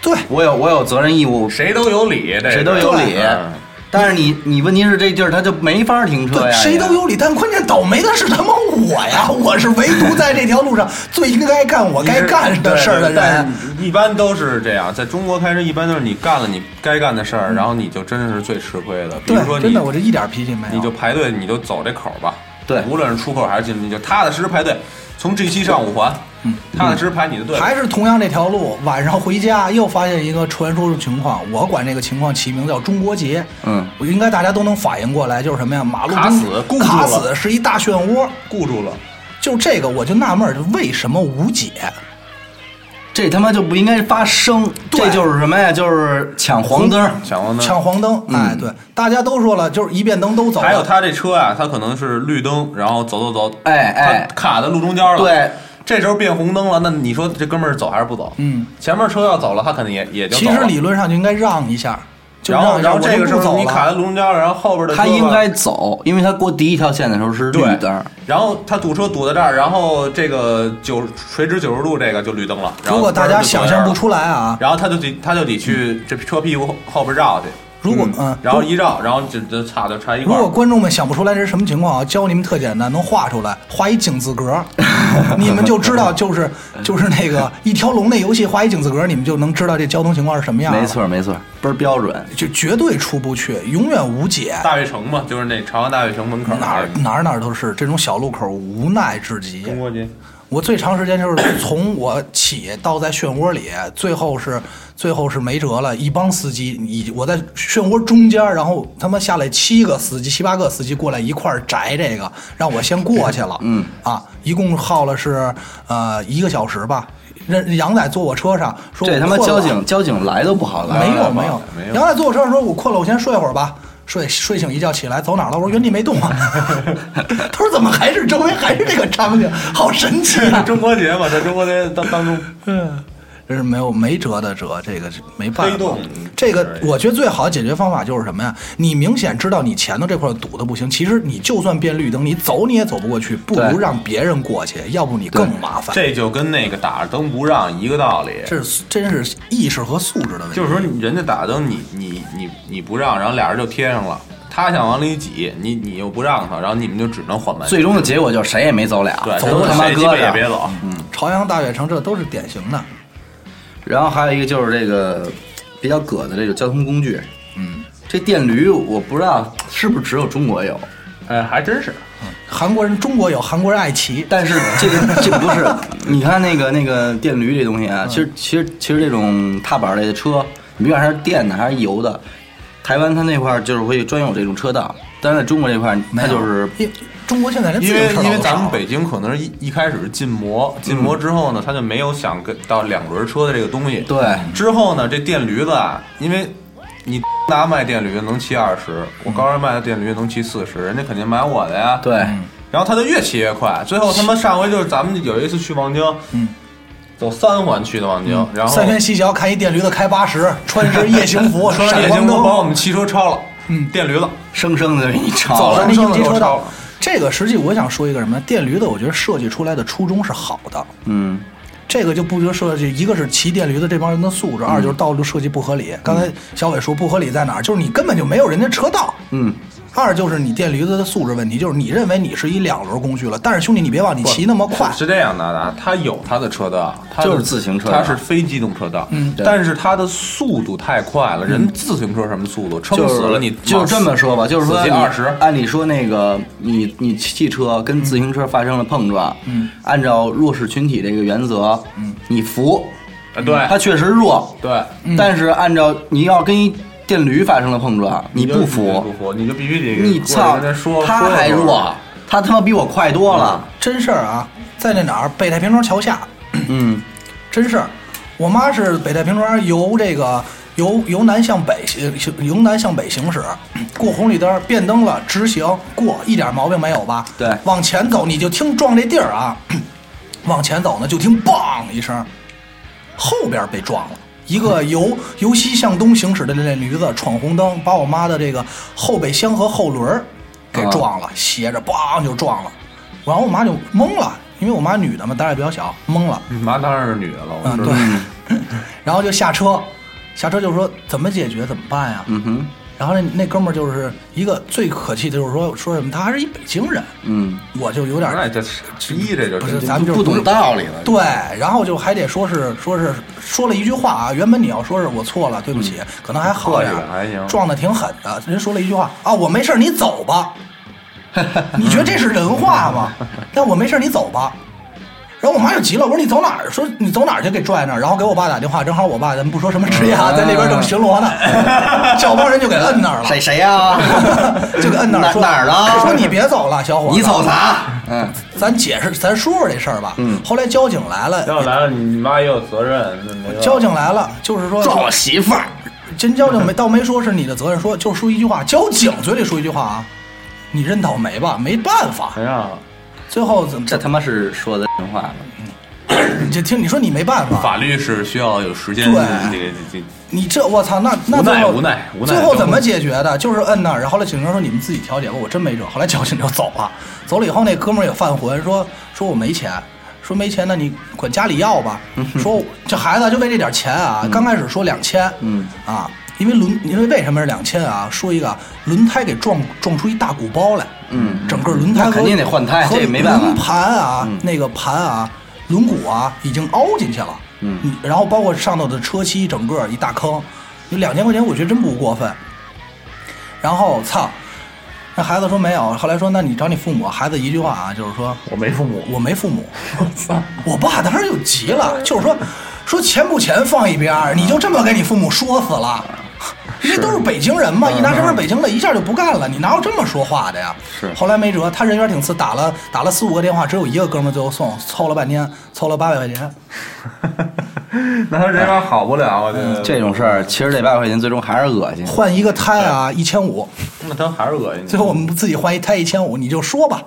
Speaker 4: 对
Speaker 3: 我有我有责任义务，
Speaker 5: 谁都有理，这
Speaker 3: 谁都有理。嗯但是你你问题是这地儿他就没法停车
Speaker 4: 对，
Speaker 3: 呀，
Speaker 4: 谁都
Speaker 3: 也
Speaker 4: 有理，但关键倒霉的是他妈我呀！我是唯独在这条路上最应该干我该干的事儿的人。
Speaker 5: 一般都是这样，在中国开车一般都是你干了你该干的事儿，然后你就真的是最吃亏的。比
Speaker 4: 对
Speaker 5: 如说，你
Speaker 4: 真的我这一点脾气没有。
Speaker 5: 你就排队，你就走这口儿吧。
Speaker 3: 对
Speaker 5: 无论是出口还是进，你就踏踏实实排队，从 G 七上五环，踏踏实实排你的队。
Speaker 4: 还是同样这条路，晚上回家又发现一个传说中情况，我管这个情况起名叫中国结。
Speaker 3: 嗯，
Speaker 4: 我应该大家都能反应过来，就是什么呀？马路
Speaker 5: 卡
Speaker 4: 中
Speaker 5: 死固住
Speaker 4: 卡
Speaker 5: 了
Speaker 4: 死是一大漩涡。
Speaker 5: 顾住了，
Speaker 4: 就这个，我就纳闷儿，就为什么无解？
Speaker 3: 这他妈就不应该发生，
Speaker 4: 对
Speaker 3: 这就是什么呀？就是抢黄灯。
Speaker 5: 嗯抢黄灯。
Speaker 4: 抢黄灯，哎，对，大家都说了，就是一遍灯都走
Speaker 5: 嗯
Speaker 4: 了。
Speaker 5: 还有他这车啊，他可能是绿灯，然后走走走，
Speaker 3: 哎哎
Speaker 5: 他卡在路中间了。
Speaker 3: 对，
Speaker 5: 这时候变红灯了，那你说这哥们儿走还是不走？
Speaker 4: 嗯，
Speaker 5: 前面车要走了，他肯定也也就走
Speaker 4: 其
Speaker 5: 了。
Speaker 4: 实理论上就应该让一下，就
Speaker 5: 然
Speaker 4: 让
Speaker 5: 后
Speaker 4: 一
Speaker 5: 然
Speaker 4: 下，
Speaker 5: 后
Speaker 4: 我
Speaker 5: 这
Speaker 4: 就
Speaker 5: 个时
Speaker 4: 不
Speaker 5: 候
Speaker 4: 走
Speaker 5: 你卡在
Speaker 4: 了。
Speaker 5: 路中间了，然后后边的车
Speaker 3: 他
Speaker 5: 吧
Speaker 3: 应该走，因为他过第一条线的时候是绿
Speaker 5: 对
Speaker 3: 灯。，
Speaker 5: 然后他堵车堵在这儿，然后这个九垂直九十度这个就绿灯了。然后
Speaker 4: 如果大家
Speaker 5: 就走
Speaker 4: 想
Speaker 5: 到
Speaker 4: 象
Speaker 5: 这儿
Speaker 4: 不
Speaker 5: 了嗯
Speaker 4: 出来啊，嗯
Speaker 5: 然后他就得他就得去这车屁股后后边绕去，
Speaker 4: 如果嗯，
Speaker 5: 然后一绕，然后就就差就差一
Speaker 4: 如
Speaker 5: 块
Speaker 4: 果
Speaker 5: 儿。
Speaker 4: 观众们想不出来这是什么情
Speaker 5: [LAUGHS]
Speaker 4: 况啊，教你们特简单，能画出来，画一井字格， [LAUGHS] 你们就知道就是就是那个一条龙那游戏画一井字格，你们就能知道这交通情况是什么样了
Speaker 3: 没，错没错，倍儿标准。
Speaker 4: 就绝对出不去，永远无解，
Speaker 5: 大悦城嘛，就是那朝阳大悦城门口
Speaker 4: 哪儿
Speaker 5: 那个
Speaker 4: 哪儿哪儿都是这种小路口无奈至极。
Speaker 5: 中国街，
Speaker 4: 我最长时间就是从我起到在漩涡里，最后是最后是没辙了，一帮司机，你我在漩涡中间，然后他妈下来七个司机，七八个司机过来一块儿摘这个，让我先过去了。嗯啊，一共耗了是呃一个小时吧。人杨仔坐我车上说我
Speaker 3: 这他妈
Speaker 4: 困
Speaker 3: 交
Speaker 4: 了
Speaker 3: 警交警来都不好来。
Speaker 4: 没有没
Speaker 5: 吧
Speaker 4: 有
Speaker 5: 没有
Speaker 4: 杨仔坐我车上说：“我困了，我先睡会儿吧。”睡睡醒一觉起来，走哪儿了？我说原地没动啊。 [LAUGHS] 他说怎么还是周围还是这个场景，好神奇啊！
Speaker 5: 中国节嘛，在中国节当
Speaker 3: [LAUGHS]
Speaker 5: 当中，
Speaker 4: 这是没有没辙的辙，这个是没办
Speaker 5: 黑
Speaker 4: 法
Speaker 5: 洞。
Speaker 4: 这个我觉得最好的解决方法就是什么呀？你明显知道你前头这块堵的不行，其实你就算变绿灯，你走你也走不过去，不如
Speaker 3: 对
Speaker 4: 让别人过去，要不你更麻烦。
Speaker 5: 这就跟那个打着灯不让一个道理。
Speaker 4: 这是真是意识和素质的问题。
Speaker 5: 就是说，人家打灯你你你你不让，然后俩人就贴上了，他想往里挤，你你又不让他，然后你们就只能缓慢行。
Speaker 3: 最终的结果就是谁也没走俩，
Speaker 5: 对，
Speaker 3: 都
Speaker 5: 就是
Speaker 3: 他妈
Speaker 5: 谁鸡
Speaker 3: 搁
Speaker 5: 巴也别
Speaker 3: 着。
Speaker 5: 走，
Speaker 4: 朝阳、大悦城这都是典型的。
Speaker 3: 然后还有一个就是这个比较葛的这个交通工具，嗯，这电驴我不知道是不是只有中国有，
Speaker 5: 哎，还真是。
Speaker 4: 韩国人，中国有韩国人爱骑，
Speaker 3: 但是这
Speaker 4: [LAUGHS]
Speaker 3: 个这不是，你看那个那个电驴这东西啊，其实其实其实这种踏板类的车，你别管它是电的还是油的，台湾它那块儿就是会专有这种车道，但是在中国这块儿
Speaker 4: 没
Speaker 3: 它
Speaker 4: 有
Speaker 3: 就是
Speaker 4: 因中国现在连自
Speaker 5: 因
Speaker 4: 行
Speaker 5: 为
Speaker 4: 车
Speaker 5: 因为
Speaker 4: 都
Speaker 5: 咱们
Speaker 4: 少
Speaker 5: 北京可能是一一开始是禁摩，禁摩之后呢，他就没有想跟到两轮车的这个东西。
Speaker 3: 对
Speaker 5: 之后呢，这电驴子啊，因为你拿卖电驴能骑二十，我高人卖的电驴能骑四十，人家肯定买我的呀。
Speaker 3: 对，
Speaker 4: 嗯
Speaker 5: 然后他就越骑越快，最后他妈上回就是咱们有一次去望京，
Speaker 4: 嗯，
Speaker 5: 走三环去的望京，然后
Speaker 4: 三元西桥看一电驴子开八十，穿一身夜行
Speaker 5: [LAUGHS]
Speaker 4: 服，
Speaker 5: 说
Speaker 4: 闪
Speaker 5: 夜
Speaker 4: 光
Speaker 5: 行
Speaker 4: 灯，
Speaker 5: 我把我们汽车超了，嗯，电驴子
Speaker 3: 生生的给你超
Speaker 4: 走
Speaker 3: 了。
Speaker 4: 上那
Speaker 5: 生
Speaker 4: 应
Speaker 5: 哦了
Speaker 4: 急
Speaker 5: 都
Speaker 4: 车
Speaker 5: 超
Speaker 4: 道
Speaker 5: 了。
Speaker 4: 这个实际我想说一个什么？电驴子，我觉得设计出来的初衷是好的。
Speaker 3: 嗯，
Speaker 4: 这个就不觉得设计，一个是骑电驴的这帮人的素
Speaker 5: 嗯
Speaker 4: 质，二就是道路设计不合理。刚才小伟说不合理在哪儿，就是你根本就没有人家车道。
Speaker 3: 嗯，
Speaker 4: 二就是你电驴子的素质问题，就是你认为你是一两轮工具了，但是兄弟你别忘你骑那么快，
Speaker 5: 是这样的啊，它有它的车道，它的
Speaker 3: 就是自行车道
Speaker 5: 它是非机动车道，嗯
Speaker 3: 对嗯
Speaker 5: 但是它的速度太快了，人自行车什么速度，撑
Speaker 3: 就
Speaker 5: 死
Speaker 3: 是
Speaker 5: 了你，
Speaker 3: 就这么说吧，就是说
Speaker 5: 死
Speaker 3: 你哎
Speaker 5: 骑二十，
Speaker 3: 按理说那个你你汽车跟自行车发生了碰撞，
Speaker 4: 嗯，
Speaker 3: 按照弱势群体这个原则，嗯，你扶，
Speaker 5: 啊对
Speaker 3: 它确实弱，
Speaker 5: 对，
Speaker 3: 但是按照你要跟一电驴发生了碰撞，你
Speaker 5: 就
Speaker 3: 不
Speaker 5: 不
Speaker 3: 服，
Speaker 5: 服，你就必须得
Speaker 3: 你
Speaker 5: 过来
Speaker 3: 操
Speaker 5: 跟他说，，
Speaker 3: 他
Speaker 5: 说一
Speaker 3: 还
Speaker 5: 会儿
Speaker 3: 弱，他他妈比我快多了，
Speaker 4: 真事儿啊，在那哪儿北太平庄桥下，
Speaker 3: 嗯，
Speaker 4: 真事儿。我妈是北太平庄由这个由由南向北行行由南向北行驶，过红绿灯变灯了直行过，一点毛病没有吧？
Speaker 3: 对
Speaker 4: 往前走你就听撞这地儿啊，往前走呢就听梆一声，后边被撞了。一个
Speaker 3: 嗯
Speaker 4: 由由西向东行驶的那驴子闯红灯，把我妈的这个后备箱和后轮儿给撞
Speaker 3: 啊
Speaker 4: 了，斜着梆就撞了，然后我妈就懵了，因为我妈女的嘛，胆儿也比较小，懵了。
Speaker 5: 你妈当然是女的了，我
Speaker 4: 嗯，
Speaker 5: 知道
Speaker 4: 对。
Speaker 3: 嗯
Speaker 4: 然后就下车，下车就说怎么解决，怎么办呀？
Speaker 3: 嗯哼，
Speaker 4: 然后那那哥们儿就是一个最可气的，就是说说什么他还是一北京人，
Speaker 3: 嗯，
Speaker 4: 我就有点
Speaker 5: 哎，这十一嗯这就
Speaker 4: 不是
Speaker 5: 真
Speaker 4: 咱们就
Speaker 3: 不懂道理了，
Speaker 4: 对，然后就还得说是说是说了一句话啊，原本你要说是我错了，对不
Speaker 3: 嗯
Speaker 4: 起，可能还好点
Speaker 5: 客气点还行
Speaker 4: 儿，撞的挺狠的，人说了一句话啊，我没事儿，你走吧。
Speaker 3: [LAUGHS]
Speaker 4: 你觉得这是人话吗？但我没事儿，你走吧。然后我妈就急了，我说你走哪儿？说你走哪儿去？给拽那儿。然后给我爸打电话，正好我爸咱们不说什么职业啊，
Speaker 3: 嗯
Speaker 4: 在那边正
Speaker 3: [LAUGHS]
Speaker 4: 巡逻呢，小帮人就给摁那儿了，
Speaker 3: 谁谁
Speaker 5: [LAUGHS]
Speaker 3: 呀？
Speaker 4: 就给摁那
Speaker 3: 哪
Speaker 4: 儿说
Speaker 3: 哪儿了
Speaker 4: 说你别走了，小伙子，
Speaker 3: 你走啥？嗯，
Speaker 4: 咱解释，咱说说这事儿吧。嗯，后来交警来了，
Speaker 5: 要来了，你妈也有责任，那没办法
Speaker 4: 交警来了，就是说
Speaker 3: 撞我媳妇儿，
Speaker 4: 真交警没倒没说是你的责任，说就说一句话，交警嘴里说一句话啊，你认倒霉吧，没办法。
Speaker 5: 没让啊
Speaker 4: 最后怎么
Speaker 3: 这他妈是说的人话吗？
Speaker 4: 你就听你说你没办法，
Speaker 5: 法律是需要有时间，
Speaker 4: 对
Speaker 5: 这个这个
Speaker 4: 你这我操，那那
Speaker 5: 无
Speaker 4: 最
Speaker 5: 奈
Speaker 4: 后
Speaker 5: 无奈无奈
Speaker 4: 最后怎么解决的？就是摁那儿，然后后来警察说你们自己调解吧，我真没辙。后来交警就走了，走了以后那哥们儿也犯浑，说说我没钱。说没钱，那你管家里要吧。
Speaker 5: 嗯
Speaker 4: 说这孩子就为这点钱啊，刚开始说两千，
Speaker 3: 嗯
Speaker 4: 啊，因为轮，因为为什么是两千啊？说一个啊轮胎给撞撞出一大鼓包来，
Speaker 3: 嗯
Speaker 4: 整个轮胎和
Speaker 3: 那肯定得换胎
Speaker 4: 和
Speaker 3: 这没办法
Speaker 4: 轮盘啊
Speaker 3: 嗯，
Speaker 4: 那个盘啊，轮毂啊，已经凹进去了。
Speaker 3: 嗯
Speaker 4: 你，然后包括上头的车漆，整个一大坑，有两千块钱，我觉得真不过分。然后操，那孩子说没有，后来说那你找你父母，孩子一句话啊，就是说
Speaker 5: 我没父母，
Speaker 4: 我没
Speaker 3: [LAUGHS]
Speaker 4: 父母，我爸当时就急了，就是说说钱不钱放一边儿，你就这么给你父母说死了。因为都是北京人嘛，一拿身份北京的，一下就不干了。你哪有这么说话的呀？
Speaker 3: 嗯是
Speaker 4: 后来没辙，他人缘挺次，打了打了四五个电话，只有一个哥们儿最后送，凑了半天，凑了八百块钱。
Speaker 5: [LAUGHS] 那他人缘好不了，我觉得
Speaker 3: 哎嗯这种事儿其实这八百块钱最终还是恶心。
Speaker 4: 换一个胎啊，一千五。
Speaker 5: 那他还是恶心你。
Speaker 4: 最后我们自己换一胎一千五，你就说吧。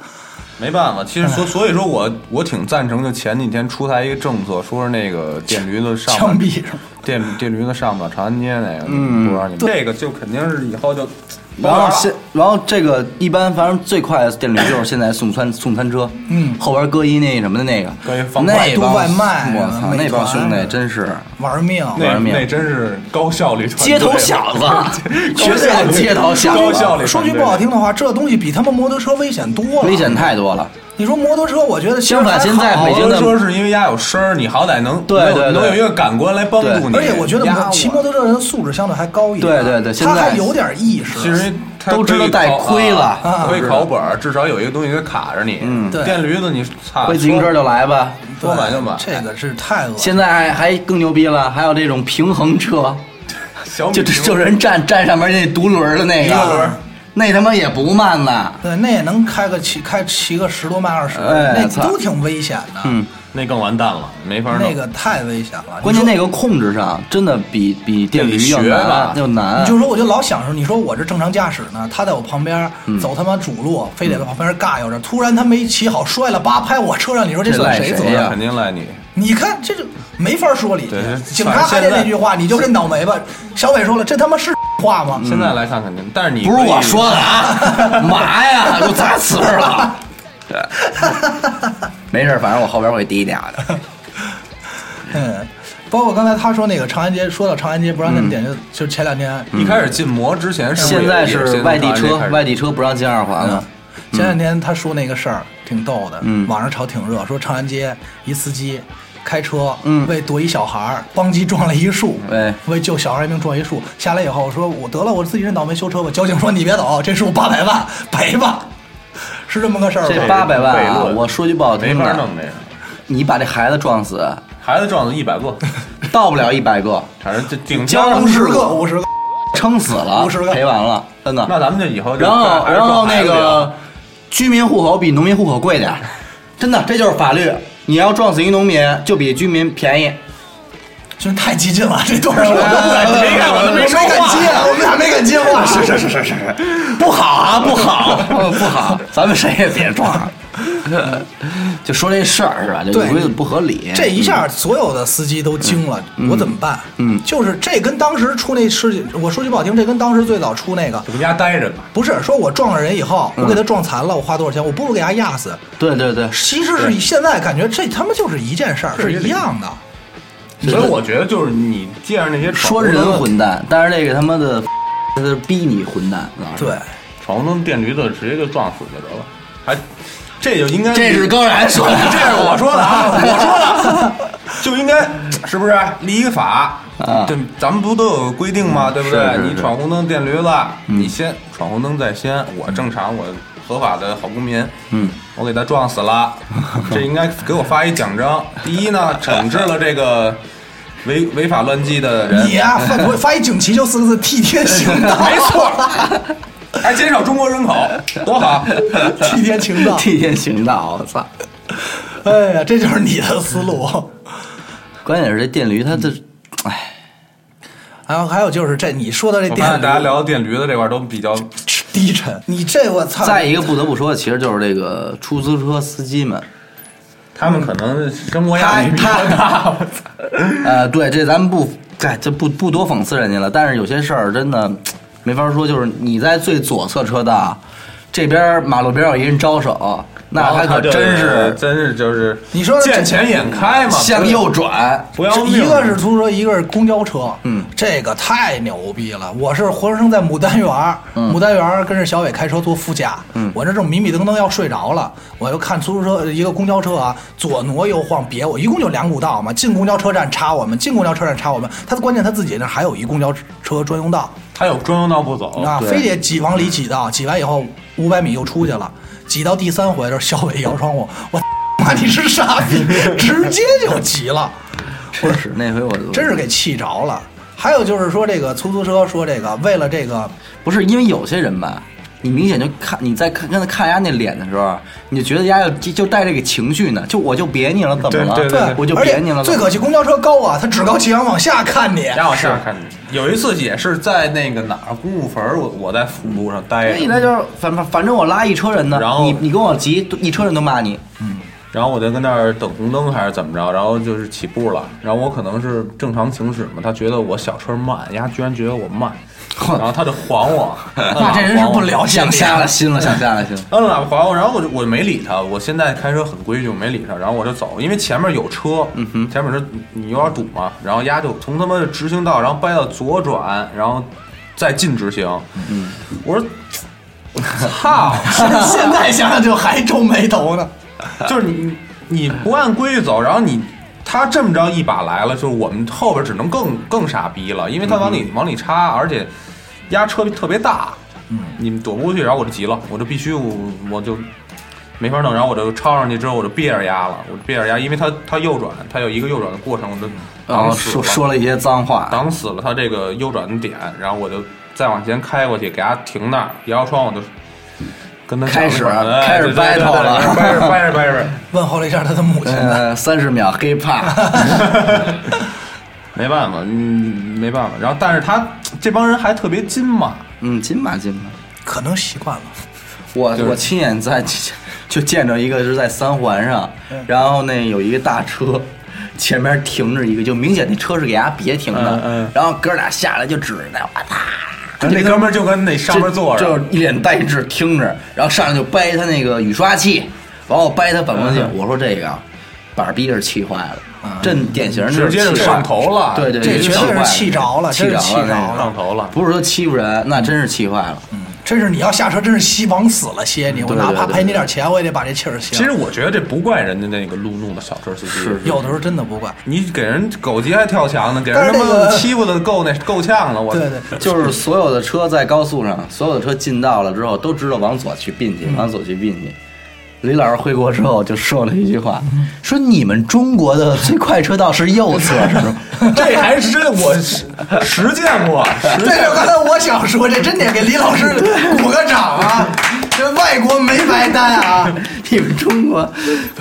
Speaker 5: 没办法，其实
Speaker 3: 哎
Speaker 5: 所所以说我我挺赞成，就前几天出台一个政策，说是那个电驴子上
Speaker 4: 枪毙是吗？
Speaker 5: 这这驴子上不了长安街那个，
Speaker 3: 嗯
Speaker 5: 不知道你们这个就肯定是以后就
Speaker 3: 然
Speaker 5: 啊
Speaker 3: 后现，然后这个一般，反正最快的电驴就是现在送餐送餐车，嗯，后边搁一那什么的那个，
Speaker 5: 搁一方块
Speaker 3: 那帮
Speaker 4: 都外卖
Speaker 3: 我操，
Speaker 4: 美团
Speaker 3: 那帮兄弟真是
Speaker 4: 玩命。啊
Speaker 5: 那
Speaker 3: 玩命
Speaker 5: 那真是高效率团队
Speaker 3: 街头小子，
Speaker 5: [LAUGHS]
Speaker 3: 绝
Speaker 5: 高
Speaker 3: 对
Speaker 5: 效率
Speaker 3: 是街头小
Speaker 5: 高效
Speaker 3: 子，
Speaker 5: 率团队
Speaker 4: 说句不好听的话，这东西比他妈摩托车危险多了。
Speaker 3: 危！险太多了。
Speaker 4: 你说摩托车，我觉得其实
Speaker 3: 相反
Speaker 4: 还
Speaker 3: 现在
Speaker 4: 好
Speaker 3: 北京
Speaker 5: 我都说是因为鸭有声儿，你好歹能
Speaker 3: 对
Speaker 5: 能有
Speaker 3: 对对
Speaker 5: 能有一个感官来帮助你。
Speaker 4: 而且我觉得
Speaker 5: 鸭
Speaker 4: 骑摩托车的人素质相对还高一
Speaker 3: 嗯
Speaker 4: 点。
Speaker 3: 对对对现在
Speaker 4: 他还有点意识。
Speaker 5: 其实它
Speaker 3: 都知道带盔了
Speaker 5: 啊
Speaker 4: 啊
Speaker 5: 会考本儿，至少有一个东西给卡着你。嗯
Speaker 4: 对
Speaker 5: 电驴子你操，
Speaker 3: 会自行车就来吧。
Speaker 4: 对
Speaker 5: 啊说买就买。
Speaker 4: 这个是太恶心。
Speaker 3: 现在还还更牛逼了，还有这种平衡车，
Speaker 5: 小米
Speaker 3: 就
Speaker 5: 平
Speaker 3: 就人站站上面那独轮儿的那
Speaker 4: 一个轮
Speaker 3: 个
Speaker 4: 儿，
Speaker 3: 那他妈也不慢呐。
Speaker 4: 对，那也能开个骑开骑个十多迈二十，
Speaker 3: 哎
Speaker 4: 那
Speaker 3: 操
Speaker 4: 都挺危险的。
Speaker 3: 嗯
Speaker 5: 那更完蛋了，没法弄。
Speaker 4: 那个太危险了。
Speaker 3: 关键
Speaker 4: 你
Speaker 3: 那个控制上真的比比电驴要
Speaker 5: 得学吧
Speaker 3: 难，啊要
Speaker 4: 说
Speaker 3: 难。
Speaker 4: 你就说，我就老想说，你说我这正常驾驶呢，他在我旁边
Speaker 3: 嗯
Speaker 4: 走他妈主路，非得在旁边尬悠着，突然他没骑好摔了，叭拍我车上，你说这算谁责
Speaker 3: 这赖谁
Speaker 4: 任
Speaker 3: 呀？
Speaker 5: 肯定赖你。
Speaker 4: 你看这就没法说理
Speaker 5: 对。
Speaker 4: 警察还得那句话，你就认倒霉吧。小伟说了，这他妈是话
Speaker 3: 嗯
Speaker 4: 吗？
Speaker 5: 现在来看肯定，但是你
Speaker 3: 不是
Speaker 5: 可以
Speaker 3: 我说的啊，嘛呀，都砸瓷实了。没事儿，反正我后边会滴俩的。
Speaker 4: 嗯，包括刚才他说那个长安街，说到长安街不让认点，
Speaker 5: 嗯
Speaker 4: 就就前两天
Speaker 5: 一开始禁摩之前是不
Speaker 3: 现在
Speaker 5: 也
Speaker 3: 是
Speaker 5: 先
Speaker 3: 外地
Speaker 5: 从大
Speaker 3: 车
Speaker 5: 街开，始
Speaker 3: 外地车不让进二环啊
Speaker 4: 嗯
Speaker 3: 了。
Speaker 4: 前两天他说那个事儿挺逗的，
Speaker 5: 嗯
Speaker 4: 网上炒挺热，说长安街一司机开车，
Speaker 5: 嗯
Speaker 4: 为躲一小孩儿，邦机撞了一树，
Speaker 3: 哎
Speaker 4: 为救小孩一命撞一树。下来以后，我说我得了，我自己认倒霉修车吧。交警说你别走，这树八百万赔吧，是这么个事儿
Speaker 3: 这
Speaker 4: 吧？
Speaker 3: 八百万
Speaker 5: 悖
Speaker 3: 啊，
Speaker 5: 论
Speaker 3: 我说句不好
Speaker 5: 没
Speaker 3: 听
Speaker 5: 法
Speaker 3: 的
Speaker 5: 弄，这个。
Speaker 3: 你把这孩子撞死，
Speaker 5: 孩子撞了一百个，
Speaker 3: 到不了一百个，
Speaker 5: 反正就顶
Speaker 3: 交
Speaker 5: 枪
Speaker 4: 五。十个，五十个，
Speaker 3: 撑死了，
Speaker 4: 50个
Speaker 3: 赔完了，真的。
Speaker 5: 那咱们就以后就
Speaker 3: 然后，
Speaker 5: 还是
Speaker 3: 然后
Speaker 5: 撞孩
Speaker 3: 那
Speaker 5: 子
Speaker 3: 个居民户口比农民户口贵点儿，真的，这就是法律。你要撞死一农民，就比居民便宜。
Speaker 4: 真太激进了，这段儿我都不敢
Speaker 5: 哎哎哎
Speaker 4: 接，
Speaker 5: 哎我都没说话
Speaker 4: 敢接，我们俩没敢接话。是是是是是，
Speaker 3: 不好啊，不 [LAUGHS] 好，不好，咱们谁也别撞。就说这事儿是吧？这
Speaker 4: 对
Speaker 3: 规矩不合理。嗯
Speaker 4: 这一下，所有的司机都惊了，我怎么办？嗯，就是这跟当时出那事情，我说句不好听，这跟当时最早出那个
Speaker 5: 就回家待着吧。
Speaker 4: 不是说我撞了人以后，我给他撞残了，我花多少钱？我不如给他压死。
Speaker 3: 对对对，
Speaker 4: 其实是现在感觉这他妈就是一件事儿，是一样的。
Speaker 5: 所以我觉得就是你见着那些闯红
Speaker 3: 说
Speaker 5: 灯
Speaker 3: 人混蛋，但是这个他妈的，他是逼你混蛋。啊
Speaker 4: 对，
Speaker 5: 闯红灯电驴子直接就撞死就得了，还这就应该
Speaker 3: 这是高然说的，
Speaker 5: [LAUGHS] 这是我说的
Speaker 3: [LAUGHS]
Speaker 5: 啊，我说的，就应该是不是立一个法？
Speaker 3: 啊
Speaker 5: 对，咱们不都有规定吗？对不对
Speaker 3: 是是？是嗯
Speaker 5: 你闯红灯电驴子，你先闯红灯在先，我正常，我合法的好公民，嗯，我给他撞死
Speaker 3: [LAUGHS]
Speaker 5: 了，这应该给我发一奖章。第一呢，惩治了这个违违法乱纪的人，
Speaker 4: 你呀，发我发一锦旗就四个字：替天行道。 [LAUGHS] 没错，
Speaker 5: 还减少中国人口，多
Speaker 3: [LAUGHS]
Speaker 5: 好！
Speaker 4: [LAUGHS] 替天行道。
Speaker 3: 替天行道，我操！
Speaker 4: 哎呀，这就是你的思路。
Speaker 3: 关键是这电驴，它这，哎，
Speaker 4: 然后还有就是这你说的
Speaker 5: 我
Speaker 4: 这
Speaker 5: 发
Speaker 4: 电
Speaker 5: 现大家
Speaker 4: 驴
Speaker 5: 聊电驴子这块儿都比较
Speaker 4: 低沉，你这我操！
Speaker 3: 再一个不得不说，其实就是这个出租车司机们，
Speaker 5: 他们可能生活压力比较大。我操
Speaker 3: 呃，对，这咱们不，哎，这不不多讽刺人家了。但是有些事儿真的没法说，就是你在最左侧车道，这边马路边有一人招手，那
Speaker 5: 然后
Speaker 3: 可
Speaker 5: 就呃
Speaker 3: 真是
Speaker 5: 真是就是，
Speaker 4: 你说这
Speaker 5: 见钱眼开嘛，
Speaker 3: 向右转，
Speaker 5: 不要命
Speaker 4: 一个是出租车，一个是公交车，嗯，这个太牛逼了！我是活生生在牡丹园儿，
Speaker 5: 嗯
Speaker 4: 牡丹园儿跟着小伟开车坐副驾，嗯，我这正迷迷瞪瞪要睡着了，我就看出租车一个公交车啊，左挪右晃别我，一共就两股道嘛，进公交车站插我们，进公交车站插我们，他关键他自己那还有一公交车专用道，
Speaker 5: 他有专用道不走，
Speaker 4: 啊，非得挤往里挤到，挤完以后五百米又出去了，挤到第三回的时候，小伟摇窗户，我 [LAUGHS] 妈你是傻逼，直接就急了。
Speaker 3: 真是那回我
Speaker 4: 真是给气着了。还有就是说，这个出租车说这个为了这个，
Speaker 3: 不是因为有些人吧，你明显就看你在看跟他看人家那脸的时候，你就觉得人家就就带这个情绪呢，就我就别你了，怎么了？
Speaker 5: 对对对
Speaker 3: 我就
Speaker 4: 而
Speaker 3: 别
Speaker 4: 且
Speaker 3: 你了。怎
Speaker 4: 最
Speaker 3: 么
Speaker 4: 可
Speaker 3: 了
Speaker 4: 气，公交车高啊，它趾高气扬往下看你。
Speaker 5: 让我下看你。有一次也是在那个哪儿公务坟儿，我我在辅路上待
Speaker 3: 那一
Speaker 5: 着，
Speaker 3: 来就是反反反正我拉一车人呢，
Speaker 5: 然后
Speaker 3: 你你跟我急，一车人都骂你，嗯，
Speaker 5: 然后我就跟那儿等红灯还是怎么着，然后就是起步了，然后我可能是正常行驶嘛，他觉得我小车慢，丫居然觉得我
Speaker 3: [LAUGHS]
Speaker 5: 慢，然后他就还我，
Speaker 4: 那这人是不了解
Speaker 3: 想
Speaker 4: 你
Speaker 3: 瞎
Speaker 4: 啊
Speaker 3: 了。心了，想瞎了心了。
Speaker 5: 摁喇叭还我，然后我就我没理他，我现在开车很规矩，我没理他，然后我就走，因为前面有车，前面是你有点堵嘛，然后丫就从他妈的直行道，然后掰到左转，然后再进直行，我说。我操！ [LAUGHS]
Speaker 4: 现在想想就还皱眉头呢。
Speaker 3: [LAUGHS]
Speaker 5: 就是你你不按规矩走，然后你他这么着一把来了，就是我们后边只能更更傻逼了，因为他往
Speaker 3: 嗯
Speaker 5: 里、往里插，而且压车特别大，嗯，你们躲不过去，然后我就急了，我就必须我我就没法弄，然后我就超上去之后我就别着压了，我就别着压，因为他他右转，他有一个右转的过程，我就
Speaker 3: 然后
Speaker 5: 挡死
Speaker 3: 嗯哦说
Speaker 5: 了，
Speaker 3: 说了一些脏话，
Speaker 5: 挡死了他这个右转的点，然后我就再往前开过去，给他停那儿，摇摇窗我就。跟他讲
Speaker 3: 开始啊
Speaker 5: 了一会儿哎
Speaker 3: 开始
Speaker 5: 对对对
Speaker 3: battle
Speaker 5: 对对
Speaker 3: 了
Speaker 5: 掰着掰着掰着掰着，
Speaker 4: 问候了一下他的母亲，
Speaker 3: 呃，三十秒 hiphop，
Speaker 5: [LAUGHS] 没办法，嗯，没办法。然后，但是他这帮人还特别金嘛，
Speaker 3: 嗯，金吧金吧。
Speaker 4: 可能习惯了。
Speaker 3: 我
Speaker 5: 就是
Speaker 3: 我亲眼在就见着一个是在三环上，
Speaker 5: 嗯
Speaker 3: 然后那有一个大车，前面停着一个，就明显那车是给伢别停的，
Speaker 5: 嗯嗯
Speaker 3: 然后哥俩下来就指着那，哇啪，
Speaker 5: 然后那哥们儿就跟那上面坐
Speaker 3: 就
Speaker 5: 着，
Speaker 3: 就一脸呆滞听着，然后上来就掰他那个雨刷器，完我掰他反光镜，
Speaker 5: 嗯
Speaker 3: 我说这个啊板儿逼是气坏了，
Speaker 4: 嗯
Speaker 3: 这典型就
Speaker 5: 直
Speaker 3: 是
Speaker 5: 接就
Speaker 3: 气坏
Speaker 5: 上头了
Speaker 3: 对对，
Speaker 4: 这
Speaker 3: 就
Speaker 4: 绝
Speaker 3: 气
Speaker 4: 对
Speaker 3: 坏
Speaker 4: 是气着了，
Speaker 3: 气
Speaker 4: 真
Speaker 3: 着
Speaker 4: 是气
Speaker 3: 那
Speaker 4: 着
Speaker 3: 个
Speaker 5: 上
Speaker 4: 了。嗯
Speaker 5: 头了。
Speaker 3: 不是说欺负人，那真是气坏了。
Speaker 4: 真是你要下车，真是希往死了歇你。我
Speaker 3: 对对
Speaker 4: 哪怕
Speaker 3: 对
Speaker 4: 赔你点钱，我也得把这气儿
Speaker 5: 其
Speaker 4: 歇
Speaker 5: 实
Speaker 4: 了。
Speaker 5: 我觉得这不怪人家那个路怒的小车司机，
Speaker 4: 有的时候真的不怪。
Speaker 5: 你给人狗急还跳墙呢，给
Speaker 4: 但
Speaker 5: 人
Speaker 4: 是
Speaker 5: 他
Speaker 4: 那
Speaker 5: 妈
Speaker 4: 个
Speaker 5: 欺负的够那够呛了。我
Speaker 4: 对对，
Speaker 3: 就是所有的车在高速上，所有的车进道了之后，都知道往左去并
Speaker 4: 嗯
Speaker 3: 去，往左去并去。李老师回国之后就说了一句话，
Speaker 4: 嗯
Speaker 3: 说你们中国的最快车道是右侧，是吗？
Speaker 5: [LAUGHS] 这还是真的，我实实践过，实
Speaker 4: 这就刚才我想说，这真得给李老师鼓个掌啊！这外国没白待啊！
Speaker 3: [LAUGHS] 你们中国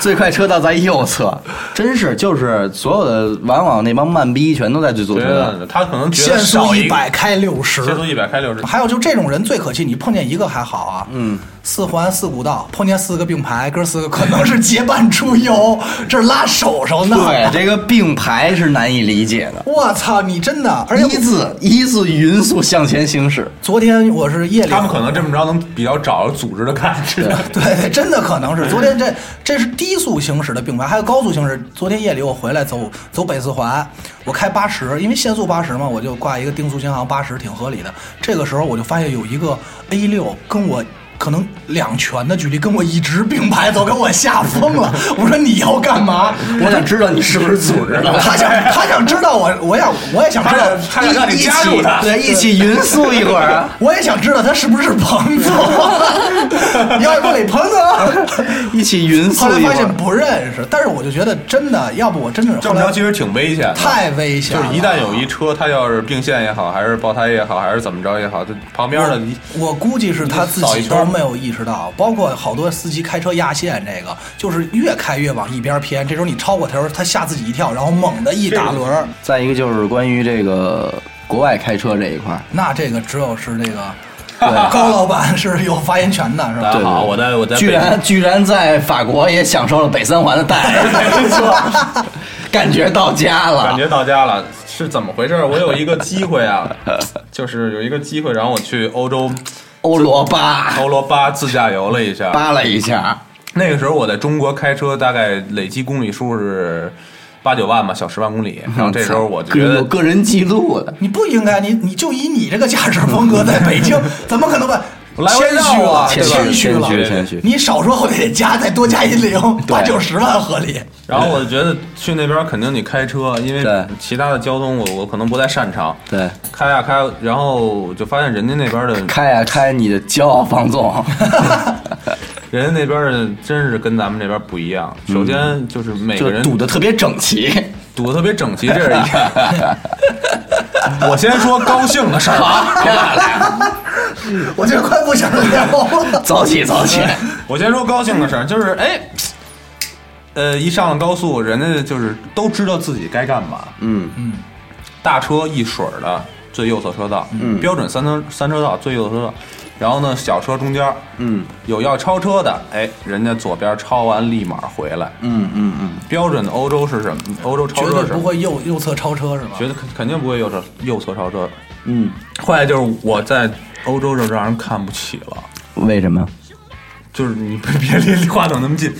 Speaker 3: 最快车道在右侧，真是就是所有的往往那帮慢逼全都在最左
Speaker 5: 觉
Speaker 3: 侧道。
Speaker 5: 得他可能觉
Speaker 4: 限
Speaker 5: 得
Speaker 4: 速
Speaker 5: 少
Speaker 4: 一
Speaker 5: 个
Speaker 4: 百，开六十，
Speaker 5: 限速一百开六十，
Speaker 4: 还有就这种人最可气，你碰见一个还好啊，嗯，四环四古道碰见四个并排，哥四个可能是结伴出游，这拉手上呢。
Speaker 3: 对，，这个并排是难以理解的。
Speaker 4: 我操，你真的，而且
Speaker 3: 一字一字匀速向前行
Speaker 4: [LAUGHS]
Speaker 3: 驶，
Speaker 4: 昨天我是夜里，
Speaker 5: 他们可能这么着能比较找组织的看，是吧？
Speaker 4: 对 [LAUGHS] 对，真的可能是昨天这这是低速行驶的并排，还有高速行驶。昨天夜里我回来走走北四环，我开八十，因为限速八十嘛，我就挂一个定速巡航八十，挺合理的。这个时候我就发现有一个 A 六跟我。可能两拳的距离跟我一直并排走，给我吓疯了。 [LAUGHS] 我说你要干
Speaker 5: [LAUGHS]
Speaker 4: 嘛？
Speaker 3: 我想知道你是不是组织
Speaker 4: [LAUGHS]
Speaker 3: 的。
Speaker 4: 他想他想知道我，我想我也想知道
Speaker 5: 他想他想让你
Speaker 3: 一
Speaker 5: 加入
Speaker 3: 起
Speaker 5: 他，
Speaker 3: 对，一起匀速一会儿啊。
Speaker 4: [LAUGHS] 我也想知道他是不是
Speaker 5: [LAUGHS]
Speaker 4: 彭总。 [LAUGHS] 要不你啊彭总，
Speaker 3: 一起匀速
Speaker 4: [LAUGHS] 后来
Speaker 3: 一
Speaker 4: 发
Speaker 3: 会
Speaker 4: 现
Speaker 3: 儿。
Speaker 4: 不认识，但是我就觉得真的，要不我真的是
Speaker 5: 这
Speaker 4: 后
Speaker 5: 么
Speaker 4: 来
Speaker 5: 着其实挺危险的，
Speaker 4: 太危险
Speaker 5: 就
Speaker 4: 了。
Speaker 5: 是一旦有一车，它要是并线也好，还是爆胎也好，还是怎么着也好，就旁边的你
Speaker 4: 我估计是他自
Speaker 5: 扫一
Speaker 4: 己
Speaker 5: 圈
Speaker 4: 都没有意识到，包括好多司机开车压线，这个就是越开越往一边偏。这时候你超过他的时候，他吓自己一跳，然后猛的一打
Speaker 5: [LAUGHS]
Speaker 4: 轮儿，
Speaker 3: 再一个就是关于这个国外开车这一块儿，
Speaker 4: 那这个只有是这个高老板是有发言权的，是吧？
Speaker 5: 大家好，
Speaker 3: 对
Speaker 5: 我在我在
Speaker 3: 居然 [LAUGHS] 居然在法国也享受了北三环的待
Speaker 5: [LAUGHS]
Speaker 3: 遇，没错，感觉到家
Speaker 5: 北
Speaker 3: 了。
Speaker 5: 感觉到家了，是怎么回事？我有一个机会
Speaker 3: [LAUGHS]
Speaker 5: 啊，就是有一个机会，然后我去欧洲
Speaker 3: 欧罗巴
Speaker 5: 欧罗巴自驾游了一下。
Speaker 3: 扒拉一下，
Speaker 5: 那个时候我在中国开车，大概累计公里数是八九万吧，小十万公
Speaker 3: 嗯
Speaker 5: 里。然后这时候我觉
Speaker 3: 有
Speaker 5: 得
Speaker 3: 个人记录的，
Speaker 4: 你不应该，你你就以你这个驾驶风格在
Speaker 5: [LAUGHS]
Speaker 4: 北京，怎么可能吧？
Speaker 5: 来回
Speaker 4: 谦
Speaker 5: 绕
Speaker 4: 虚
Speaker 5: 啊
Speaker 4: 了，
Speaker 5: 对吧
Speaker 4: 谦虚了，
Speaker 5: 对
Speaker 3: 谦虚。
Speaker 4: 你少说后得加，再多加一零，八九十万合理。
Speaker 5: 然后我觉得去那边肯定得开车，因
Speaker 3: 对
Speaker 5: 为其他的交通我我可能不太擅长。
Speaker 3: 对，
Speaker 5: 开呀、开，然后就发现人家那边的
Speaker 3: 开呀、开，你的骄傲放纵，
Speaker 5: 人家那边儿真是跟咱们这边儿不一样。
Speaker 3: 嗯
Speaker 5: 首先就是每个
Speaker 3: 就
Speaker 5: 人
Speaker 3: 堵得特别整齐。
Speaker 5: 堵得特别整齐，这是一
Speaker 3: [LAUGHS]
Speaker 5: 个。我先说高兴的事儿啊，
Speaker 4: 我这快不想聊了。
Speaker 3: 早起早
Speaker 5: [LAUGHS]
Speaker 3: 起，
Speaker 5: 我先说高兴的事儿，就是哎，呃，一上了高速，人家就是都知道自己该干嘛。
Speaker 3: 嗯
Speaker 5: 嗯，大车一水儿的最右侧车道，嗯，标准三车三车道最右侧车道。然后呢，小车中间，
Speaker 3: 嗯，
Speaker 5: 有要超车的，哎，人家左边超完立马回来。
Speaker 3: 嗯嗯嗯，
Speaker 5: 标准的欧洲是什么？欧洲超
Speaker 4: 绝
Speaker 5: 车
Speaker 4: 对
Speaker 5: 是什
Speaker 4: 不
Speaker 5: 么？
Speaker 4: 会右右侧超车是吧？
Speaker 5: 绝对肯肯定不会右侧右侧超车。
Speaker 3: 嗯，
Speaker 5: 坏就是我在欧洲这让人看不起了，
Speaker 3: 为什么？
Speaker 5: 就是你别离话筒那么近。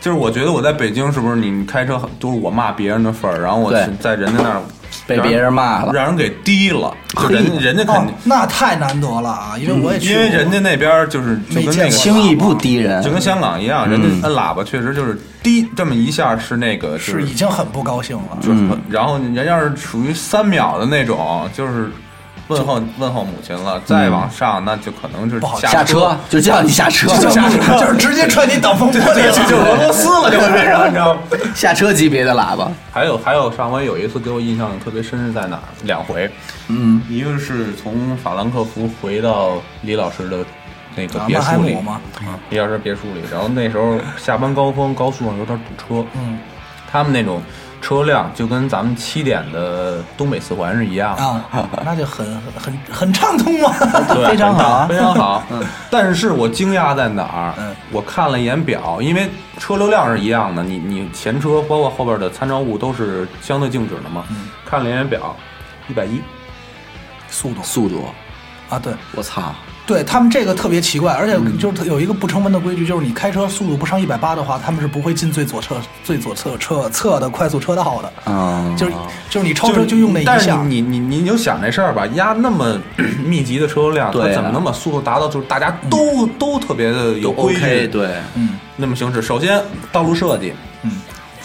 Speaker 5: 就是我觉得我在北京是不是你开车都是我骂别人的份儿，然后我
Speaker 3: 对
Speaker 5: 在人家那儿
Speaker 3: [LAUGHS] 被别人骂了
Speaker 5: 让人给低了，就人人家肯定
Speaker 4: 哦，那太难得了啊！因为我也去
Speaker 5: 因
Speaker 4: 过，
Speaker 5: 为人家那边儿就是就
Speaker 4: 没
Speaker 5: 跟
Speaker 4: 见
Speaker 5: 那个
Speaker 4: 过
Speaker 3: 轻易不敌人嗯
Speaker 5: 就，跟香港一样，人家摁喇叭确实就是滴这么一下是那个就是
Speaker 4: 已经很不高兴了。
Speaker 5: 就是很然后人要是属于三秒的那种，就是问候问候母亲了，再往上那就可能就是
Speaker 4: 不好
Speaker 5: 下
Speaker 3: 下车就叫你下车，
Speaker 4: 就就是 [LAUGHS] 直接踹你挡风玻璃
Speaker 5: 就就
Speaker 4: 了。
Speaker 5: 俄罗斯了，就会变成你知道吗？
Speaker 3: 下车级别的喇叭。
Speaker 5: [LAUGHS] 还有还有，上回有一次给我印象特别深是在哪儿？两回，嗯，一个是从法兰克福回到李老师的那个
Speaker 4: 啊
Speaker 5: 别
Speaker 4: 曼海
Speaker 5: 墅里
Speaker 4: 姆，吗？嗯
Speaker 5: 李老师别墅里，然后那时候下班高峰，高速上有点堵车，
Speaker 4: 嗯，
Speaker 5: 他们那种车辆就跟咱们七点的东北四环是一样的，
Speaker 4: 啊，那就很很很畅通嘛。 [LAUGHS]
Speaker 5: 对
Speaker 1: 非常好啊
Speaker 5: 非常好。嗯但是我惊讶在哪儿？
Speaker 4: 嗯
Speaker 5: 我看了一眼表，因为车流量是一样的，你你前车包括后边的参照物都是相对静止的嘛。看了一眼表，一百一，
Speaker 4: 速度
Speaker 3: 速度，
Speaker 4: 啊，对
Speaker 3: 我操！
Speaker 4: 对，他们这个特别奇怪，而且就是有一个不成文的规矩，就是你开车速度不上一百八的话，他们是不会进最左侧最左侧侧侧的快速车道的。
Speaker 3: 啊
Speaker 5: 嗯
Speaker 4: 就是就是你超车就用那一
Speaker 5: 但是
Speaker 4: 下，
Speaker 5: 你你你你就想这事儿吧，压那么 [COUGHS] 密集的车流量，它
Speaker 3: 对啊
Speaker 5: 怎么能把速度达到就是大家
Speaker 4: 嗯
Speaker 5: 都都特别的有规矩？
Speaker 3: OK，对，
Speaker 5: 那么行驶，首先道路设计，嗯，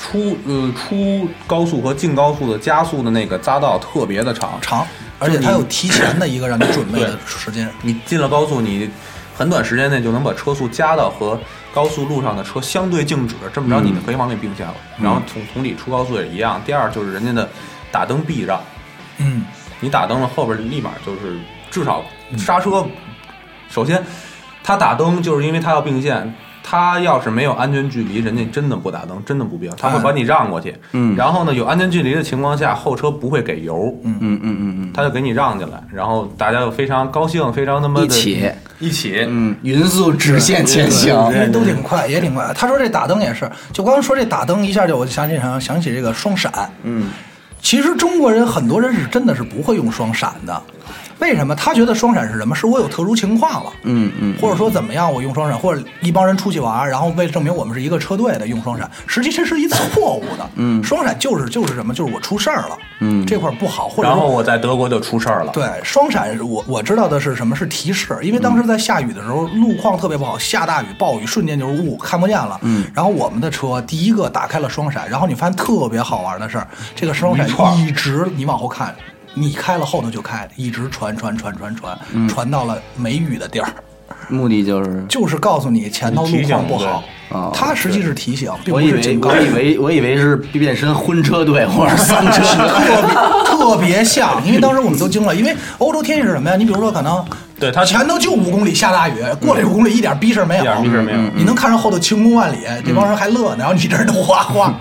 Speaker 5: 出呃出高速和进高速的加速的那个匝道特别的长，
Speaker 4: 长，而且它有提前的一个让你准备的时间。
Speaker 5: 你进了高速，你很短时间内就能把车速加到和高速路上的车相对静止，这么着你就可以往里并线了。然后从从里出高速也一样。第二就是人家的打灯避让，
Speaker 4: 嗯，
Speaker 5: 你打灯了，后边立马就是至少刹车。首先，他打灯就是因为他要并线，他要是没有安全距离，人家真的不打灯，真的不并，他会把你让过去。嗯，然后呢，有安全距离的情况下，后车不会给油，嗯，
Speaker 3: 嗯嗯嗯
Speaker 5: 他就给你让进来，然后大家就非常高兴，非常他妈的
Speaker 3: 一起
Speaker 5: 一起，
Speaker 3: 嗯，匀速直线前行，
Speaker 4: 人都挺快，也挺快。他说这打灯也是，就刚才说这打灯一下就我想起想想起这个双闪，嗯，其实中国人很多人是真的是不会用双闪的，为什么？他觉得双闪是什么？是我有特殊情况了，
Speaker 3: 嗯嗯，
Speaker 4: 或者说怎么样我用双闪，或者一帮人出去玩，然后为了证明我们是一个车队的用双闪，实际这是一次错误的，嗯，双闪就是就是什么？就是我出事儿了，嗯，这块儿不好，或者
Speaker 5: 然
Speaker 4: 说
Speaker 5: 后我在德国就出事儿了。
Speaker 4: 对，双闪是我我知道的是什么是提示，因为当时在下雨的时候，路况特别不好，下大雨暴雨，瞬间就是雾，看不见了。嗯，然后我们的车第一个打开了双闪，然后你发现特别好玩的事儿，这个双闪一直你往后看，你开了后头就开，一直传传传传传，
Speaker 3: 嗯
Speaker 4: 传到了没雨的地儿，
Speaker 3: 目的就是。
Speaker 4: 就是告诉你前头路况不好
Speaker 3: 对哦。
Speaker 4: 它实际是提醒，并
Speaker 3: 我
Speaker 4: 不
Speaker 3: 以
Speaker 4: 是
Speaker 3: 为
Speaker 4: 警告。
Speaker 3: 我以为我以为是变身婚车队或者丧
Speaker 5: [LAUGHS]
Speaker 3: 车队，
Speaker 4: [LAUGHS] 特别像，因为当时我们都惊了，因为欧洲天气是什么呀？你比如说，可能
Speaker 5: 对它嗯
Speaker 4: 前头就五公里下大雨，过了五公里一点逼事儿没有，
Speaker 5: 一点逼事儿没有嗯
Speaker 4: 你能看着后头晴空万里，这帮人还乐呢，然后你这儿都哗哗，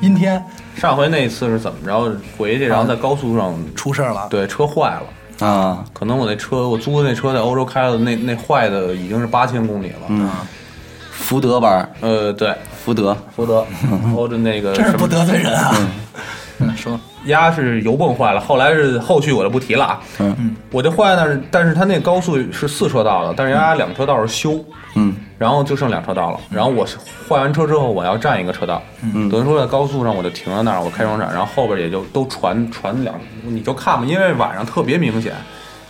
Speaker 4: 阴天
Speaker 5: 上回那一次是怎么着回去，然后在高速上
Speaker 4: 出事儿了，
Speaker 5: 对车坏了，
Speaker 3: 啊，
Speaker 5: 可能我那车我租的那车在欧洲开了，那那坏的已经是八千公里了。嗯，
Speaker 3: 福德班儿
Speaker 5: 呃，对，
Speaker 3: 福德，
Speaker 5: 福德，欧洲那个
Speaker 4: 真
Speaker 5: 什
Speaker 4: 是不
Speaker 5: 么
Speaker 4: 得罪人啊！嗯说
Speaker 5: 压是油泵坏了，后来是后续我就不提了啊。嗯，我就坏那儿，但是它那高速是四车道的，但是压两车道是修。嗯，然后就剩两车道了。然后我是换完车之后，我要占一个车道。嗯，等于说在高速上我就停在那儿，我开双闪，然后后边也就都传传两，你就看吧，因为晚上特别明显，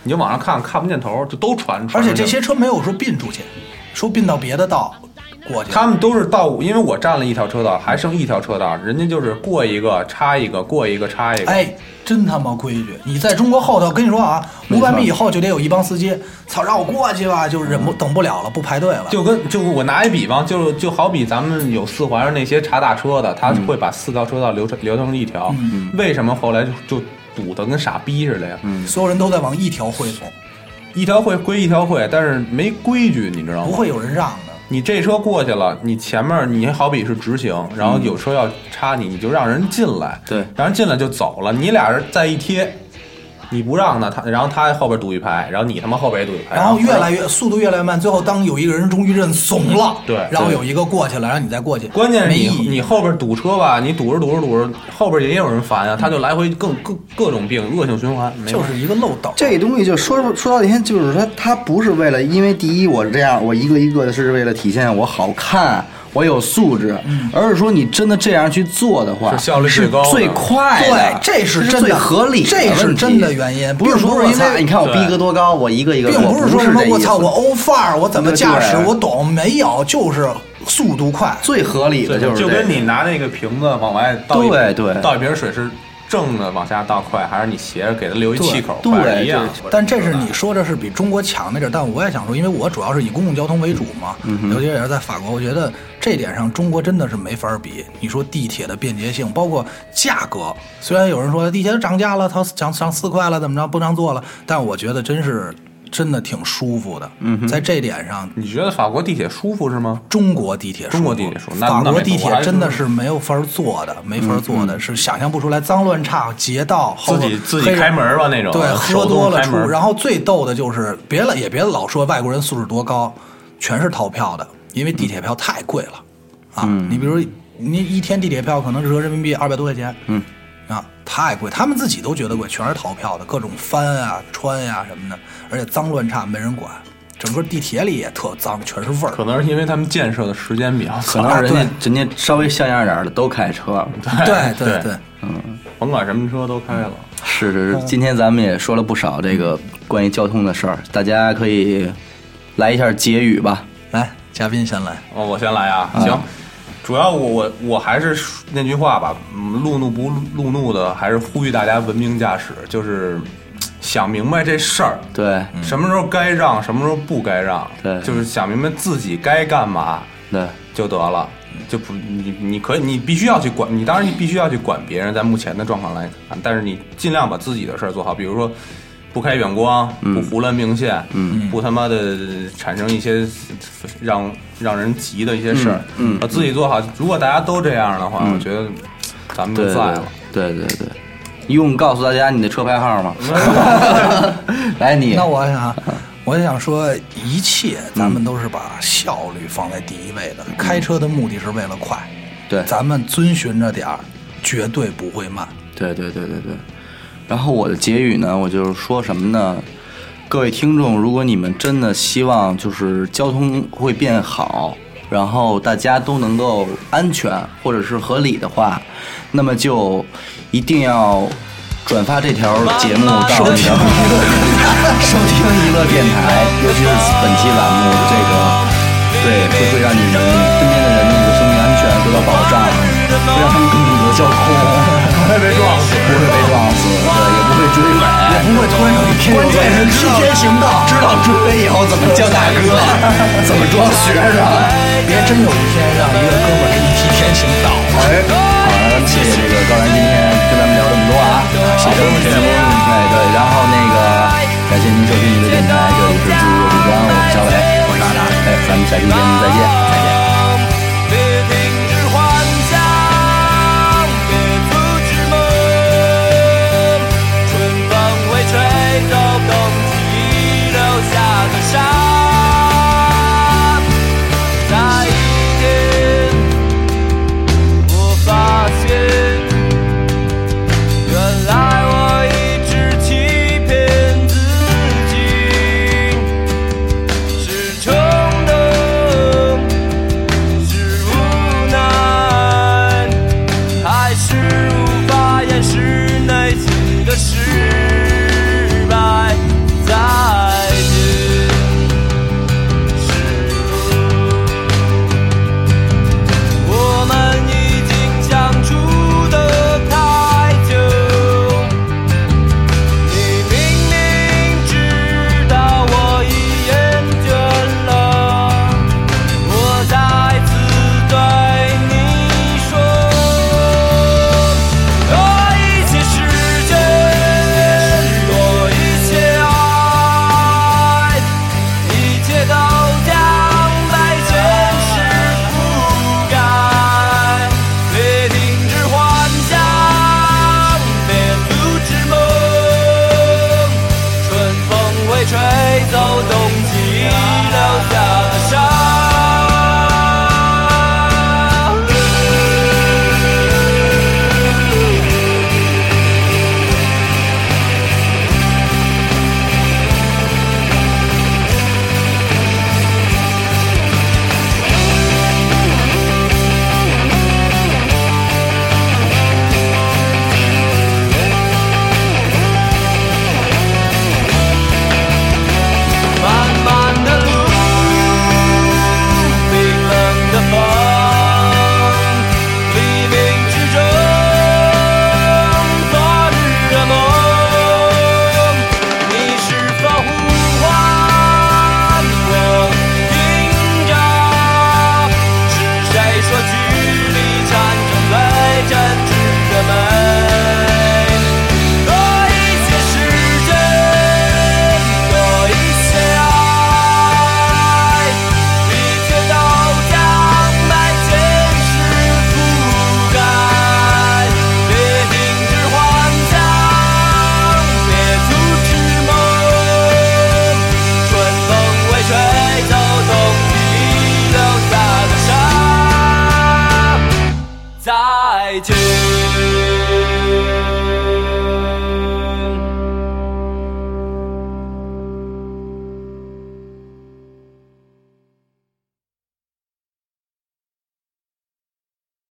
Speaker 5: 你就往上看看不见头，就都传。
Speaker 4: 而
Speaker 5: 传
Speaker 4: 且
Speaker 5: 着
Speaker 4: 这些车没有说并出去，说并到别的道过去，
Speaker 5: 他们都是到，因为我占了一条车道，还剩一条车道，人家就是过一个插一个，过一个插一个。
Speaker 4: 哎，真他妈规矩！你在中国后头，跟你说啊，五百米以后就得有一帮司机，操，让我过去吧，就是忍不等不了了，不排队了。
Speaker 5: 就跟就我拿一比方，就就好比咱们有四环上那些查大车的，他
Speaker 4: 嗯
Speaker 5: 会把四条车道留成留成一条。为什么后来就就堵得跟傻逼似的呀？
Speaker 4: 所有人都在往一条汇总，
Speaker 5: 一条会归一条会，但是没规矩，你知道
Speaker 4: 不
Speaker 5: 吗？
Speaker 4: 会有人让的。
Speaker 5: 你这车过去了，你前面你好比是直行，然
Speaker 4: 嗯
Speaker 5: 后有车要插你，你就让人进来，
Speaker 3: 对
Speaker 5: 让人进来就走了，你俩人在一贴，你不让他，他然后他后边堵一排，然后你他妈后边也堵一排，
Speaker 4: 然后越来越速度越来越慢，最后当有一个人终于认怂了，
Speaker 5: 对
Speaker 4: 然后有一个过去了，然后你再过去，
Speaker 5: 关键是
Speaker 4: 没
Speaker 5: 你
Speaker 4: 意义。
Speaker 5: 你后边堵车吧，你堵着堵着堵着，后边也有人烦啊，他就来回更各各种病，恶性循环，没有
Speaker 4: 就是一个漏斗，
Speaker 6: 这东西就说说到底，就是它它不是为了，因为第一我这样，我一个一个的是为了体现我好看，我有素质，而是说你真的这样去做的话，
Speaker 5: 嗯是效率最高的
Speaker 6: 最快
Speaker 4: 对
Speaker 6: 的，，
Speaker 4: 这
Speaker 6: 是
Speaker 4: 是真
Speaker 6: 最
Speaker 4: 的
Speaker 6: 合理的问题，
Speaker 4: 这是真的原因，
Speaker 6: 不是说
Speaker 4: 并
Speaker 6: 我
Speaker 4: 因
Speaker 6: 操，
Speaker 4: 为
Speaker 6: 你看我
Speaker 5: 对
Speaker 6: 逼格多高，我一个一个，
Speaker 4: 并
Speaker 6: 我
Speaker 4: 不是说什
Speaker 6: 是
Speaker 4: 么
Speaker 6: 这
Speaker 4: 我
Speaker 6: 意
Speaker 4: 操
Speaker 6: 思
Speaker 4: 我欧范儿，我怎么驾驶
Speaker 6: 对
Speaker 4: 我懂，没有，就是速度快。
Speaker 6: 最合理的就是
Speaker 5: 就
Speaker 6: 这个
Speaker 5: 跟你拿那个瓶子往外倒一
Speaker 6: 对对
Speaker 5: 倒一瓶水是正着往下倒快，还是你斜着给它留一气口
Speaker 6: 对
Speaker 5: 快是
Speaker 6: 对
Speaker 5: 一样。
Speaker 4: 但这是你说的是比中国强那点儿，但我也想说，因为我主要是以公共交通为主嘛，尤其也是在法国，我觉得这点上中国真的是没法儿比。你说地铁的便捷性，包括价格，虽然有人说地铁涨价了，它涨涨四块了，怎么着不让坐了，但我觉得真是真的挺舒服的。在这点上，
Speaker 5: 你觉得法国地铁舒服是吗？
Speaker 4: 中国地铁舒服，
Speaker 5: 中国地铁舒服那
Speaker 4: 法
Speaker 5: 那
Speaker 4: 国
Speaker 5: 美
Speaker 4: 地
Speaker 5: 国
Speaker 4: 铁
Speaker 5: 还
Speaker 4: 真的
Speaker 5: 是嗯
Speaker 4: 是没有法儿坐的，没法儿坐的，是想象不出来脏乱差、劫道，
Speaker 5: 自己
Speaker 4: 后
Speaker 5: 自己
Speaker 4: 黑人
Speaker 5: 开门吧那种啊
Speaker 4: 对，
Speaker 5: 手
Speaker 4: 喝
Speaker 5: 动
Speaker 4: 多了
Speaker 5: 开
Speaker 4: 出。
Speaker 5: 门
Speaker 4: 然后最逗的就是，别了也别老说外国人素质多高，全是逃票的，因为地铁票太贵了啊！
Speaker 5: 嗯
Speaker 4: 你比如你一天地铁票可能折人民币二百多块钱，嗯，啊，太贵，他们自己都觉得贵，全是逃票的，各种翻啊、穿呀、什么的，而且脏乱差没人管，整个地铁里也特脏，全是味儿。
Speaker 5: 可能是因为他们建设的时间比较早，
Speaker 3: 可能人
Speaker 4: 啊
Speaker 3: 家人家稍微像样点儿的都开车了。
Speaker 4: 对
Speaker 5: 对
Speaker 4: 对，
Speaker 5: [LAUGHS] 甭管什么车都开了。
Speaker 3: 是是是，今天咱们也说了不少这个关于交通的事儿，大家可以来一下结语吧。
Speaker 4: 来，嘉宾先来。
Speaker 5: 哦，我先来啊，行。主要我我我还是那句话吧，嗯，路怒不路怒的，还是呼吁大家文明驾驶，就是想明白这事儿，
Speaker 3: 对
Speaker 4: 嗯
Speaker 5: 什么时候该让，什么时候不该让，
Speaker 3: 对
Speaker 5: 就是想明白自己该干嘛
Speaker 3: 对，
Speaker 5: 就得了，就不你你可以你必须要去管，你当然你必须要去管别人，在目前的状况来看，但是你尽量把自己的事儿做好，比如说。不开远光，不胡乱并线，嗯，不他妈的产生一些让让人急的一些事儿，嗯，把自己做好。如果大家都这样的话，我觉得咱们就
Speaker 3: 对
Speaker 5: 在了。
Speaker 3: 对对对，用告诉大家你的车牌号
Speaker 4: [LAUGHS]
Speaker 3: 吗？来你，
Speaker 4: 那我想，啊
Speaker 3: 嗯
Speaker 4: 我想说，一切咱们都是把效率放在第一位的。开车的目的是为了快，
Speaker 3: 嗯对
Speaker 4: 咱们遵循着点儿，绝对不会慢。
Speaker 3: 对对对对对。然后我的结语呢，我就是说什么呢？各位听众，如果你们真的希望就是交通会变好，然后大家都能够安全或者是合理的话，那么就一定要转发这条节目到那个收听娱乐电台，尤其是本期栏目的这个。对，会会让你们身边的人的那个生命安全得到保障，会让他们更懂得交通。不会被撞死，对，也不会追尾，也不会拖上天。关键是知天行道，知道追尾以后怎么叫大哥，啊
Speaker 4: [LAUGHS]
Speaker 3: 怎么装学生。啊
Speaker 4: 别真有一天让一个哥们儿给你替天行道。
Speaker 3: 哎，好了，谢谢这个高然今天跟咱们聊这么多啊，好，谢谢谢哎对，然后那个感谢您收听娱乐电台，这里是自由主张，我是小伟，我是阿达，哎，咱们下期节目再见，再见。